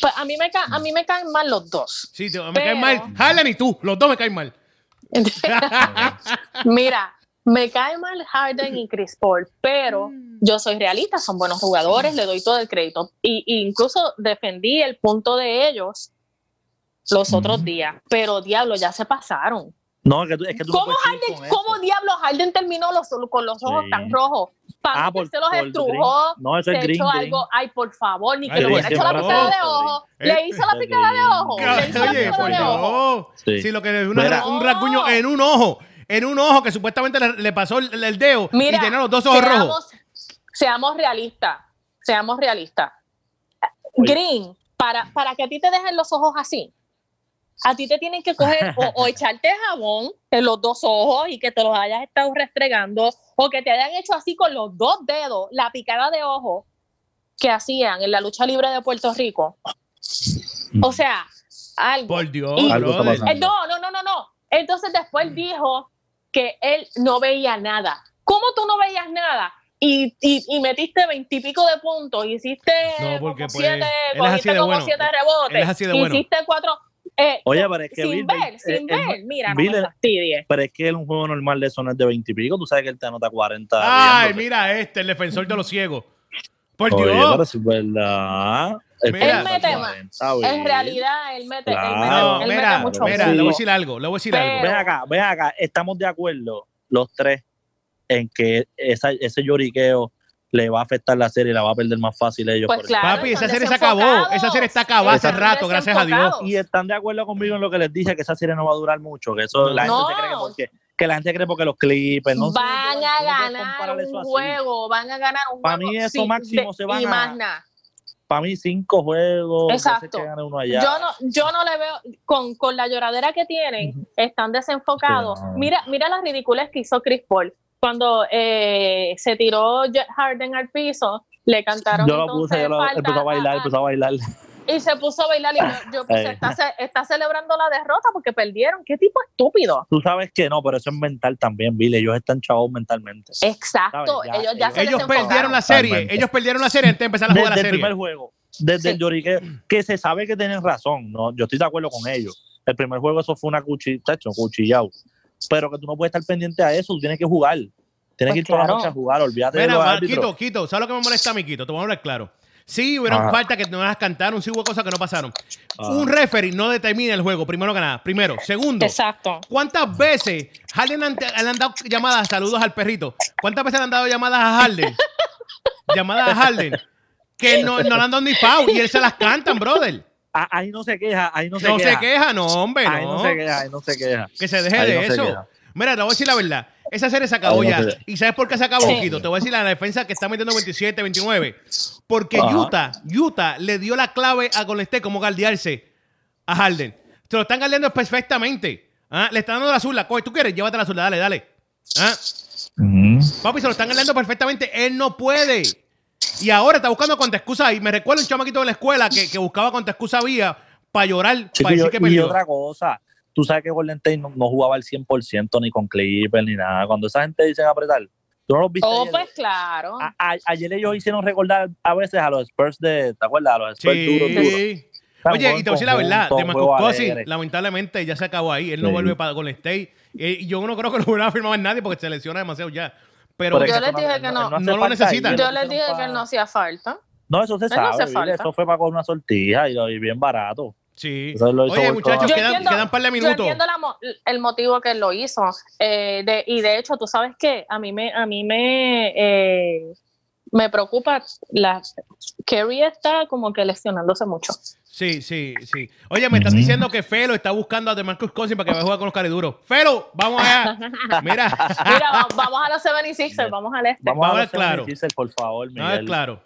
Speaker 2: pues a, mí me ca- a mí me caen mal los dos.
Speaker 1: Sí, te- me
Speaker 2: pero-
Speaker 1: caen mal. Harlan y tú, los dos me caen mal.
Speaker 2: Mira, me caen mal Harden y Chris Paul, pero yo soy realista, son buenos jugadores, le doy todo el crédito. Y, y incluso defendí el punto de ellos los otros
Speaker 3: Ujú.
Speaker 2: días, pero diablo, ya se pasaron.
Speaker 3: No, es que tú, es que tú no
Speaker 2: ¿Cómo
Speaker 3: puedes seguir con eso.
Speaker 2: ¿Cómo diablo Harden terminó los, con los ojos
Speaker 3: Sí.
Speaker 2: tan rojos? Para
Speaker 3: Ah, por-
Speaker 2: se los
Speaker 3: por
Speaker 2: estrujó.
Speaker 3: green. No, eso
Speaker 2: Se
Speaker 3: es green,
Speaker 2: echó
Speaker 3: green.
Speaker 2: algo, ay, por favor, ni
Speaker 1: Ay,
Speaker 2: que le hubiera
Speaker 1: sí,
Speaker 2: hecho la
Speaker 1: por
Speaker 2: picada de
Speaker 3: favor.
Speaker 2: ojo.
Speaker 1: Eh,
Speaker 2: Le hizo la
Speaker 3: eh,
Speaker 2: picada de ojo. Le hizo la
Speaker 1: Oye,
Speaker 2: picada
Speaker 1: por
Speaker 2: de ojo.
Speaker 1: Dios.
Speaker 3: Sí.
Speaker 1: Si lo que es una-
Speaker 3: Mira.
Speaker 1: un rasguño
Speaker 2: ¡Oh!
Speaker 1: en un ojo, en un ojo que supuestamente le, le pasó el, el dedo y
Speaker 2: Mira,
Speaker 1: tenía los dos ojos rojos.
Speaker 2: Seamos realistas, seamos realistas.
Speaker 3: Oye.
Speaker 2: Green, para, para que a ti te dejen los ojos así, a ti te tienen que coger o, o echarte jabón en los dos ojos y que te los hayas estado restregando o que te hayan hecho así con los dos dedos, la picada de ojo que hacían en la lucha libre de Puerto Rico. O sea, algo.
Speaker 1: Por Dios,
Speaker 2: Y-
Speaker 3: Algo está
Speaker 1: brother.
Speaker 3: pasando.
Speaker 2: Eh, No, no, no, no, no. Entonces después dijo que él no veía nada. ¿Cómo tú no veías nada? Y, y, y metiste veintipico de puntos, hiciste
Speaker 1: No, porque, pues,
Speaker 2: como siete,
Speaker 1: él es así
Speaker 2: cogiste
Speaker 1: de
Speaker 2: como
Speaker 1: bueno.
Speaker 2: siete rebotes,
Speaker 1: Él es así de bueno.
Speaker 2: hiciste cuatro. eh,
Speaker 3: Oye, pero es que
Speaker 2: sin
Speaker 3: Bill-
Speaker 2: ver,
Speaker 3: eh,
Speaker 2: sin
Speaker 3: eh,
Speaker 2: ver, mira, no
Speaker 3: Bill
Speaker 2: me
Speaker 3: es-
Speaker 2: fastidies.
Speaker 3: Pero es que en un juego normal de eso no es de 20 y pico, tú sabes que él te anota 40.
Speaker 1: Ay,
Speaker 3: riéndose.
Speaker 1: mira este, el defensor de los ciegos. Por
Speaker 3: Oye, pero
Speaker 1: Dios.
Speaker 3: eso es verdad. Él
Speaker 1: Mira. Él
Speaker 2: mete más.
Speaker 3: 40, Bill.
Speaker 2: En realidad, él mete, él
Speaker 3: Claro.
Speaker 1: No,
Speaker 2: mete- él mete
Speaker 1: mira,
Speaker 2: mucho Pues,
Speaker 1: mira,
Speaker 2: más.
Speaker 1: le
Speaker 3: Pues, Sí.
Speaker 1: voy a decir algo, le voy a decir algo.
Speaker 2: Pero-
Speaker 3: Ven acá, ven acá, estamos de acuerdo los tres en que esa- ese lloriqueo le va a afectar la serie, la va a perder más fácil ellos.
Speaker 2: Pues
Speaker 3: por el-
Speaker 2: claro,
Speaker 1: Papi, esa
Speaker 2: están
Speaker 1: serie se acabó,
Speaker 2: desenfocados.
Speaker 1: esa serie está acabada hace
Speaker 2: Están
Speaker 1: rato, gracias a Dios.
Speaker 2: desenfocados.
Speaker 3: Y están de acuerdo conmigo en lo que les dije, que esa serie no va a durar mucho, que eso la
Speaker 2: No.
Speaker 3: gente se cree que porque, que la gente cree porque los clippes no se
Speaker 2: van
Speaker 3: puede-
Speaker 2: a
Speaker 3: no puedes
Speaker 2: ganar
Speaker 3: comparar eso
Speaker 2: un
Speaker 3: así.
Speaker 2: juego, van a ganar un
Speaker 3: Pa'
Speaker 2: juego.
Speaker 3: mí eso
Speaker 2: sin-
Speaker 3: máximo
Speaker 2: de-
Speaker 3: se van
Speaker 2: y
Speaker 3: a-
Speaker 2: más nada.
Speaker 3: Para mí, cinco juegos. veces
Speaker 2: Exacto.
Speaker 3: que gane uno allá.
Speaker 2: Yo no, yo no le veo, con, con la lloradera que tienen, están desenfocados.
Speaker 3: Sí, no.
Speaker 2: Mira, mira las ridículas que hizo Chris Paul. Cuando eh, se tiró Jet Harden al piso, le cantaron
Speaker 3: Yo lo
Speaker 2: entonces
Speaker 3: puse, yo lo-
Speaker 2: falta
Speaker 3: empezó a bailar,
Speaker 2: a-
Speaker 3: empezó a bailar.
Speaker 2: y se puso a bailar y yo, yo puse,
Speaker 3: Eh.
Speaker 2: está, ce- está celebrando la derrota porque perdieron. Qué tipo estúpido.
Speaker 3: Tú sabes que no, pero eso es mental también, Bill. Ellos están chavos mentalmente.
Speaker 2: Exacto,
Speaker 3: Sabes, ya, eh,
Speaker 2: ellos ya se
Speaker 1: Ellos
Speaker 2: desenfocaron.
Speaker 1: perdieron la serie,
Speaker 3: Totalmente.
Speaker 1: ellos perdieron la serie antes de empezar a jugar
Speaker 3: Desde
Speaker 1: la
Speaker 3: el
Speaker 1: serie.
Speaker 3: primer juego. desde
Speaker 2: Sí.
Speaker 3: el lloriqueo, que se sabe que tienen razón, ¿no? Yo estoy de acuerdo con ellos. El primer juego eso fue una cuchi- chacho, cuchillao. Pero que tú no puedes estar pendiente a eso, tú tienes que jugar. Tienes
Speaker 2: Pues
Speaker 3: que ir toda la
Speaker 2: claro.
Speaker 3: noche a jugar, olvídate de
Speaker 1: Mira,
Speaker 3: los
Speaker 1: Mar-
Speaker 3: árbitros.
Speaker 1: Quito, Quito, ¿sabes lo que me molesta a mí, Quito? Te voy a hablar claro. Sí, hubieron
Speaker 3: Ajá.
Speaker 1: falta que no las cantaron, sí hubo cosas que no pasaron.
Speaker 3: Ajá.
Speaker 1: Un referee no determina el juego, primero que nada. Primero. Segundo,
Speaker 2: Exacto.
Speaker 1: ¿cuántas veces Harden han- le han dado llamadas, saludos al perrito? ¿Cuántas veces le han dado llamadas a Harden? llamadas a Harden. Que no, no le han dado ni foul y él se las cantan, brother.
Speaker 3: Ah, Ahí no se queja, ahí no se
Speaker 1: No
Speaker 3: queja.
Speaker 1: se queja, no, hombre.
Speaker 3: ahí no.
Speaker 1: no.
Speaker 3: se queja, ahí no se queja.
Speaker 1: Que se deje
Speaker 3: Ahí
Speaker 1: de
Speaker 3: no se
Speaker 1: eso.
Speaker 3: queda.
Speaker 1: Mira, te voy a decir la verdad. Esa serie se acabó
Speaker 3: Ahí no
Speaker 1: ya.
Speaker 3: se queda.
Speaker 1: ¿Y sabes por qué se acabó,
Speaker 2: Sí.
Speaker 1: Quito? Te voy a decir la defensa que está metiendo 27, 29. Porque
Speaker 3: Ajá.
Speaker 1: Utah, Utah le dio la clave a Golden State cómo galdearse a Harden. Se lo están galdeando perfectamente. Ah, Le están dando la azul. La coge. ¿Tú quieres? Llévate la azul. Dale, dale. Ah,
Speaker 3: Ujú.
Speaker 1: Papi, se lo están galdeando perfectamente. Él no puede. Y ahora está buscando contra excusa. Y me recuerda un chamaquito de la escuela que, que buscaba contra excusa vía para llorar,
Speaker 3: Chico,
Speaker 1: para decir
Speaker 3: y-
Speaker 1: Pues que
Speaker 3: y,
Speaker 1: perdió.
Speaker 3: otra cosa, tú sabes que Golden State no, no jugaba al 100% ni con Clippers ni nada. Cuando esa gente dice apretar, tú no los viste.
Speaker 2: Oh,
Speaker 3: ayer?
Speaker 2: pues claro.
Speaker 3: A- a- ayer ellos hicieron recordar a veces a los Spurs de, ¿te acuerdas? A los Spurs duros, duros.
Speaker 1: Sí. Oye, y te voy a decir la verdad, de Marcus Cousins, lamentablemente ya se acabó ahí, él no
Speaker 3: Sí.
Speaker 1: vuelve para Golden State. Eh, y yo no creo que lo hubiera firmado más nadie porque se lesiona demasiado ya. Pero,
Speaker 2: Yo les dije que no.
Speaker 1: No lo necesitan.
Speaker 2: Yo les dije que él no hacía falta.
Speaker 3: No, eso se
Speaker 2: no
Speaker 3: sabe.
Speaker 2: hace
Speaker 3: Billy,
Speaker 2: falta.
Speaker 3: eso fue para con una sortija y, y bien barato.
Speaker 1: sí.
Speaker 3: Eso lo hizo
Speaker 1: Oye,
Speaker 3: Bolton.
Speaker 1: muchachos,
Speaker 2: Yo
Speaker 1: quedan,
Speaker 2: entiendo-
Speaker 1: quedan un par de
Speaker 2: Yo
Speaker 1: minutos.
Speaker 2: entiendo la mo- el motivo que él lo hizo. eh, de- y de hecho, tú sabes que a mí me, a mí me, eh, me preocupa la Kerry está como que lesionándose mucho.
Speaker 1: Sí, sí, sí. Oye, me están
Speaker 3: Ujú.
Speaker 1: diciendo que Felo está buscando a DeMarcus Cousins para que vaya a jugar con los cariduros. Felo, vamos allá. Mira,
Speaker 2: Mira, va- vamos a los 76ers, vamos al este.
Speaker 3: Vamos
Speaker 1: Vamos
Speaker 3: a
Speaker 1: a hablar
Speaker 3: ver
Speaker 1: claro.
Speaker 3: claro. por favor,
Speaker 1: a ver,
Speaker 3: Miguel.
Speaker 1: claro.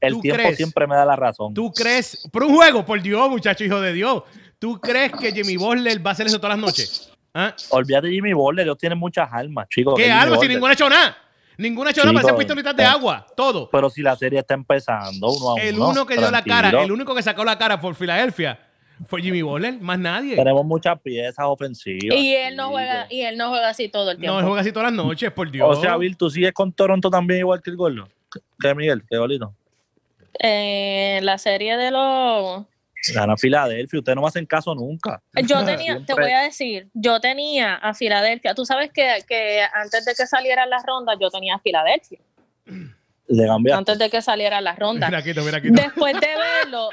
Speaker 3: El
Speaker 1: ¿Tú
Speaker 3: tiempo
Speaker 1: crees?
Speaker 3: siempre me da la razón.
Speaker 1: ¿Tú crees, por un juego, por Dios, muchacho, hijo de Dios, ¿tú crees que Jimmy Butler va a hacer eso todas las noches? ¿Ah?
Speaker 3: Olvídate de Jimmy Butler, ellos tienen muchas armas, chicos.
Speaker 1: ¿Qué
Speaker 3: Jimmy
Speaker 1: algo? Si
Speaker 3: Butler.
Speaker 1: ninguna ha hecho nada. Ninguna ha hecho nada,
Speaker 3: Chico,
Speaker 1: parecen pistolitas de
Speaker 3: eh.
Speaker 1: agua. Todo.
Speaker 3: Pero si la serie está empezando, uno a
Speaker 1: El
Speaker 3: uno,
Speaker 1: uno que dio la
Speaker 3: tranquilo.
Speaker 1: cara, el único que sacó la cara por Filadelfia fue Jimmy Butler, más nadie.
Speaker 3: Tenemos muchas piezas ofensivas.
Speaker 2: Y él no juega,
Speaker 3: chicos.
Speaker 2: y él no juega así todo el tiempo.
Speaker 1: No juega así todas las noches, por Dios.
Speaker 3: O sea, Bill, tú sigues con Toronto también igual que el gordo. Que Miguel, que golito.
Speaker 2: Eh, la serie de los
Speaker 3: Gana Filadelfia, ustedes no me hacen caso nunca.
Speaker 2: Yo tenía, te
Speaker 3: Siempre-
Speaker 2: voy a decir, yo tenía a Filadelfia. Tú sabes que, que antes de que salieran las rondas, yo tenía a Filadelfia.
Speaker 3: Le cambiaste.
Speaker 2: Antes de que salieran las rondas.
Speaker 1: mira aquí, mira aquí.
Speaker 2: Después de verlo.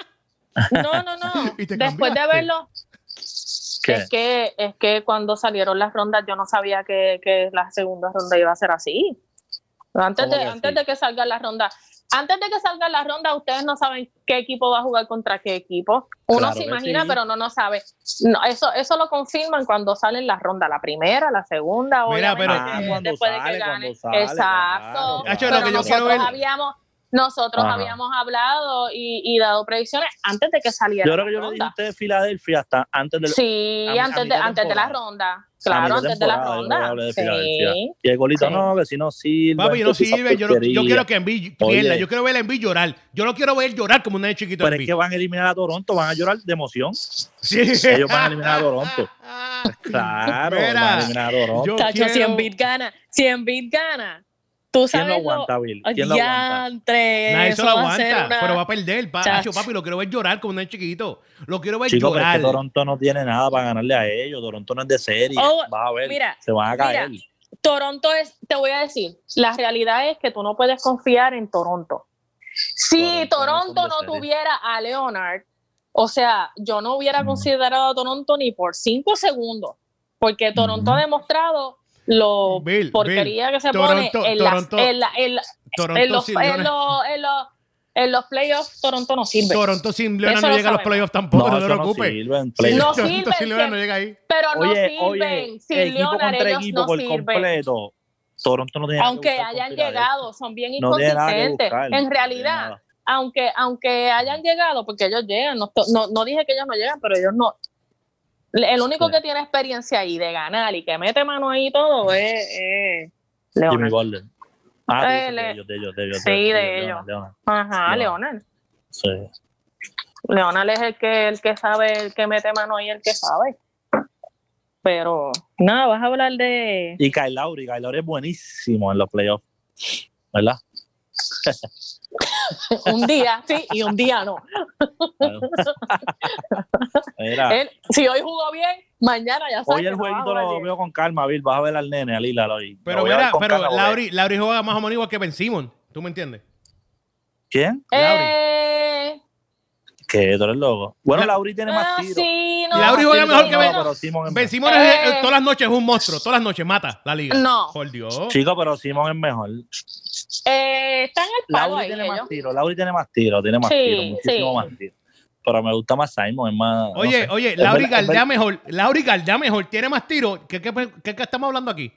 Speaker 2: No, no, no.
Speaker 1: Y te
Speaker 2: Después de
Speaker 1: cambiaste.
Speaker 2: verlo.
Speaker 3: ¿Qué?
Speaker 2: Es que, es que cuando salieron las rondas, yo no sabía que, que la segunda ronda iba a ser así. Antes
Speaker 3: ¿Cómo
Speaker 2: de,
Speaker 3: que así?
Speaker 2: antes de que salgan las rondas. Antes de que salgan las rondas, ustedes no saben qué equipo va a jugar contra qué equipo. Uno
Speaker 3: Claro
Speaker 2: se
Speaker 3: que
Speaker 2: imagina,
Speaker 3: sí.
Speaker 2: pero no no sabe. No, eso, eso lo confirman cuando salen las rondas, la primera, la segunda,
Speaker 1: Mira,
Speaker 2: obviamente,
Speaker 1: pero-
Speaker 3: Ah, cuando
Speaker 2: después de
Speaker 3: sale,
Speaker 2: que ganen.
Speaker 3: cuando sale,
Speaker 2: Exacto.
Speaker 3: claro,
Speaker 1: Hacho,
Speaker 2: Pero
Speaker 1: lo que yo quiero
Speaker 2: nosotros
Speaker 1: ver-
Speaker 2: habíamos, nosotros
Speaker 3: Ajá.
Speaker 2: habíamos hablado y, y dado predicciones antes de que saliera
Speaker 3: Yo creo
Speaker 2: la
Speaker 3: que yo le dije a
Speaker 2: ronda.
Speaker 3: ustedes Filadelfia hasta antes del.
Speaker 2: Sí,
Speaker 3: a mi- a
Speaker 2: antes, de,
Speaker 3: mitad
Speaker 2: antes de la
Speaker 3: temporada.
Speaker 2: ronda.
Speaker 3: A
Speaker 2: Claro,
Speaker 3: mitad
Speaker 2: antes de la
Speaker 3: temporada, yo
Speaker 2: ronda.
Speaker 3: hablé de
Speaker 2: sí.
Speaker 3: Filadelfia. Y el golito,
Speaker 2: Sí.
Speaker 3: no, que si no sirve.
Speaker 1: Papi, no
Speaker 3: esto es
Speaker 1: sirve. Yo, no- yo
Speaker 3: porquería.
Speaker 1: quiero que Envy
Speaker 3: Oye.
Speaker 1: pierda. Yo quiero ver a Envy llorar. Yo no quiero ver llorar como un niño chiquito.
Speaker 3: Pero
Speaker 1: Embiid.
Speaker 3: es que van a eliminar a Toronto, van a llorar de emoción.
Speaker 1: Sí.
Speaker 3: ellos van a eliminar a Toronto.
Speaker 1: Ah,
Speaker 3: Claro,
Speaker 1: Mira,
Speaker 3: van a eliminar a Toronto.
Speaker 1: yo
Speaker 2: Tacho,
Speaker 1: quiero-
Speaker 2: si Embiid gana, si Embiid gana, tú
Speaker 3: ¿Quién lo
Speaker 2: sabes lo...
Speaker 3: aguanta, Bill?
Speaker 2: Ay,
Speaker 3: ¿Quién lo aguanta?
Speaker 2: diantre,
Speaker 1: Nah, eso lo
Speaker 2: va a ser
Speaker 1: aguanta,
Speaker 2: una-
Speaker 1: pero va a perder. Pa.
Speaker 2: Chacho.
Speaker 1: Hacho, papi, lo quiero ver llorar como un niño chiquito. Lo quiero ver
Speaker 3: Chicos, pero es
Speaker 1: llorar.
Speaker 3: que Toronto no tiene nada para ganarle a ellos. Toronto no es de serie.
Speaker 2: Oh,
Speaker 3: Vas a ver,
Speaker 2: mira,
Speaker 3: se van a
Speaker 2: mira.
Speaker 3: caer.
Speaker 2: Toronto es, te voy a decir, la realidad es que tú no puedes confiar en Toronto. Si
Speaker 3: Toronto no son
Speaker 2: Toronto
Speaker 3: de
Speaker 2: no
Speaker 3: serie.
Speaker 2: tuviera a Leonard, o sea, yo no hubiera
Speaker 3: Mm.
Speaker 2: considerado a Toronto ni por cinco segundos, porque Toronto
Speaker 3: Mm.
Speaker 2: ha demostrado lo
Speaker 1: Bill,
Speaker 2: Oh, porquería que se
Speaker 1: Toronto-
Speaker 2: pone en, las-
Speaker 1: Toronto-
Speaker 2: en la- en la-
Speaker 1: Toronto,
Speaker 2: en los,
Speaker 1: sin
Speaker 2: en
Speaker 1: Leonard-
Speaker 2: los- en los- en los playoffs Toronto no sirve.
Speaker 1: Toronto sin Leonard
Speaker 2: Eso
Speaker 1: no
Speaker 2: lo
Speaker 1: llega a los
Speaker 2: sabemos.
Speaker 1: playoffs tampoco, no,
Speaker 3: eso
Speaker 1: te preocupes.
Speaker 3: sirven,
Speaker 1: Sí,
Speaker 3: play.
Speaker 2: No
Speaker 1: Toronto
Speaker 2: sirven,
Speaker 1: sin Leonard
Speaker 2: sí.
Speaker 1: no llega ahí.
Speaker 2: pero no
Speaker 3: oye,
Speaker 2: sirven.
Speaker 3: oye,
Speaker 2: Sin
Speaker 3: equipo
Speaker 2: Leonard
Speaker 3: contra
Speaker 2: ellos
Speaker 3: equipo
Speaker 2: no
Speaker 3: por
Speaker 2: sirven.
Speaker 3: completo. Toronto no tiene nada que
Speaker 2: aunque
Speaker 3: buscar con
Speaker 2: hayan
Speaker 3: Filadelfia.
Speaker 2: llegado, son bien
Speaker 3: No tiene nada que
Speaker 2: inconsistentes.
Speaker 3: buscar, no
Speaker 2: en
Speaker 3: tiene
Speaker 2: realidad,
Speaker 3: nada.
Speaker 2: aunque, aunque hayan llegado, porque ellos llegan, no, esto- no, no dije que ellos no llegan, pero ellos no. El único
Speaker 3: Sí.
Speaker 2: que tiene experiencia ahí de ganar y que mete mano ahí y todo es, es Leonard.
Speaker 3: Jimmy Butler. Ah, tú
Speaker 2: Eh,
Speaker 3: dices
Speaker 2: le-
Speaker 3: de ellos, de ellos, de ellos.
Speaker 2: Sí, de
Speaker 3: Leonard,
Speaker 2: ellos.
Speaker 3: Leonard.
Speaker 2: Ajá,
Speaker 3: No.
Speaker 2: Leonard.
Speaker 3: Sí.
Speaker 2: Leonard es el que, el que sabe, el que mete mano ahí, el que sabe. Pero, nada, vas a hablar de...
Speaker 3: Y Kyle Lowry, Kyle Lowry es buenísimo en los playoffs. ¿Verdad?
Speaker 2: un día sí y un día no.
Speaker 3: Claro. Mira,
Speaker 2: Él, si hoy jugó bien, mañana ya sabe.
Speaker 3: Ah. hoy
Speaker 2: que
Speaker 3: el
Speaker 2: no
Speaker 3: jueguito
Speaker 2: va a jugar
Speaker 3: lo
Speaker 2: bien.
Speaker 3: veo con calma, Bill. Vas a ver al nene, al Lila hoy.
Speaker 1: Pero
Speaker 3: Lo voy a
Speaker 1: mira,
Speaker 3: ver con
Speaker 1: pero
Speaker 3: calma, porque-
Speaker 1: Lauri, Lauri juega más o menos igual que Ben Simon. ¿Tú me entiendes?
Speaker 3: ¿Quién?
Speaker 2: Eh,
Speaker 3: Que tú eres loco. Bueno,
Speaker 1: La-
Speaker 3: Lauri tiene
Speaker 2: ah,
Speaker 3: más tiro.
Speaker 2: sí, no,
Speaker 1: Lauri juega
Speaker 2: sí,
Speaker 1: mejor que
Speaker 2: no,
Speaker 1: Ben-
Speaker 2: no.
Speaker 3: pero Simon es
Speaker 1: Ben
Speaker 3: mejor.
Speaker 1: Simon es-
Speaker 2: Eh.
Speaker 1: eh, todas las noches es un monstruo. Todas las noches mata la liga.
Speaker 2: No.
Speaker 1: Por Dios.
Speaker 3: Chico, pero Simon es mejor.
Speaker 2: Eh, está en el palo
Speaker 3: Lauri
Speaker 2: ahí
Speaker 3: tiene
Speaker 2: ellos.
Speaker 3: más tiro. Lauri tiene más tiro. Tiene más
Speaker 2: Sí,
Speaker 3: tiro. Muchísimo
Speaker 2: sí.
Speaker 3: más tiro. Pero me gusta más Simon. Es más. no
Speaker 1: Oye,
Speaker 3: sé.
Speaker 1: oye,
Speaker 3: Es
Speaker 1: Lauri
Speaker 3: verdad, es
Speaker 1: Galdá
Speaker 3: verdad.
Speaker 1: mejor. Lauri Galdá mejor. Tiene más tiro. ¿Qué, qué, qué- qué estamos hablando aquí?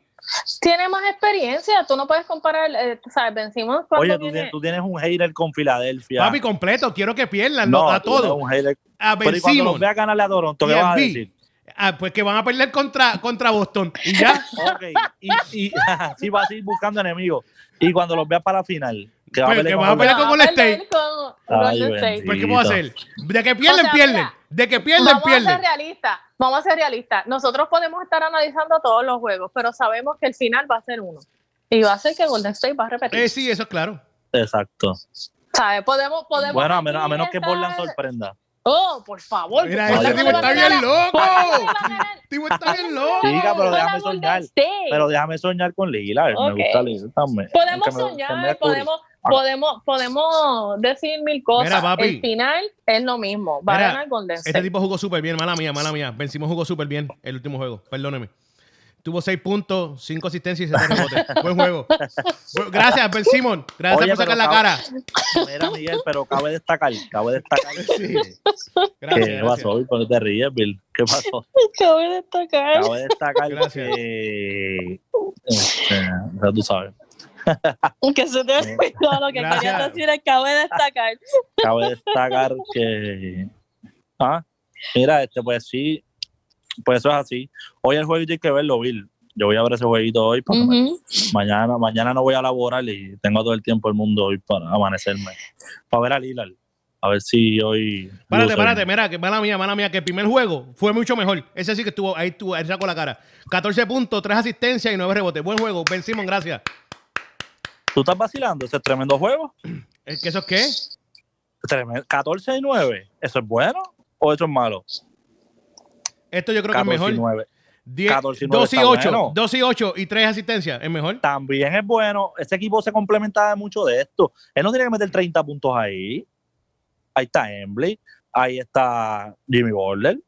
Speaker 2: Tiene más experiencia, tú no puedes comparar, eh, tú ¿sabes? Vencimos cuando
Speaker 3: Oye, tú,
Speaker 2: tiene...
Speaker 3: tienes- tú tienes un hater con Filadelfia.
Speaker 1: Papi completo. Quiero que pierdan no, a
Speaker 3: tú tienes
Speaker 1: todo.
Speaker 3: un hater.
Speaker 1: A
Speaker 3: Pero
Speaker 1: Ben
Speaker 3: y cuando los
Speaker 1: Simon.
Speaker 3: veas ganarle a Toronto, ¿qué
Speaker 1: Y a
Speaker 3: vas a
Speaker 1: Embiid.
Speaker 3: decir?
Speaker 1: Ah, pues que van a perder contra, contra Boston. Y ya.
Speaker 3: Ok, y, y sí vas a ir buscando enemigos. Y cuando los veas para la final, que va a
Speaker 1: Pero
Speaker 3: pelear
Speaker 1: Pues, que
Speaker 3: con
Speaker 1: vas a
Speaker 3: Golden
Speaker 1: pelear con Golden State.
Speaker 2: con
Speaker 3: Ay,
Speaker 2: Golden State.
Speaker 3: bendito.
Speaker 1: Pues, ¿qué puedo hacer? De que pierden,
Speaker 2: O sea,
Speaker 1: pierden.
Speaker 2: mira,
Speaker 1: De que pierden,
Speaker 2: Vamos a
Speaker 1: pierden.
Speaker 2: ser realistas, vamos a ser realistas. Nosotros podemos estar analizando todos los juegos, pero sabemos que el final va a ser uno. Y va a ser que Golden State va a repetir.
Speaker 1: Eh, sí, eso es claro.
Speaker 3: Exacto.
Speaker 2: ¿Sabes? Podemos, podemos.
Speaker 3: Bueno, a menos, a
Speaker 2: aquí
Speaker 3: menos que
Speaker 2: estar-
Speaker 3: Portland sorprenda.
Speaker 2: Oh, por favor.
Speaker 1: Mira,
Speaker 2: Portland
Speaker 1: este tipo
Speaker 2: no le
Speaker 3: Golden
Speaker 2: va a
Speaker 1: está
Speaker 3: State.
Speaker 1: bien
Speaker 2: ganar a-
Speaker 1: loco.
Speaker 2: Portland no le va a ganar
Speaker 1: Este tipo está bien loco.
Speaker 3: Diga, pero
Speaker 2: Fue la
Speaker 3: déjame
Speaker 2: Golden
Speaker 3: soñar.
Speaker 2: State.
Speaker 3: Pero déjame soñar con Lila.
Speaker 2: Ok.
Speaker 3: Me gusta Lila también.
Speaker 2: podemos
Speaker 3: Aunque me- que me
Speaker 2: soñar,
Speaker 3: da
Speaker 2: podemos,
Speaker 3: Ah.
Speaker 2: podemos, podemos decir mil cosas.
Speaker 1: Mira, papi.
Speaker 2: El final es lo mismo. Va
Speaker 1: Mira,
Speaker 2: a ganar Golden State.
Speaker 1: Este tipo jugó súper bien, mala mía, mala mía. Vencimos jugó súper bien el último juego, perdóneme. Tuvo 6 puntos, 5 asistencias y 7 rebotes. Buen juego. Bueno, Gracias, Ben Simon. Gracias
Speaker 3: Oye,
Speaker 1: por sacar
Speaker 3: pero
Speaker 1: la
Speaker 3: cabrón.
Speaker 1: cara.
Speaker 3: curiosidad. Mira, Miguel, pero cabe destacar, cabe destacar. que-
Speaker 1: Gracias,
Speaker 3: ¿Qué
Speaker 1: gracias.
Speaker 3: pasó? Bill? ¿Por qué te ríes, Bill? ¿Qué pasó?
Speaker 2: Acabo de destacar.
Speaker 3: Cabe destacar
Speaker 1: Gracias.
Speaker 3: que... Este, o sea, tú sabes.
Speaker 2: Que se te olvidó lo que
Speaker 1: Gracias.
Speaker 2: quería decir, acabo de destacar.
Speaker 3: cabe destacar que ah, mira este pues sí pues eso es así hoy el jueguito hay que verlo Bill yo voy a ver ese jueguito hoy porque ma-
Speaker 2: Ujú.
Speaker 3: mañana mañana no voy a laborar y tengo todo el tiempo del mundo hoy para amanecerme para ver a Lillard a ver si hoy
Speaker 1: Párate,
Speaker 3: luce
Speaker 1: párate,
Speaker 3: bien.
Speaker 1: mira, que mala mía, mala mía, que el primer juego fue mucho mejor. Ese sí que estuvo, ahí estuvo, ahí sacó la cara. 14 puntos, 3 asistencias y 9 rebotes. Buen juego, Ben Simon, gracias.
Speaker 3: tú estás vacilando ese es tremendo juego
Speaker 1: Eh, ¿Qué eso es qué?
Speaker 3: Tremendo- 14 y 9 eso es bueno o eso es malo
Speaker 1: Esto yo creo que es
Speaker 3: 14
Speaker 1: mejor.
Speaker 3: y 9
Speaker 1: 10,
Speaker 3: 14 y nueve
Speaker 1: 2 y
Speaker 3: está
Speaker 1: 8,
Speaker 3: bueno.
Speaker 1: 2 y 8 y 3 asistencias, es mejor.
Speaker 3: también es bueno. Este equipo se complementa de mucho de esto. Él no tiene que meter 30 puntos ahí. Ahí está Embley. Ahí está Jimmy Butler.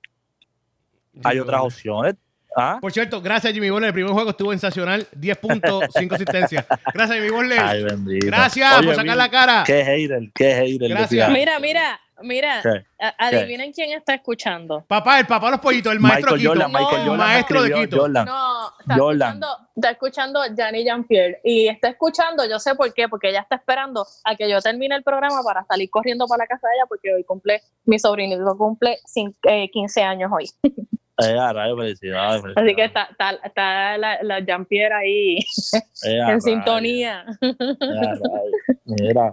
Speaker 3: Hay otras opciones. ¿Ah?
Speaker 1: Por cierto, gracias Jimmy Butler. El primer juego estuvo sensacional. 10 puntos, 5 asistencias. Gracias Jimmy Butler.
Speaker 3: Ay, bendito.
Speaker 1: gracias
Speaker 3: Oye,
Speaker 1: por sacar
Speaker 3: Bill,
Speaker 1: la cara.
Speaker 3: Qué hater, qué hater. de
Speaker 1: Gracias.
Speaker 3: Filadelfia.
Speaker 2: Mira, mira, mira.
Speaker 3: ¿Qué?
Speaker 2: a- Adivinen quién está escuchando.
Speaker 1: Papá, el papá de los pollitos, el maestro
Speaker 3: Michael
Speaker 1: Quito.
Speaker 3: Jordan, Michael
Speaker 2: No,
Speaker 3: Jordan.
Speaker 1: maestro de
Speaker 3: escribió,
Speaker 1: Quito.
Speaker 3: Jordan.
Speaker 2: No, está
Speaker 3: Jordan.
Speaker 2: escuchando, está escuchando Gianni Jean-Pierre. Y está escuchando, yo sé por qué, porque ella está esperando a que yo termine el programa para salir corriendo para la casa de ella, porque hoy cumple, mi sobrinito cumple cin- eh, 15 años hoy.
Speaker 3: Eh, a rayos,
Speaker 2: Así
Speaker 3: felicidades,
Speaker 2: que
Speaker 3: felicidades.
Speaker 2: está, está, está la, la Jean-Pierre ahí
Speaker 3: Eh, a
Speaker 2: en
Speaker 3: rayos,
Speaker 2: sintonía.
Speaker 3: eh, a rayos. Mira,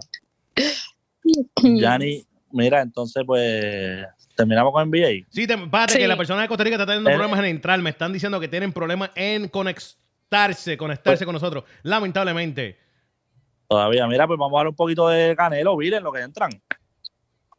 Speaker 3: Gianni, mira, entonces pues terminamos con NBA.
Speaker 1: Sí, te, párate,
Speaker 2: Sí.
Speaker 1: que la persona de Costa Rica está teniendo
Speaker 3: Eh.
Speaker 1: problemas en entrar. Me están diciendo que tienen problemas en conectarse,
Speaker 3: Pues
Speaker 1: conectarse con nosotros. Lamentablemente.
Speaker 3: Todavía, mira, pues vamos a hablar un poquito de Canelo, Bill, en lo que entran.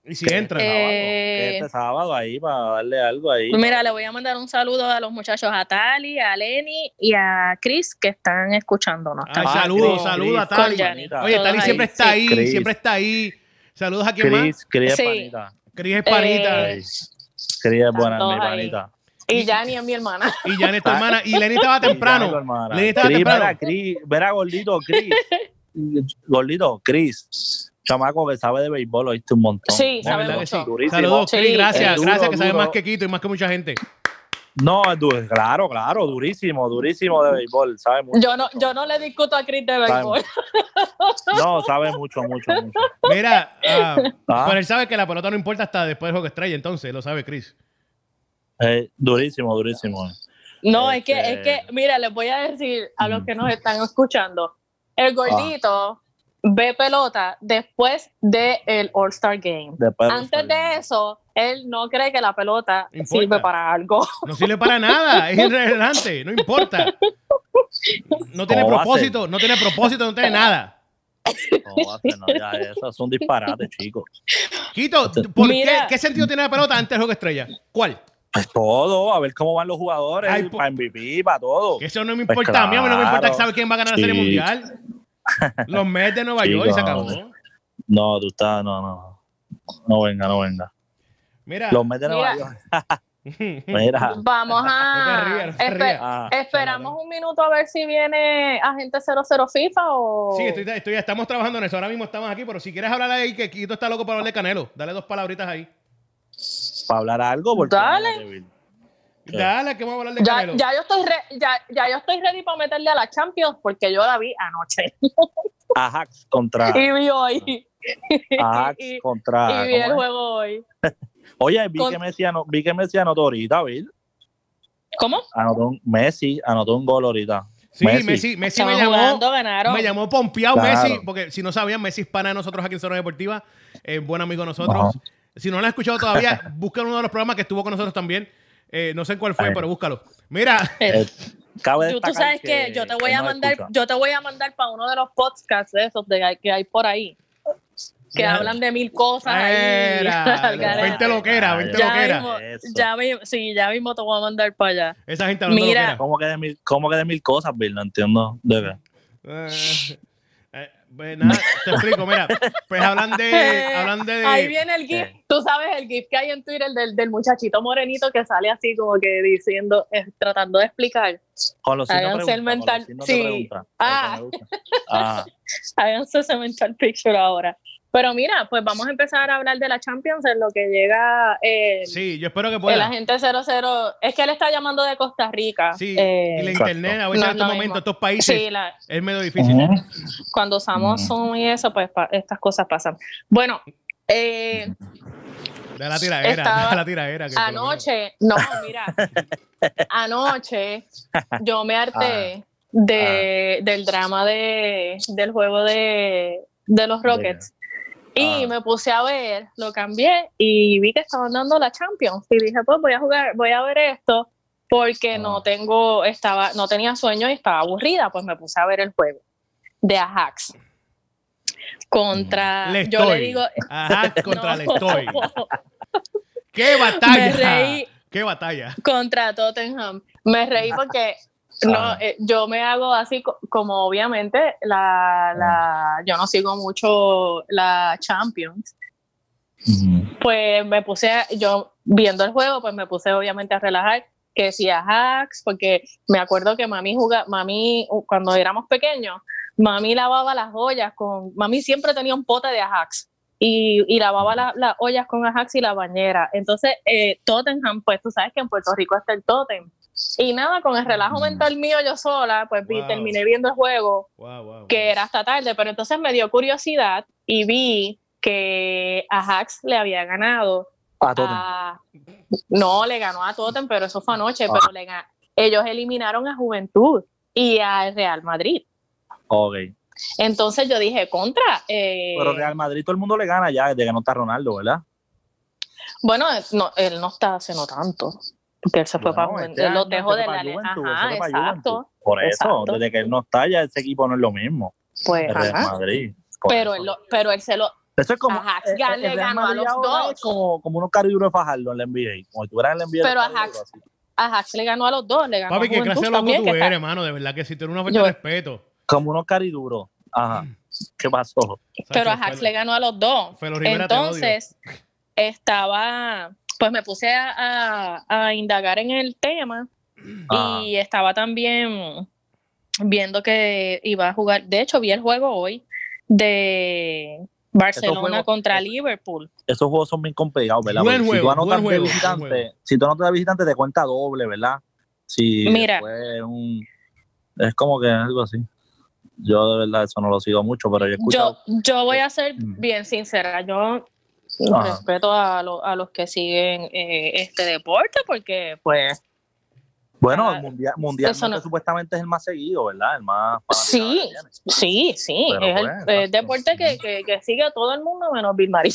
Speaker 1: Y si
Speaker 3: Que
Speaker 1: entran.
Speaker 3: este sábado,
Speaker 2: Eh. pues,
Speaker 3: que este sábado ahí para darle algo ahí.
Speaker 2: Mira, le voy a mandar un saludo a los muchachos, a Tali, a Lenny y a Chris que están escuchándonos.
Speaker 1: Ay,
Speaker 3: Ah,
Speaker 1: saludos, saludos a Tali.
Speaker 2: Con Yanni.
Speaker 1: Oye,
Speaker 2: Todos
Speaker 1: Tali
Speaker 2: ahí,
Speaker 1: siempre está
Speaker 2: sí.
Speaker 1: ahí,
Speaker 3: Chris.
Speaker 1: siempre está ahí. Saludos a quien más.
Speaker 3: Cris, Cris es
Speaker 2: Sí.
Speaker 3: panita.
Speaker 1: Cris Hispanita.
Speaker 2: Eh.
Speaker 3: Ay, Cris es buena,
Speaker 2: todos
Speaker 3: mi
Speaker 2: ahí.
Speaker 3: panita.
Speaker 2: y Yanni es mi hermana.
Speaker 1: Y Jan es tu hermana. Y Lenny estaba
Speaker 3: Y dale,
Speaker 1: temprano.
Speaker 3: hermana.
Speaker 1: Lenny estaba
Speaker 3: Cris,
Speaker 1: temprano.
Speaker 3: mira, Cris, verá, gordito, Cris. gordito, Cris. Chamaco que sabe de béisbol, oíste un montón.
Speaker 2: Sí,
Speaker 1: De
Speaker 2: sabe
Speaker 1: verdad que
Speaker 2: mucho.
Speaker 1: sí.
Speaker 3: Durísimo.
Speaker 1: Saludos, Cris,
Speaker 2: Sí.
Speaker 1: gracias.
Speaker 3: Es duro,
Speaker 1: gracias, que sabe
Speaker 3: duro.
Speaker 1: más que Quito y más que mucha gente.
Speaker 3: No, es du- claro, claro, durísimo, durísimo de béisbol, sabe mucho.
Speaker 2: Yo no, yo no le discuto a Chris de béisbol.
Speaker 3: No, sabe mucho, mucho, mucho.
Speaker 1: Mira, ah,
Speaker 3: Ah,
Speaker 1: pero él sabe que la pelota no importa hasta después del juego que estrella, entonces lo sabe Chris.
Speaker 3: eh, durísimo, durísimo.
Speaker 2: No, es que,
Speaker 3: Este-
Speaker 2: es que, mira, les voy a decir a los que nos están escuchando. El gordito ve pelota después del All-Star Game.
Speaker 3: Después
Speaker 2: Antes de eso, él no cree que la pelota
Speaker 1: Importa.
Speaker 2: sirve para algo.
Speaker 1: No sirve para nada, es irrelevante, no importa. No tiene
Speaker 3: ¿Cómo va a ser?
Speaker 1: propósito, no tiene propósito, no tiene nada.
Speaker 3: No, hace no, ya eso es un disparate, chicos.
Speaker 1: Quito, ¿por qué,
Speaker 2: Mira.
Speaker 1: qué sentido tiene la pelota antes del juego estrella? ¿Cuál?
Speaker 3: Pues todo, a ver cómo van los jugadores,
Speaker 1: Ay, po-
Speaker 3: para MVP, para todo.
Speaker 1: Que eso no me
Speaker 3: Pues
Speaker 1: importa a mí, a mí no me importa
Speaker 3: claro.
Speaker 1: saber quién va a ganar la
Speaker 3: Sí.
Speaker 1: serie mundial. Los Mets de Nueva
Speaker 3: Sí,
Speaker 1: York y se
Speaker 3: no,
Speaker 1: acabó.
Speaker 3: hombre. No, tú estás, no, no. No venga, no venga.
Speaker 1: Mira,
Speaker 3: Los meten a Nueva
Speaker 2: Mira.
Speaker 3: York. Mira.
Speaker 2: Vamos
Speaker 1: No
Speaker 2: a.
Speaker 1: te rías, no te
Speaker 2: espe-
Speaker 1: rías.
Speaker 3: Ah,
Speaker 2: Esperamos un minuto a ver si viene agente 00 FIFA o.
Speaker 1: sí, estoy, estoy- estamos trabajando en eso. Ahora mismo estamos aquí, pero si quieres hablar ahí, que Quito está loco para hablar de Canelo, dale dos palabritas ahí.
Speaker 3: para hablar algo, porque
Speaker 2: Dale.
Speaker 3: no hay débil.
Speaker 1: Dale, que vamos a hablar de
Speaker 2: Ya,
Speaker 1: Canelo.
Speaker 2: ya yo estoy re- ya, ya yo estoy ready para meterle a la Champions porque yo la vi anoche
Speaker 3: Ajax contra.
Speaker 2: y vi hoy
Speaker 3: Ajax
Speaker 2: y-
Speaker 3: contra.
Speaker 2: y vi
Speaker 3: Ah,
Speaker 2: el
Speaker 3: ¿cómo es?
Speaker 2: juego hoy.
Speaker 3: Oye, vi,
Speaker 2: con-
Speaker 3: que Messi ano- vi que Messi anotó ahorita, Bill.
Speaker 2: ¿Cómo?
Speaker 3: Anotó un, Messi anotó un gol ahorita.
Speaker 1: Sí, Messi,
Speaker 3: Messi.
Speaker 1: Messi, me
Speaker 2: Estaban
Speaker 1: llamó.
Speaker 2: jugando, ganaron.
Speaker 1: Me llamó pompeado
Speaker 3: Claro.
Speaker 1: Messi, porque si no sabían, Messi es pana de nosotros aquí en Zona Deportiva, es buen amigo de nosotros.
Speaker 3: Ajá.
Speaker 1: Si no lo han escuchado todavía, busquen uno de los programas que estuvo con nosotros también. Eh, no sé en cuál fue,
Speaker 3: Ahí.
Speaker 1: pero búscalo. Mira,
Speaker 3: Eh, cabe
Speaker 2: Tú, tú
Speaker 3: destacar
Speaker 2: sabes que, yo te voy
Speaker 3: él
Speaker 2: a
Speaker 3: nos
Speaker 2: mandar,
Speaker 3: escucha.
Speaker 2: yo te voy a mandar para uno de los podcasts de esos de, que hay- que hay por ahí que
Speaker 1: Mira.
Speaker 2: hablan de mil cosas. ahí.
Speaker 1: era,
Speaker 2: Al garete.
Speaker 1: vente loquera, vente
Speaker 2: Ya
Speaker 1: loquera.
Speaker 2: mismo.
Speaker 3: Eso.
Speaker 2: ya mismo, sí, ya mismo te voy a mandar para allá.
Speaker 1: Esa gente hablando
Speaker 2: Mira.
Speaker 1: loquera.
Speaker 3: ¿Cómo que, de mil, ¿Cómo que de mil cosas, Bill? No entiendo. ¿De qué?
Speaker 1: Eh, eh, pues nada, te explico, mira, pues hablan de, hablan de,
Speaker 2: Ahí viene el GIF. Tú sabes el GIF que hay en Twitter del, del muchachito morenito que sale así como que diciendo, eh, tratando de explicar.
Speaker 3: Con los signos
Speaker 2: Háganse el
Speaker 3: pregunta, con
Speaker 2: mental-
Speaker 3: los signos
Speaker 2: sí.
Speaker 3: de pregunta.
Speaker 2: Ah.
Speaker 3: Eso me gusta. Ah,
Speaker 2: Háganse ese mental picture ahora. Pero mira, pues vamos a empezar a hablar de la Champions en lo que llega eh, el,
Speaker 1: sí, yo espero que
Speaker 2: el
Speaker 1: pueda.
Speaker 2: agente 00. Es que él está llamando de Costa Rica.
Speaker 1: Sí,
Speaker 2: Eh,
Speaker 1: y la
Speaker 3: Exacto.
Speaker 1: internet, a veces
Speaker 2: No,
Speaker 1: en estos
Speaker 2: no
Speaker 1: momentos,
Speaker 2: mismo.
Speaker 1: estos países,
Speaker 2: sí, la-
Speaker 1: es medio difícil.
Speaker 3: Ujú.
Speaker 2: cuando usamos
Speaker 3: Mm.
Speaker 2: Zoom y eso, pues pa- estas cosas pasan. Bueno, eh,
Speaker 1: Da la tiradera,
Speaker 2: Estaba-
Speaker 1: da la tiradera. que por lo menos-
Speaker 2: Anoche, no, mira, anoche yo me
Speaker 1: Ah,
Speaker 2: harté de, del drama de, del juego de, de los Rockets y
Speaker 3: Ah.
Speaker 2: me puse a ver, lo cambié y vi que estaban dando la Champions y dije, pues voy a jugar, voy a ver esto porque no
Speaker 3: Ah.
Speaker 2: tengo, estaba, no tenía sueño y estaba aburrida, pues me puse a ver el juego de Ajax contra,
Speaker 1: Mm. Le
Speaker 2: yo le
Speaker 1: estoy.
Speaker 2: digo,
Speaker 1: Ajá, contra
Speaker 2: no,
Speaker 1: el estoy. ¡Qué batalla!
Speaker 2: me reí.
Speaker 1: ¡Qué batalla!
Speaker 2: contra Tottenham. Me reí porque no,
Speaker 3: Ah.
Speaker 2: eh, yo me hago así co- como obviamente la, la- yo no sigo mucho la Champions.
Speaker 3: Ujú.
Speaker 2: Pues me puse, a- yo viendo el juego, pues me puse obviamente a relajar que si a hacks, porque me acuerdo que mami jugaba, mami uh, cuando éramos pequeños, mami lavaba las ollas con, mami siempre tenía un pote de Ajax y, y lavaba la- las ollas con Ajax y la bañera. Entonces, eh, Tottenham, pues tú sabes que en Puerto Rico está el Tottenham. Y nada, con el relajo
Speaker 3: Mm.
Speaker 2: mental mío yo sola, pues vi-
Speaker 1: Wow.
Speaker 2: terminé viendo el juego,
Speaker 1: Wow, wow, wow.
Speaker 2: que era hasta tarde, pero entonces me dio curiosidad y vi que Ajax le había ganado
Speaker 3: A Tottenham.
Speaker 2: a- no, le ganó a Tottenham, pero eso fue anoche,
Speaker 3: Ah.
Speaker 2: pero le ga- ellos eliminaron a Juventud y al Real Madrid.
Speaker 3: Ok.
Speaker 2: Entonces yo dije, contra. eh,
Speaker 3: Pero Real Madrid todo el mundo le gana ya desde que no está Ronaldo, ¿verdad?
Speaker 2: Bueno, no, él no está haciendo tanto, porque él se fue
Speaker 3: Bueno,
Speaker 2: para...
Speaker 3: este
Speaker 2: él lo
Speaker 3: año
Speaker 2: dejó
Speaker 3: se
Speaker 2: de
Speaker 3: fue
Speaker 2: la...
Speaker 3: pa' Juventus,
Speaker 2: Ajá,
Speaker 3: se fue pa' Juventus.
Speaker 2: exacto.
Speaker 3: Por eso,
Speaker 2: Exacto.
Speaker 3: desde que él no está ya ese equipo no es lo mismo.
Speaker 2: Pues,
Speaker 3: El Real
Speaker 2: ajá.
Speaker 3: Madrid. por
Speaker 2: Pero
Speaker 3: eso.
Speaker 2: él, lo- pero él se lo...
Speaker 3: Eso es como.
Speaker 2: Ajax
Speaker 3: el-
Speaker 2: gan-
Speaker 3: el
Speaker 2: le
Speaker 3: Real
Speaker 2: ganó a
Speaker 3: Madrid
Speaker 2: los
Speaker 3: ahora
Speaker 2: dos.
Speaker 3: es Como, como unos cariduros de Fajardo en la NBA. Como si tú eras en la NBA.
Speaker 2: Pero
Speaker 3: de Fajardo,
Speaker 2: Ajax-
Speaker 3: así.
Speaker 2: Ajax le ganó a los dos, le ganó
Speaker 1: Papi,
Speaker 2: a
Speaker 1: qué
Speaker 2: Juventud
Speaker 1: clase de loco
Speaker 2: también,
Speaker 1: tú
Speaker 2: que
Speaker 1: eres,
Speaker 2: está-
Speaker 1: hermano. De verdad que si tú eres una falta
Speaker 2: Yo-
Speaker 1: de respeto.
Speaker 3: Como unos cariduros. Ajá. ¿Qué pasó?
Speaker 2: pero
Speaker 1: Sánchez,
Speaker 2: Ajax
Speaker 1: Felo-
Speaker 2: le ganó a los dos.
Speaker 1: Felo Rivera, te
Speaker 2: Entonces, estaba, pues me puse a, a- a indagar en el tema
Speaker 3: Ah.
Speaker 2: y estaba también viendo que iba a jugar, de hecho vi el juego hoy de Barcelona
Speaker 3: juegos-
Speaker 2: contra
Speaker 3: esos-
Speaker 2: Liverpool.
Speaker 3: Esos juegos son bien complicados, ¿verdad?
Speaker 1: Buen
Speaker 3: Porque si
Speaker 1: juego,
Speaker 3: tú anotas
Speaker 1: buen
Speaker 3: de
Speaker 1: juego,
Speaker 3: visitante,
Speaker 1: buen juego.
Speaker 3: si tú anotas de visitante te cuenta doble, ¿verdad? Si
Speaker 2: Mira.
Speaker 3: después un- es como que algo así. Yo de verdad eso no lo sigo mucho, pero yo he escuchado.
Speaker 2: Yo, yo voy a ser
Speaker 3: Mm.
Speaker 2: bien sincera, yo
Speaker 3: Ajá.
Speaker 2: respeto a, lo- a los que siguen eh, este deporte porque pues
Speaker 3: bueno,
Speaker 2: ah,
Speaker 3: el mundial, mundialmente
Speaker 2: eso no-
Speaker 3: supuestamente es el más seguido, ¿verdad? El más
Speaker 2: Sí.
Speaker 3: fanaticado que tiene.
Speaker 2: Sí, sí,
Speaker 3: Pero
Speaker 2: es el,
Speaker 3: bueno,
Speaker 2: el
Speaker 3: exacto.
Speaker 2: deporte que, que, que sigue a todo el mundo menos Bill María.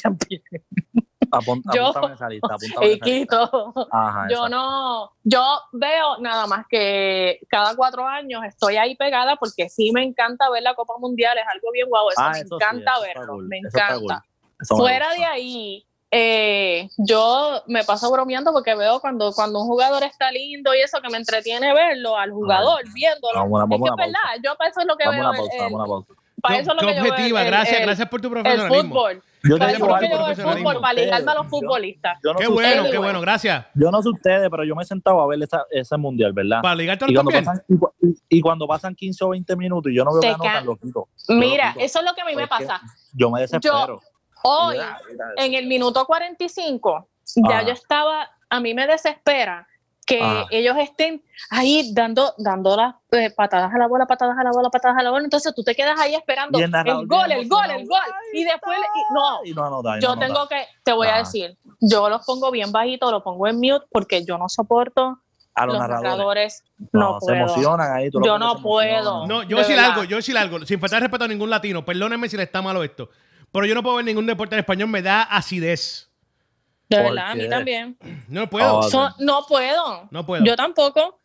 Speaker 3: Apun-
Speaker 2: Yo-
Speaker 3: apúntame esa lista, apúntame esa lista.
Speaker 2: Quito.
Speaker 3: Ajá,
Speaker 2: Yo
Speaker 3: Ah, exacto.
Speaker 2: no, yo veo nada más que cada cuatro años estoy ahí pegada porque sí me encanta ver la Copa Mundial, es algo bien guau, eso
Speaker 3: Ah,
Speaker 2: me
Speaker 3: eso sí,
Speaker 2: encanta
Speaker 3: eso está
Speaker 2: verlo,
Speaker 3: cool,
Speaker 2: me
Speaker 3: eso está
Speaker 2: encanta.
Speaker 3: cool. Eso me
Speaker 2: Fuera
Speaker 3: gusta.
Speaker 2: de ahí, eh, yo me paso bromeando porque veo cuando, cuando un jugador está lindo y eso que me entretiene verlo al jugador, viéndolo.
Speaker 3: Vamos a-
Speaker 2: es
Speaker 3: vamos
Speaker 2: que pues,
Speaker 3: a
Speaker 2: es
Speaker 3: una pausa.
Speaker 2: verdad, yo para eso es lo que
Speaker 3: Vamos a
Speaker 2: veo.
Speaker 3: una pausa,
Speaker 2: el-
Speaker 3: vamos a una pausa.
Speaker 2: para eso es lo
Speaker 1: Qué
Speaker 2: que yo veo.
Speaker 1: objetiva,
Speaker 2: el-
Speaker 1: gracias,
Speaker 2: el-
Speaker 1: gracias por tu
Speaker 2: El
Speaker 1: profesionalismo.
Speaker 2: fútbol.
Speaker 3: Yo
Speaker 2: Para
Speaker 1: Gracias
Speaker 2: eso
Speaker 1: por tu
Speaker 2: es lo que yo veo el
Speaker 1: profesionalismo.
Speaker 2: fútbol, para ligarme a los
Speaker 3: Yo-
Speaker 2: futbolistas.
Speaker 3: yo no
Speaker 1: Qué
Speaker 3: sé
Speaker 1: bueno,
Speaker 3: ustedes,
Speaker 1: qué bueno, gracias.
Speaker 3: Yo no sé ustedes, pero yo me he sentado a ver esa- ese mundial, ¿verdad?
Speaker 1: Para ligarte
Speaker 3: Y cuando,
Speaker 1: también.
Speaker 3: pasan, y cu- y cuando pasan 15 o 20 minutos y yo no veo
Speaker 2: Te
Speaker 3: que
Speaker 2: ca-
Speaker 3: anotan, lo quito.
Speaker 2: Mira,
Speaker 3: digo,
Speaker 2: eso es lo que a mí me
Speaker 3: es que
Speaker 2: pasa.
Speaker 3: Yo me desespero.
Speaker 2: Hoy,
Speaker 3: Y ya, mira eso.
Speaker 2: en el minuto 45, ya
Speaker 3: Ajá.
Speaker 2: yo estaba, a mí me desespera que
Speaker 3: Ajá.
Speaker 2: ellos estén ahí dando, dando las eh, patadas a la bola, patadas a la bola, patadas a la bola. Entonces tú te quedas ahí esperando
Speaker 3: Y
Speaker 2: el
Speaker 3: el narrador
Speaker 2: gol,
Speaker 3: bien
Speaker 2: el gol,
Speaker 3: emocionado,
Speaker 2: el gol. Y después, y- no,
Speaker 3: Y no anotan, y
Speaker 2: yo
Speaker 3: no Ah. anotan.
Speaker 2: tengo que, te voy a
Speaker 3: Ajá.
Speaker 2: decir, yo los pongo bien bajito, los pongo en mute porque yo no soporto
Speaker 3: a
Speaker 2: los
Speaker 3: los narradores.
Speaker 2: narradores.
Speaker 3: No,
Speaker 2: No
Speaker 3: se
Speaker 2: puedo.
Speaker 3: emocionan ahí. tú
Speaker 2: Yo
Speaker 3: los ves que
Speaker 2: no
Speaker 3: se emocionan.
Speaker 2: puedo.
Speaker 1: No, yo
Speaker 2: De
Speaker 1: decir
Speaker 2: verdad.
Speaker 1: algo, yo decir algo, sin faltar respeto a ningún latino, perdónenme si le está malo esto, pero yo no puedo ver ningún deporte en español, me da acidez.
Speaker 2: De
Speaker 3: ¿Por
Speaker 2: verdad, a mí
Speaker 3: qué?
Speaker 2: también.
Speaker 1: No puedo,
Speaker 3: Ah,
Speaker 2: Son- no puedo.
Speaker 1: no puedo.
Speaker 2: Yo tampoco.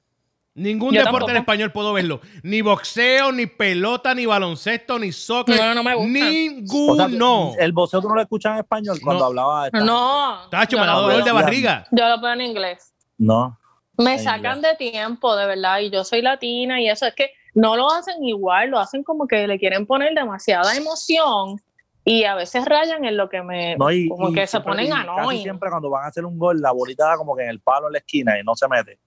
Speaker 1: Ningún
Speaker 2: yo
Speaker 1: deporte en
Speaker 2: tampoco.
Speaker 1: español puedo verlo. Ni boxeo, ni pelota, ni baloncesto, ni soccer.
Speaker 2: No, no me gusta.
Speaker 3: O sea,
Speaker 1: Ninguno.
Speaker 3: El voceo tú no lo escuchas en español cuando
Speaker 1: No.
Speaker 3: hablaba. esta-
Speaker 2: No.
Speaker 1: Tacho,
Speaker 2: yo
Speaker 1: me da
Speaker 2: lo
Speaker 1: dolor
Speaker 2: veo-
Speaker 1: de
Speaker 3: Diablo.
Speaker 1: barriga.
Speaker 2: Yo lo pongo en inglés.
Speaker 3: No.
Speaker 2: Me
Speaker 3: Ay,
Speaker 2: sacan de tiempo, de verdad, y yo soy latina y eso es que no lo hacen igual, lo hacen como que le quieren poner demasiada emoción y a veces rayan en lo que me...
Speaker 3: no y,
Speaker 2: como
Speaker 3: y
Speaker 2: que se
Speaker 3: siempre-
Speaker 2: ponen
Speaker 3: y
Speaker 2: a no,
Speaker 3: casi
Speaker 2: y-
Speaker 3: siempre cuando van a hacer un gol, la bolita da como que en el palo en la esquina y no se mete.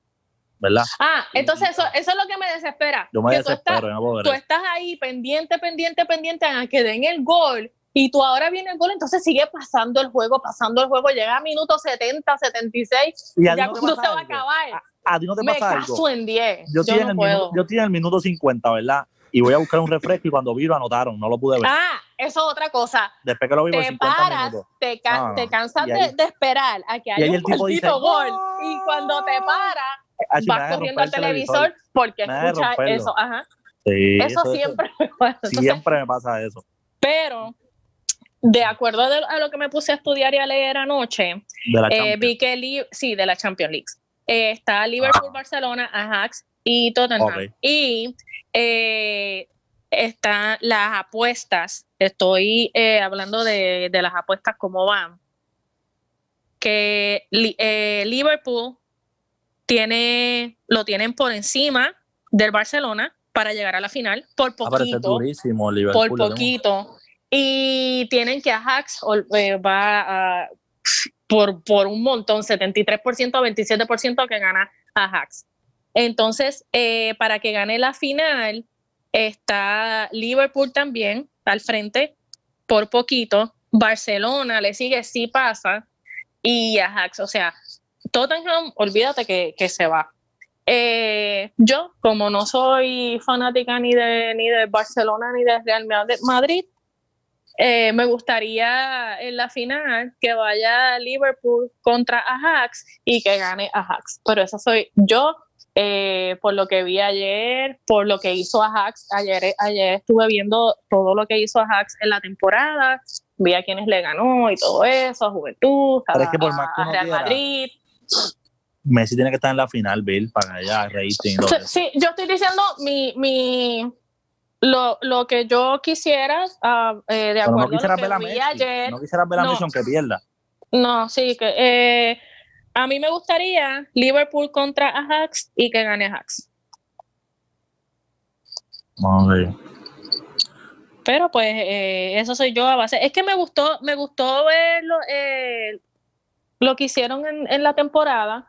Speaker 3: ¿Verdad?
Speaker 2: Ah, entonces eso, eso es lo que me desespera.
Speaker 3: Yo me
Speaker 2: que tú estás,
Speaker 3: desespero, yo no puedo ver
Speaker 2: tú
Speaker 3: eso.
Speaker 2: estás ahí pendiente, pendiente, pendiente a que den el gol y tú ahora viene el gol, entonces sigue pasando el juego, pasando el juego, llega a minuto 70, 76,
Speaker 3: Y a ti
Speaker 2: ya
Speaker 3: no te
Speaker 2: cuando
Speaker 3: pasa
Speaker 2: se va a
Speaker 3: algo.
Speaker 2: acabar.
Speaker 3: A ti no te
Speaker 2: Me
Speaker 3: pasa algo.
Speaker 2: caso en 10.
Speaker 3: Yo
Speaker 2: Yo,
Speaker 3: estoy, en
Speaker 2: no
Speaker 3: el
Speaker 2: puedo.
Speaker 3: minuto, yo estoy en el minuto 50, ¿verdad? Y voy a buscar un refresco y cuando vi lo anotaron, no lo pude ver.
Speaker 2: Ah, eso es otra cosa.
Speaker 3: Después que lo vi por
Speaker 2: Te
Speaker 3: 50
Speaker 2: paras,
Speaker 3: minutos.
Speaker 2: te, ca-
Speaker 3: No, no.
Speaker 2: te cansas
Speaker 3: Y ahí-
Speaker 2: de, de esperar a que
Speaker 3: Y ahí
Speaker 2: haya un
Speaker 3: el tipo dice,
Speaker 2: maldito gol.
Speaker 3: "No".
Speaker 2: Y cuando te paras,
Speaker 3: Ah, si me van
Speaker 2: vas
Speaker 3: a
Speaker 2: corriendo
Speaker 3: romper
Speaker 2: al
Speaker 3: el
Speaker 2: televisor porque
Speaker 3: Me van a
Speaker 2: escuchas
Speaker 3: romperlo.
Speaker 2: eso. Ajá.
Speaker 3: Sí,
Speaker 2: eso, siempre me pasa. Entonces,
Speaker 3: siempre me pasa eso.
Speaker 2: Pero, de acuerdo de- a lo que me puse a estudiar y a leer anoche,
Speaker 3: De la Ah,
Speaker 2: eh,
Speaker 3: Champions.
Speaker 2: vi que Li- sí, de la Champions League. Eh, está Liverpool, Barcelona, Ajax y Tottenham.
Speaker 3: Ah. Ok.
Speaker 2: Y eh, están las apuestas. Estoy eh, hablando de, de las apuestas, cómo van. Que Li- eh, Liverpool tiene, lo tienen por encima del Barcelona para llegar a la final por
Speaker 3: Va a parecer
Speaker 2: poquito
Speaker 3: durísimo Liverpool.
Speaker 2: por
Speaker 3: lo tengo-
Speaker 2: poquito. Y tienen que Ajax ol- eh, va a, por, por un montón, 73%, 27% que gana Ajax. Entonces, eh, para que gane la final, está Liverpool también al frente por poquito. Barcelona le sigue, sí pasa. Y Ajax, o sea, Tottenham, olvídate que, que se va. Eh, yo, como no soy fanática ni de ni de Barcelona ni de Real Mad- Madrid, eh, me gustaría en la final que vaya Liverpool contra Ajax y que gane Ajax. Pero eso soy yo, eh, por lo que vi ayer, por lo que hizo Ajax. Ayer, ayer estuve viendo todo lo que hizo Ajax en la temporada, vi a quienes le ganó y todo eso, a Juventud, a,
Speaker 3: Pero es que por más que
Speaker 2: a
Speaker 3: uno
Speaker 2: Real
Speaker 3: quiera,
Speaker 2: Madrid.
Speaker 3: Messi tiene que estar en la final, Bill, para allá, rating. y todo eso.
Speaker 2: Sí, yo estoy diciendo mi, mi lo, lo que yo quisiera, ah, eh, de
Speaker 3: Pero no
Speaker 2: acuerdo a
Speaker 3: quisiera
Speaker 2: lo
Speaker 3: ver a
Speaker 2: que vi
Speaker 3: Messi.
Speaker 2: ayer.
Speaker 3: No quisiera ver a
Speaker 2: No.
Speaker 3: Messi aunque pierda.
Speaker 2: No, sí, que eh, a mí me gustaría Liverpool contra Ajax y que gane Ajax.
Speaker 3: Ok.
Speaker 2: Pero pues eh, eso soy yo a base. Es que me gustó, me gustó ver lo, eh, lo que hicieron en, en la temporada.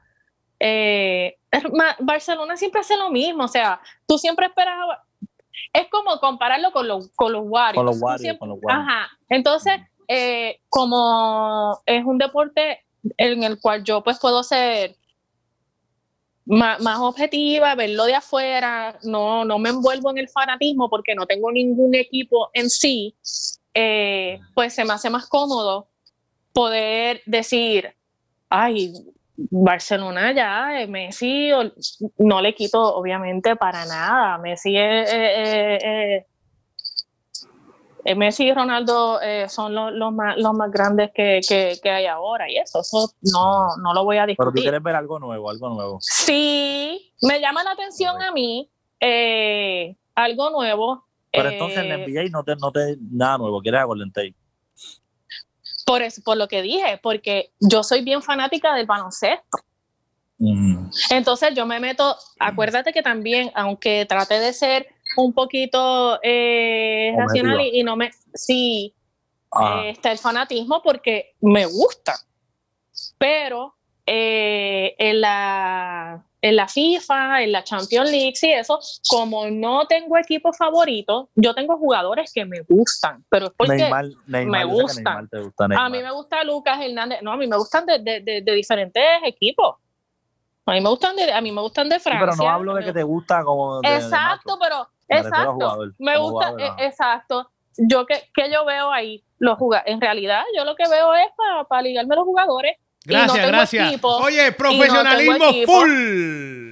Speaker 2: Eh, es ma- Barcelona siempre hace lo mismo, o sea, tú siempre esperas... a- es como compararlo con los, con los Warriors.
Speaker 3: Con los
Speaker 2: Tú
Speaker 3: Warriors,
Speaker 2: siempre-
Speaker 3: con los Warriors.
Speaker 2: Ajá. Entonces, eh, como es un deporte en el cual yo pues puedo ser ma- más, objetiva, verlo de afuera, no, no me envuelvo en el fanatismo porque no tengo ningún equipo en sí, eh, pues se me hace más cómodo poder decir, ay, Barcelona ya, eh, Messi, ol- no le quito obviamente para nada, Messi es... eh, eh, eh, Eh, Messi y Ronaldo eh, son los, los, más, los más grandes que, que, que hay ahora y eso, eso no, no lo voy a discutir.
Speaker 3: Pero tú quieres ver algo nuevo, algo nuevo.
Speaker 2: Sí, me llama la atención a mí eh, algo nuevo.
Speaker 3: Pero
Speaker 2: eh,
Speaker 3: entonces en el NBA no te, no te nada nuevo, quieres a Golden State.
Speaker 2: por, eso- por lo que dije, porque yo soy bien fanática del baloncesto.
Speaker 3: Mm.
Speaker 2: Entonces yo me meto, acuérdate que también, aunque trate de ser un poquito eh,
Speaker 3: Objetiva.
Speaker 2: racional y, y no me... Sí,
Speaker 3: Ah,
Speaker 2: eh, está el fanatismo porque me gusta. Pero eh, en, la, en la FIFA, en la Champions League, y eso, como no tengo equipo favorito, yo tengo jugadores que me gustan, pero es porque
Speaker 3: Neymar, Neymar,
Speaker 2: me
Speaker 3: yo sé que
Speaker 2: gusta.
Speaker 3: Neymar te gusta,
Speaker 2: a
Speaker 3: Neymar.
Speaker 2: mí me gusta Lucas Hernández, no, a mí me gustan de, de- de- de diferentes equipos. A mí me gustan de, a mí me gustan de
Speaker 3: Sí,
Speaker 2: Francia.
Speaker 3: pero no hablo de que te gusta como de- de
Speaker 2: Exacto,
Speaker 3: macho.
Speaker 2: pero
Speaker 3: Me refiero a
Speaker 2: exacto.
Speaker 3: jugador,
Speaker 2: me
Speaker 3: como
Speaker 2: gusta,
Speaker 3: jugador,
Speaker 2: eh,
Speaker 3: ajá.
Speaker 2: exacto. Yo que, que yo veo ahí los jugadores. En realidad, yo lo que veo es para ligarme los jugadores. Y no
Speaker 1: Gracias,
Speaker 2: tengo
Speaker 1: gracias.
Speaker 2: equipo,
Speaker 1: Oye,
Speaker 2: tengo
Speaker 1: profesionalismo
Speaker 2: equipo.
Speaker 1: full.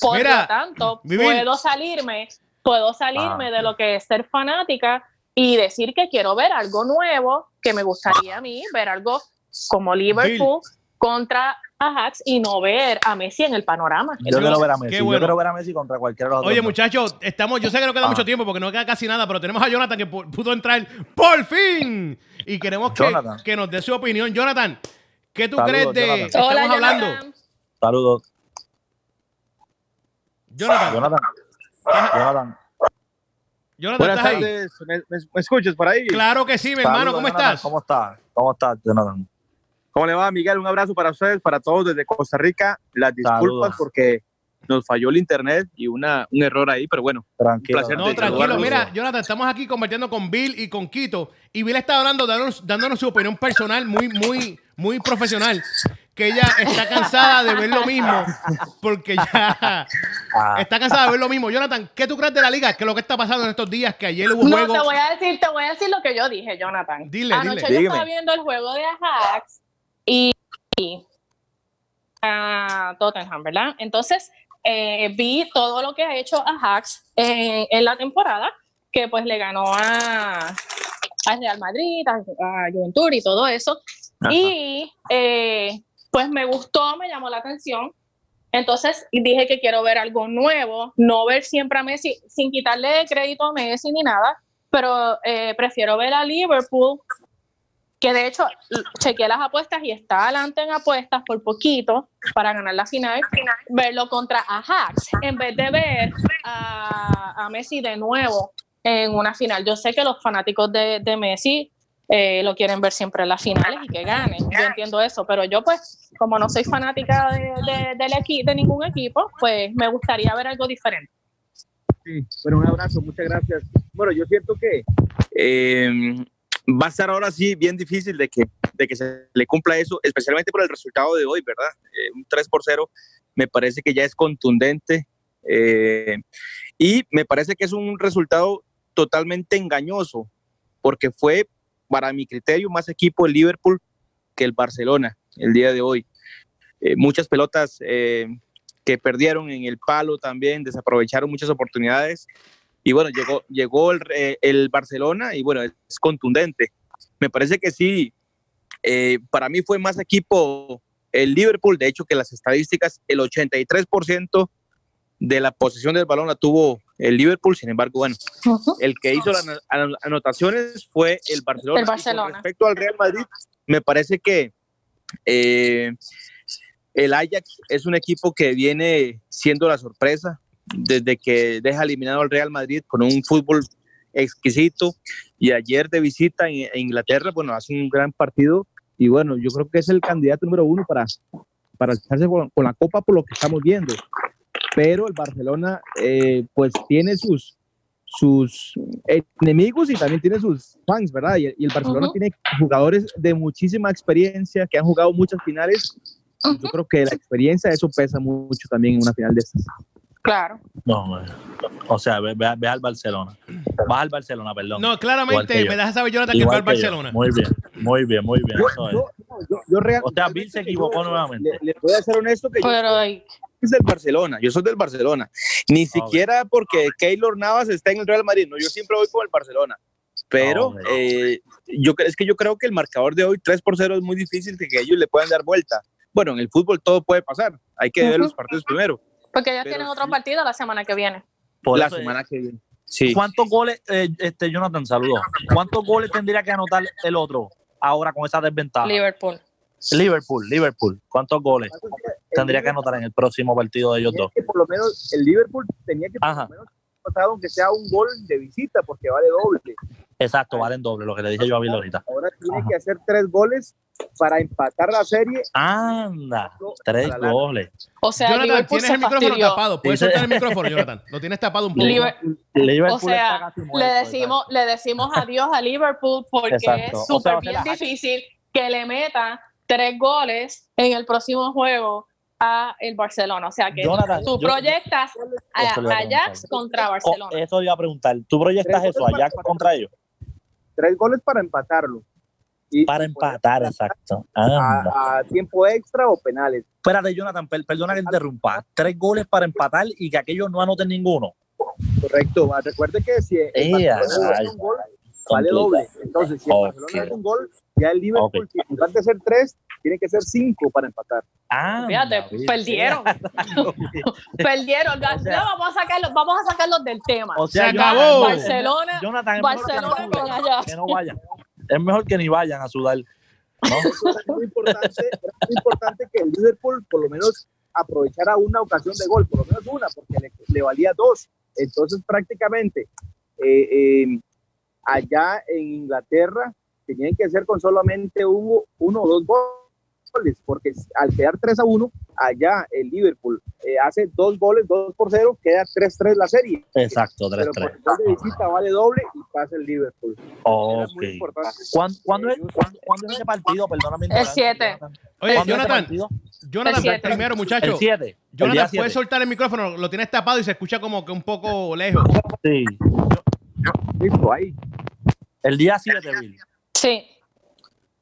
Speaker 2: Por
Speaker 1: Mira,
Speaker 2: lo tanto,
Speaker 1: Vivi.
Speaker 2: puedo salirme, puedo salirme
Speaker 3: Ah.
Speaker 2: de lo que es ser fanática y decir que quiero ver algo nuevo, que me gustaría a mí ver algo como Liverpool contra Ajax y no ver a Messi en el panorama.
Speaker 3: Yo quiero ver a Messi.
Speaker 1: Qué bueno.
Speaker 3: Yo quiero ver a Messi contra cualquiera de los otros
Speaker 1: Oye,
Speaker 3: dos.
Speaker 1: muchachos, estamos, yo sé que no queda
Speaker 3: Ah.
Speaker 1: mucho tiempo porque no queda casi nada, pero tenemos a Jonathan que pu- pudo entrar por fin. Y queremos que,
Speaker 3: Jonathan.
Speaker 1: que nos dé su opinión. Jonathan, ¿qué tú
Speaker 3: Saludos,
Speaker 1: crees de
Speaker 3: Jonathan.
Speaker 1: estamos
Speaker 2: Hola,
Speaker 1: hablando?
Speaker 2: Jonathan.
Speaker 3: Saludos.
Speaker 1: Jonathan,
Speaker 3: Jonathan. Jonathan.
Speaker 1: Jonathan,
Speaker 4: Buenas
Speaker 1: ¿estás ahí?
Speaker 4: tardes, ¿Me, me- me escuchas por ahí?
Speaker 1: Claro que sí, mi hermano,
Speaker 3: Saludos,
Speaker 1: ¿cómo
Speaker 3: Jonathan.
Speaker 1: estás?
Speaker 3: ¿Cómo estás? ¿Cómo estás, Jonathan?
Speaker 4: ¿Cómo le va, Miguel? Un abrazo para ustedes, para todos desde Costa Rica. Las disculpas
Speaker 3: Saludos.
Speaker 4: porque nos falló el internet y una, un error ahí, pero bueno,
Speaker 3: Tranquilo.
Speaker 4: Un placer
Speaker 1: No,
Speaker 4: Saludos.
Speaker 1: tranquilo,
Speaker 4: Saludos.
Speaker 1: mira, Jonathan, estamos aquí conversando con Bill y con Quito. Y Bill está hablando, dándonos, dándonos su opinión personal, muy, muy, muy profesional. Que ella está cansada de ver lo mismo, porque ya
Speaker 3: Ah,
Speaker 1: está cansada de ver lo mismo. Jonathan, ¿qué tú crees de la liga? Que lo que está pasando en estos días, que ayer hubo un
Speaker 2: No,
Speaker 1: juego.
Speaker 2: te voy a decir, te voy a decir lo que yo dije, Jonathan.
Speaker 1: Dile,
Speaker 2: Anoche
Speaker 1: dile.
Speaker 2: yo
Speaker 4: Dígame.
Speaker 2: estaba viendo el juego de Ajax y, y- a Tottenham, ¿verdad? Entonces, eh, vi todo lo que ha hecho Ajax eh, en, en la temporada, que pues le ganó a, a Real Madrid, a, a Juventud y todo eso.
Speaker 4: Ajá.
Speaker 2: Y eh, pues me gustó, me llamó la atención. Entonces dije que quiero ver algo nuevo, no ver siempre a Messi, sin quitarle crédito a Messi ni nada, pero eh, prefiero ver a Liverpool, que de hecho l- chequeé las apuestas y está adelante en apuestas por poquito para ganar la final, verlo contra Ajax, en vez de ver a, a Messi de nuevo en una final. Yo sé que los fanáticos de, de Messi eh, lo quieren ver siempre en las finales y que gane, yo entiendo eso, pero yo pues como no soy fanática de, de- del equi- de ningún equipo, pues me gustaría ver algo diferente.
Speaker 4: Sí, bueno, un abrazo, muchas gracias. Bueno, yo siento que eh, va a estar ahora sí bien difícil de que, de que se le cumpla eso, especialmente por el resultado de hoy, ¿verdad? Eh, un 3 por 0 me parece que ya es contundente eh, y me parece que es un resultado totalmente engañoso, porque fue, para mi criterio, más equipo el Liverpool que el Barcelona el día de hoy. Eh, muchas pelotas... eh, que perdieron en el palo también, desaprovecharon muchas oportunidades. Y bueno, llegó, llegó el, eh, el Barcelona y bueno, es contundente. Me parece que sí, eh, para mí fue más equipo el Liverpool, de hecho que las estadísticas, el 83% de la posesión del balón la tuvo el Liverpool, sin embargo, bueno, el que hizo las ano- ano- anotaciones fue el Barcelona.
Speaker 2: El
Speaker 4: Y con
Speaker 2: Barcelona.
Speaker 4: respecto al Real Madrid, me parece que eh, el Ajax es un equipo que viene siendo la sorpresa desde que deja eliminado al Real Madrid con un fútbol exquisito y ayer de visita en en Inglaterra, bueno, hace un gran partido y bueno, yo creo que es el candidato número uno para, para alzarse con, con la copa por lo que estamos viendo. Pero el Barcelona eh, pues tiene sus, sus enemigos y también tiene sus fans, ¿verdad? Y, y el Barcelona
Speaker 2: Ujú.
Speaker 4: tiene jugadores de muchísima experiencia que han jugado muchas finales. Yo creo que la experiencia, eso pesa mucho también en una final de estas.
Speaker 2: Claro.
Speaker 3: no, hombre. o sea, ve, ve- ve al Barcelona. Vas al Barcelona, perdón.
Speaker 1: No,
Speaker 3: Igual
Speaker 1: claramente,
Speaker 3: que yo.
Speaker 1: me dejas saber, Jonathan, que va
Speaker 3: Igual
Speaker 1: al
Speaker 3: que yo.
Speaker 1: Barcelona.
Speaker 3: Muy bien, muy bien, muy bien. eso es.
Speaker 4: Yo, no, yo- yo real-
Speaker 3: O sea, Bill se equivocó
Speaker 4: yo-
Speaker 3: nuevamente.
Speaker 4: Le, le voy a ser honesto que yo,
Speaker 2: Pero, ay,
Speaker 4: es del Barcelona, yo soy del Barcelona. Ni
Speaker 3: Ah,
Speaker 4: siquiera porque Keylor Navas está en el Real Madrid, no, yo siempre voy con el Barcelona. Pero
Speaker 3: Hombre.
Speaker 4: eh, yo, cre- es que yo creo que el marcador de hoy, 3 por 0, es muy difícil de que ellos le puedan dar vuelta. Bueno, en el fútbol todo puede pasar, hay que ver
Speaker 2: Ujú.
Speaker 4: los partidos primero,
Speaker 2: Porque ellos
Speaker 4: Pero
Speaker 2: tienen otro
Speaker 4: sí.
Speaker 2: partido la semana que viene.
Speaker 3: Por
Speaker 4: la
Speaker 3: eso, eh,
Speaker 4: semana que viene. Sí.
Speaker 3: ¿Cuántos goles, eh, este Jonathan, saludos? ¿Cuántos goles tendría que anotar el otro ahora con esa desventaja?
Speaker 2: Liverpool.
Speaker 3: Liverpool, Liverpool. ¿Cuántos goles tendría que anotar en el próximo partido de ellos
Speaker 5: Tenía
Speaker 3: dos?
Speaker 5: que por lo menos el Liverpool tenía que por
Speaker 3: Ajá.
Speaker 5: lo menos pasar aunque sea un gol de visita porque vale doble.
Speaker 3: Exacto, valen doble, lo que le dije yo a Bill ahorita.
Speaker 5: Ahora tiene
Speaker 3: Ajá.
Speaker 5: que hacer tres goles para empatar la serie.
Speaker 3: Anda, tres
Speaker 5: A la larga.
Speaker 3: goles.
Speaker 2: O sea,
Speaker 1: Jonathan,
Speaker 2: Liverpool
Speaker 1: tienes
Speaker 2: se
Speaker 1: el micrófono
Speaker 2: fastidió.
Speaker 1: tapado. Puedes
Speaker 3: Dice-
Speaker 1: soltar el micrófono, Jonathan. Lo tienes tapado un poco.
Speaker 2: Liber-
Speaker 3: Liverpool
Speaker 2: o sea,
Speaker 3: está casi
Speaker 2: le
Speaker 3: muerto,
Speaker 2: decimos, le decimos adiós a Liverpool porque
Speaker 3: Exacto. O
Speaker 2: es
Speaker 3: sea,
Speaker 2: súper
Speaker 3: va a ser
Speaker 2: bien
Speaker 3: la-
Speaker 2: difícil que le meta tres goles en el próximo juego a el Barcelona. O sea que
Speaker 3: Jonathan,
Speaker 2: tú
Speaker 3: yo-
Speaker 2: proyectas a
Speaker 3: Eso le iba a
Speaker 2: Ajax
Speaker 3: preguntar.
Speaker 2: contra
Speaker 3: Co-
Speaker 2: Barcelona.
Speaker 3: Eso iba a preguntar. ¿Tú proyectas
Speaker 5: Tres
Speaker 3: eso
Speaker 5: goles
Speaker 3: allá
Speaker 5: para-
Speaker 3: contra ellos?
Speaker 5: Tres goles para empatarlo. Y-
Speaker 3: Para
Speaker 5: y poder
Speaker 3: empatar, exacto. Anda.
Speaker 5: A, a tiempo extra o penales.
Speaker 3: Espérate, Jonathan, per- perdona que te
Speaker 5: Ah.
Speaker 3: interrumpa. Tres goles para empatar y que aquellos no anoten ninguno.
Speaker 5: Correcto. Ah, Recuerde que si el
Speaker 3: Eh,
Speaker 5: Barcelona
Speaker 3: ay.
Speaker 5: hace un gol, vale doble. Entonces, si el Barcelona
Speaker 3: Ok.
Speaker 5: hace un gol, ya el Liverpool,
Speaker 3: Ok.
Speaker 5: si en lugar de ser tres, tiene que ser cinco para empatar.
Speaker 3: Anda,
Speaker 2: Fíjate,
Speaker 3: Ah, mira.
Speaker 2: perdieron. perdieron. No, vamos a sacarlos, vamos a sacarlos del tema.
Speaker 3: O
Speaker 1: Se
Speaker 3: Jonathan,
Speaker 1: acabó.
Speaker 2: Barcelona,
Speaker 3: Jonathan, es mejor que no
Speaker 2: Barcelona con
Speaker 3: suden,
Speaker 2: Ajax.
Speaker 3: que no vayan. Es mejor que ni vayan a sudar.
Speaker 5: Eso era muy importante, era muy importante que el Liverpool por lo menos aprovechara una ocasión de gol, por lo menos una, porque le, le valía dos. Entonces prácticamente eh, eh, allá en Inglaterra tenían que ser con solamente uno, uno o dos goles, porque al quedar 3 a 1, allá el Liverpool eh, hace dos goles, 2 por 0, queda 3-3 la serie.
Speaker 3: Exacto,
Speaker 5: Pero
Speaker 3: 3-3.
Speaker 5: por el gol de visita vale doble y pasa el Liverpool. Era
Speaker 3: Ok.
Speaker 5: muy importante.
Speaker 3: ¿Cuándo, cuándo es, cuándo- cuándo es ese partido? Perdóname.
Speaker 2: El siete.
Speaker 1: Oye,
Speaker 3: ¿Cuándo es ese
Speaker 1: Jonathan,
Speaker 3: partido?
Speaker 1: Jonathan,
Speaker 2: siete.
Speaker 1: primero,
Speaker 3: El
Speaker 1: muchacho.
Speaker 3: 7.
Speaker 1: Jonathan, puedes soltar el micrófono. Lo tienes tapado y se escucha como que un poco lejos.
Speaker 3: Sí.
Speaker 5: Listo, ahí.
Speaker 3: El día 7, Bill.
Speaker 2: Sí,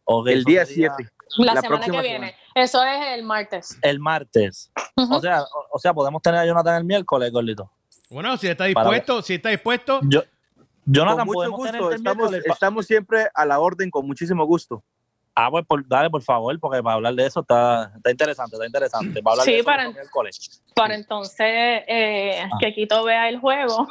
Speaker 3: Ok,
Speaker 4: El
Speaker 3: eso
Speaker 4: día
Speaker 3: sería
Speaker 4: 7.
Speaker 2: la,
Speaker 4: La
Speaker 2: semana que
Speaker 4: próxima
Speaker 2: viene. Eso es el martes.
Speaker 3: El martes.
Speaker 2: Ujú.
Speaker 3: O sea, o, o sea, podemos tener a Jonathan el miércoles, Gordito.
Speaker 1: Bueno, si está
Speaker 3: Para-
Speaker 1: dispuesto, si está dispuesto.
Speaker 3: Yo, Jonathan,
Speaker 4: con mucho
Speaker 3: podemos tener
Speaker 4: gusto,
Speaker 3: el
Speaker 4: estamos,
Speaker 3: miércoles.
Speaker 4: estamos siempre a la orden, con muchísimo gusto.
Speaker 3: Ah, pues por- dale, por favor, porque para hablar de eso está, está interesante, está interesante. Para hablar
Speaker 2: Sí,
Speaker 3: de eso
Speaker 2: para-
Speaker 3: el miércoles.
Speaker 2: Para entonces eh, que Quito vea el juego.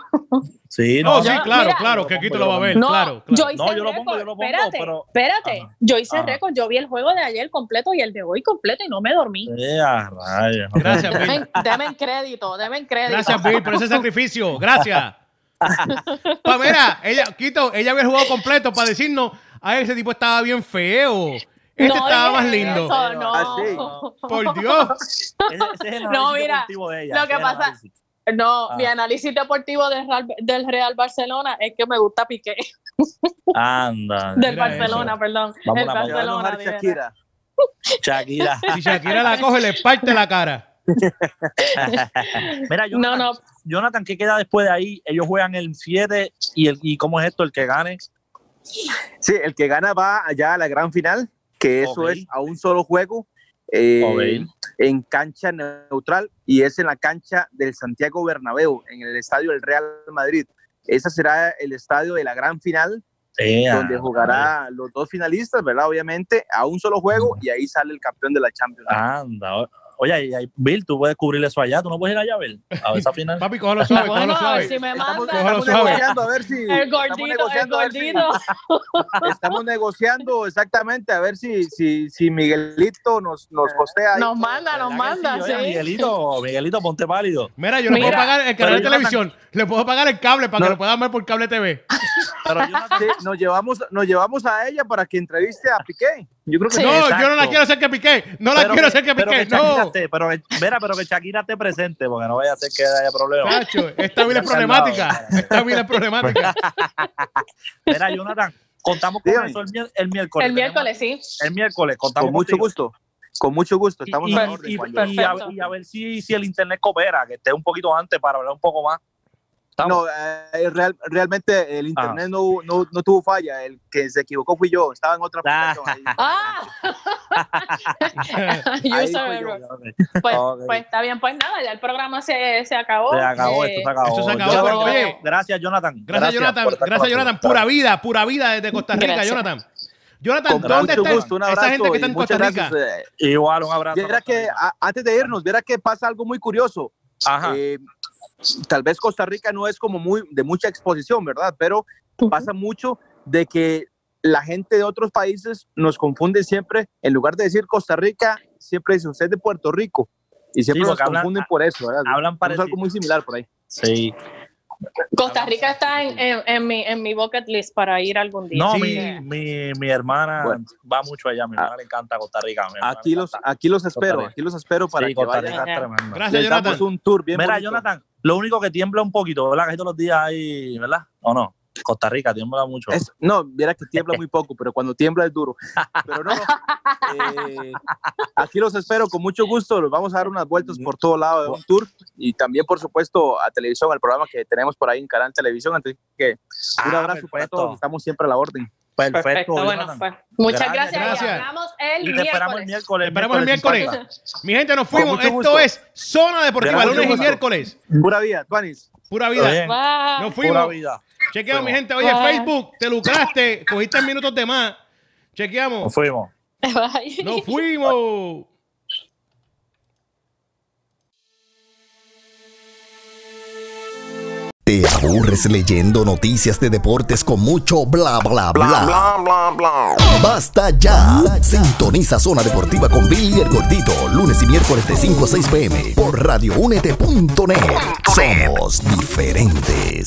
Speaker 3: Sí,
Speaker 1: No,
Speaker 3: no,
Speaker 1: Oh, sí,
Speaker 2: yo-
Speaker 1: claro,
Speaker 2: mira.
Speaker 1: claro, que aquí tú lo vas a ver.
Speaker 2: No,
Speaker 1: claro,
Speaker 2: yo
Speaker 1: claro.
Speaker 2: hice
Speaker 3: No,
Speaker 2: el
Speaker 3: yo lo pongo,
Speaker 2: récord.
Speaker 3: yo lo pongo,
Speaker 2: espérate,
Speaker 3: pero-
Speaker 2: espérate.
Speaker 3: Ajá.
Speaker 2: Yo hice el
Speaker 3: Ajá.
Speaker 2: récord, yo vi el juego de ayer completo y el de hoy completo y no me dormí.
Speaker 3: Eh, a rayos.
Speaker 1: Gracias, Bill.
Speaker 2: Demen, demen crédito, demen crédito.
Speaker 1: Gracias, Bill, por ese sacrificio. Gracias. Pamela, ella, Quito, ella había jugado completo para decirnos, a ese tipo estaba bien feo. Este
Speaker 2: No
Speaker 1: estaba más
Speaker 2: digas
Speaker 1: lindo.
Speaker 2: eso, no.
Speaker 4: Ah, sí.
Speaker 1: Por Dios.
Speaker 3: Ese- ese es el
Speaker 2: No,
Speaker 3: análisis
Speaker 2: mira,
Speaker 3: deportivo de ella,
Speaker 2: lo
Speaker 3: ese
Speaker 2: que
Speaker 3: es el
Speaker 2: pasa-
Speaker 3: análisis.
Speaker 2: No,
Speaker 3: Ah.
Speaker 2: mi análisis deportivo del Real, del Real Barcelona es que me gusta Piqué.
Speaker 3: Anda.
Speaker 2: Del
Speaker 1: Mira
Speaker 2: Barcelona, pues. perdón.
Speaker 3: eso. Vamos
Speaker 2: el
Speaker 3: a la-
Speaker 4: Ya vamos a
Speaker 2: Barcelona.
Speaker 4: dar
Speaker 2: dije.
Speaker 4: Shakira.
Speaker 3: Shakira.
Speaker 1: Si Shakira la coge, le parte la cara.
Speaker 3: Mira,
Speaker 2: No,
Speaker 3: Jonathan,
Speaker 2: no,
Speaker 3: Jonathan, ¿qué queda después de ahí? Ellos juegan el 7 y, el, y ¿cómo es esto? El que gane.
Speaker 4: Sí, el que gana va allá a la gran final, que eso
Speaker 3: Ok.
Speaker 4: es a un solo juego. eh,
Speaker 3: Ok.
Speaker 4: en cancha neutral y es en la cancha del Santiago Bernabéu, en el estadio del Real Madrid. Ese será el estadio de la gran final,
Speaker 3: Eh, a
Speaker 4: donde jugará los dos finalistas, ¿verdad? Obviamente, a un solo juego y ahí sale el campeón de la Champions.
Speaker 3: Ah.
Speaker 4: League.
Speaker 3: Anda. o- Oye, y- y- Bill, tú puedes cubrir eso allá. Tú no puedes ir allá a ver. A ver esa final.
Speaker 1: Papi, cógelo suave, cógelo
Speaker 2: bueno,
Speaker 1: suave.
Speaker 2: si me
Speaker 4: Estamos,
Speaker 1: Cógelo
Speaker 2: mandan
Speaker 4: estamos
Speaker 1: suave.
Speaker 4: negociando a ver si
Speaker 2: el
Speaker 4: estamos
Speaker 2: gordito, el
Speaker 4: negociando a ver si-
Speaker 2: gordito.
Speaker 4: Estamos negociando exactamente a ver si, si, si Miguelito nos, nos costea. ahí.
Speaker 2: Nos manda, nos
Speaker 3: ¿Verdad que
Speaker 2: manda,
Speaker 3: sí? Oye,
Speaker 2: sí.
Speaker 3: Miguelito, Miguelito, ponte válido.
Speaker 1: Mira, yo le
Speaker 2: Mira.
Speaker 1: puedo pagar el canal de
Speaker 3: Pero Jonathan-
Speaker 1: televisión, le puedo pagar el cable para que
Speaker 4: No.
Speaker 1: lo puedan ver por cable TV.
Speaker 3: Pero Jonathan,
Speaker 4: Sí, nos, llevamos, nos llevamos a ella para que entreviste a Piqué. Yo creo que
Speaker 2: Sí,
Speaker 1: no, yo no la
Speaker 3: exacto.
Speaker 1: quiero hacer que piqué, no la quiero hacer que
Speaker 3: pero
Speaker 1: piqué,
Speaker 3: Shakira
Speaker 1: no.
Speaker 3: esté- pero, que- mira, pero que Shakira te presente, porque no vaya a ser que haya problemas.
Speaker 1: Tacho, esta vida es
Speaker 3: Está
Speaker 1: problemática,
Speaker 3: salvado, cara.
Speaker 1: esta vida es problemática.
Speaker 3: Mira, Jonathan, contamos con
Speaker 4: Dígame.
Speaker 3: eso el, mier- el miércoles.
Speaker 2: El miércoles, sí.
Speaker 3: Tenemos- El miércoles, contamos
Speaker 4: con mucho
Speaker 3: contigo.
Speaker 4: gusto. Con mucho gusto.
Speaker 3: Y-
Speaker 4: Estamos
Speaker 3: y,
Speaker 4: a la
Speaker 3: y-
Speaker 4: orden,
Speaker 3: y-
Speaker 4: Juan
Speaker 3: y
Speaker 4: José.
Speaker 3: a, ver- y a ver si, si el internet coopera, que esté un poquito antes para hablar un poco más.
Speaker 4: No, eh, real- realmente
Speaker 1: Ah.
Speaker 4: el internet no, no, no tuvo falla. El que se equivocó fui yo. Estaba en otra
Speaker 3: Ah.
Speaker 4: aplicación ahí.
Speaker 2: Ah,
Speaker 3: Ahí
Speaker 2: User
Speaker 3: fue yo,
Speaker 2: error.
Speaker 3: cabrón.
Speaker 2: Pues,
Speaker 3: Ok.
Speaker 2: pues está bien, pues nada, ya el programa se, se acabó.
Speaker 3: Se acabó, esto
Speaker 2: Eh,
Speaker 3: se acabó.
Speaker 1: Esto se acabó,
Speaker 3: Jonathan,
Speaker 2: pero
Speaker 1: oye.
Speaker 3: gracias, Jonathan.
Speaker 1: Gracias, Jonathan.
Speaker 3: por estar
Speaker 1: Gracias,
Speaker 3: con
Speaker 1: Jonathan.
Speaker 3: nosotros.
Speaker 1: Pura vida, pura vida desde Costa Rica,
Speaker 2: Gracias.
Speaker 1: Jonathan. Jonathan,
Speaker 4: Con
Speaker 1: ¿dónde
Speaker 4: mucho
Speaker 1: está
Speaker 4: gusto, un
Speaker 1: esa
Speaker 4: abrazo.
Speaker 1: gente que está
Speaker 4: y
Speaker 1: en
Speaker 4: muchas
Speaker 1: Costa Rica?
Speaker 4: gracias, eh,
Speaker 3: Igual, un abrazo.
Speaker 4: Viera que
Speaker 3: Costa Rica.
Speaker 4: a- antes de irnos, viera que pasa algo muy curioso.
Speaker 3: Ajá.
Speaker 4: Eh, tal vez Costa Rica no es como muy de mucha exposición, ¿verdad? Pero
Speaker 2: Ujú.
Speaker 4: pasa mucho de que la gente de otros países nos confunde siempre, en lugar de decir Costa Rica, siempre dicen usted es de Puerto Rico. Y siempre
Speaker 3: Sí,
Speaker 4: nos
Speaker 3: porque hablan-
Speaker 4: confunden por eso, ¿verdad?
Speaker 3: Hablan
Speaker 4: Es
Speaker 3: parecido.
Speaker 4: algo muy similar por ahí.
Speaker 3: Sí.
Speaker 2: Costa Rica está en, en- en mi, en mi bucket list para ir algún día. Eh,
Speaker 3: No,
Speaker 2: Así
Speaker 3: mi,
Speaker 2: que-
Speaker 3: mi, mi hermana
Speaker 4: Bueno.
Speaker 3: va mucho allá. Mi
Speaker 4: Ah.
Speaker 3: hermana le encanta Costa Rica. mi hermana
Speaker 4: Aquí
Speaker 3: le
Speaker 4: los,
Speaker 3: encanta.
Speaker 4: aquí los
Speaker 3: Costa
Speaker 4: espero,
Speaker 3: Rica.
Speaker 4: aquí los espero para
Speaker 3: Sí,
Speaker 4: que
Speaker 3: Costa
Speaker 4: vayan.
Speaker 3: Rica es tremendo.
Speaker 1: Gracias,
Speaker 4: Les damos
Speaker 1: Jonathan.
Speaker 4: un tour bien
Speaker 3: Mira,
Speaker 4: bonito.
Speaker 3: Jonathan, lo único que tiembla un poquito, ¿verdad? Que todos los días hay, ¿verdad? ¿O no? Costa Rica tiembla mucho.
Speaker 4: Es- no, viera que tiembla muy poco, pero cuando tiembla es duro. Pero no, eh, aquí los espero con mucho gusto. Los vamos a dar unas vueltas por todo lado de un tour y también, por supuesto, a televisión, al programa que tenemos por ahí en Canal Televisión. Así que un
Speaker 3: Ah,
Speaker 4: abrazo para
Speaker 3: perfecto.
Speaker 4: todos. Estamos siempre a la orden.
Speaker 3: Perfecto,
Speaker 2: Perfecto, bueno,
Speaker 3: Jonathan.
Speaker 2: pues, muchas
Speaker 3: Gracias,
Speaker 2: gracias.
Speaker 1: gracias.
Speaker 2: Y hablamos
Speaker 3: Y
Speaker 2: el
Speaker 3: te esperamos el
Speaker 2: miércoles.
Speaker 3: miércoles.
Speaker 1: Esperamos el miércoles. Mi gente, nos fuimos.
Speaker 4: mucho
Speaker 1: Esto
Speaker 4: gusto.
Speaker 1: es Zona Deportiva,
Speaker 3: Gracias,
Speaker 1: lunes y
Speaker 3: gusto.
Speaker 1: miércoles.
Speaker 4: Pura vida, Tuanis.
Speaker 1: Pura vida.
Speaker 3: Oye,
Speaker 2: Bye.
Speaker 1: Nos
Speaker 3: pura
Speaker 1: fuimos.
Speaker 3: vida.
Speaker 1: Chequeamos,
Speaker 3: Fuimos.
Speaker 1: mi gente. Oye,
Speaker 2: Bye.
Speaker 1: Facebook, te lucraste. Cogiste minutos de más. Chequeamos.
Speaker 3: Nos fuimos.
Speaker 2: Bye.
Speaker 1: Nos fuimos.
Speaker 6: ¿Te aburres leyendo noticias de deportes con mucho bla bla bla? Bla bla bla. Basta ya. Sintoniza Zona Deportiva con Billy el Gordito, lunes y miércoles de 5 a 6 pm por radioúnete.net. Somos diferentes.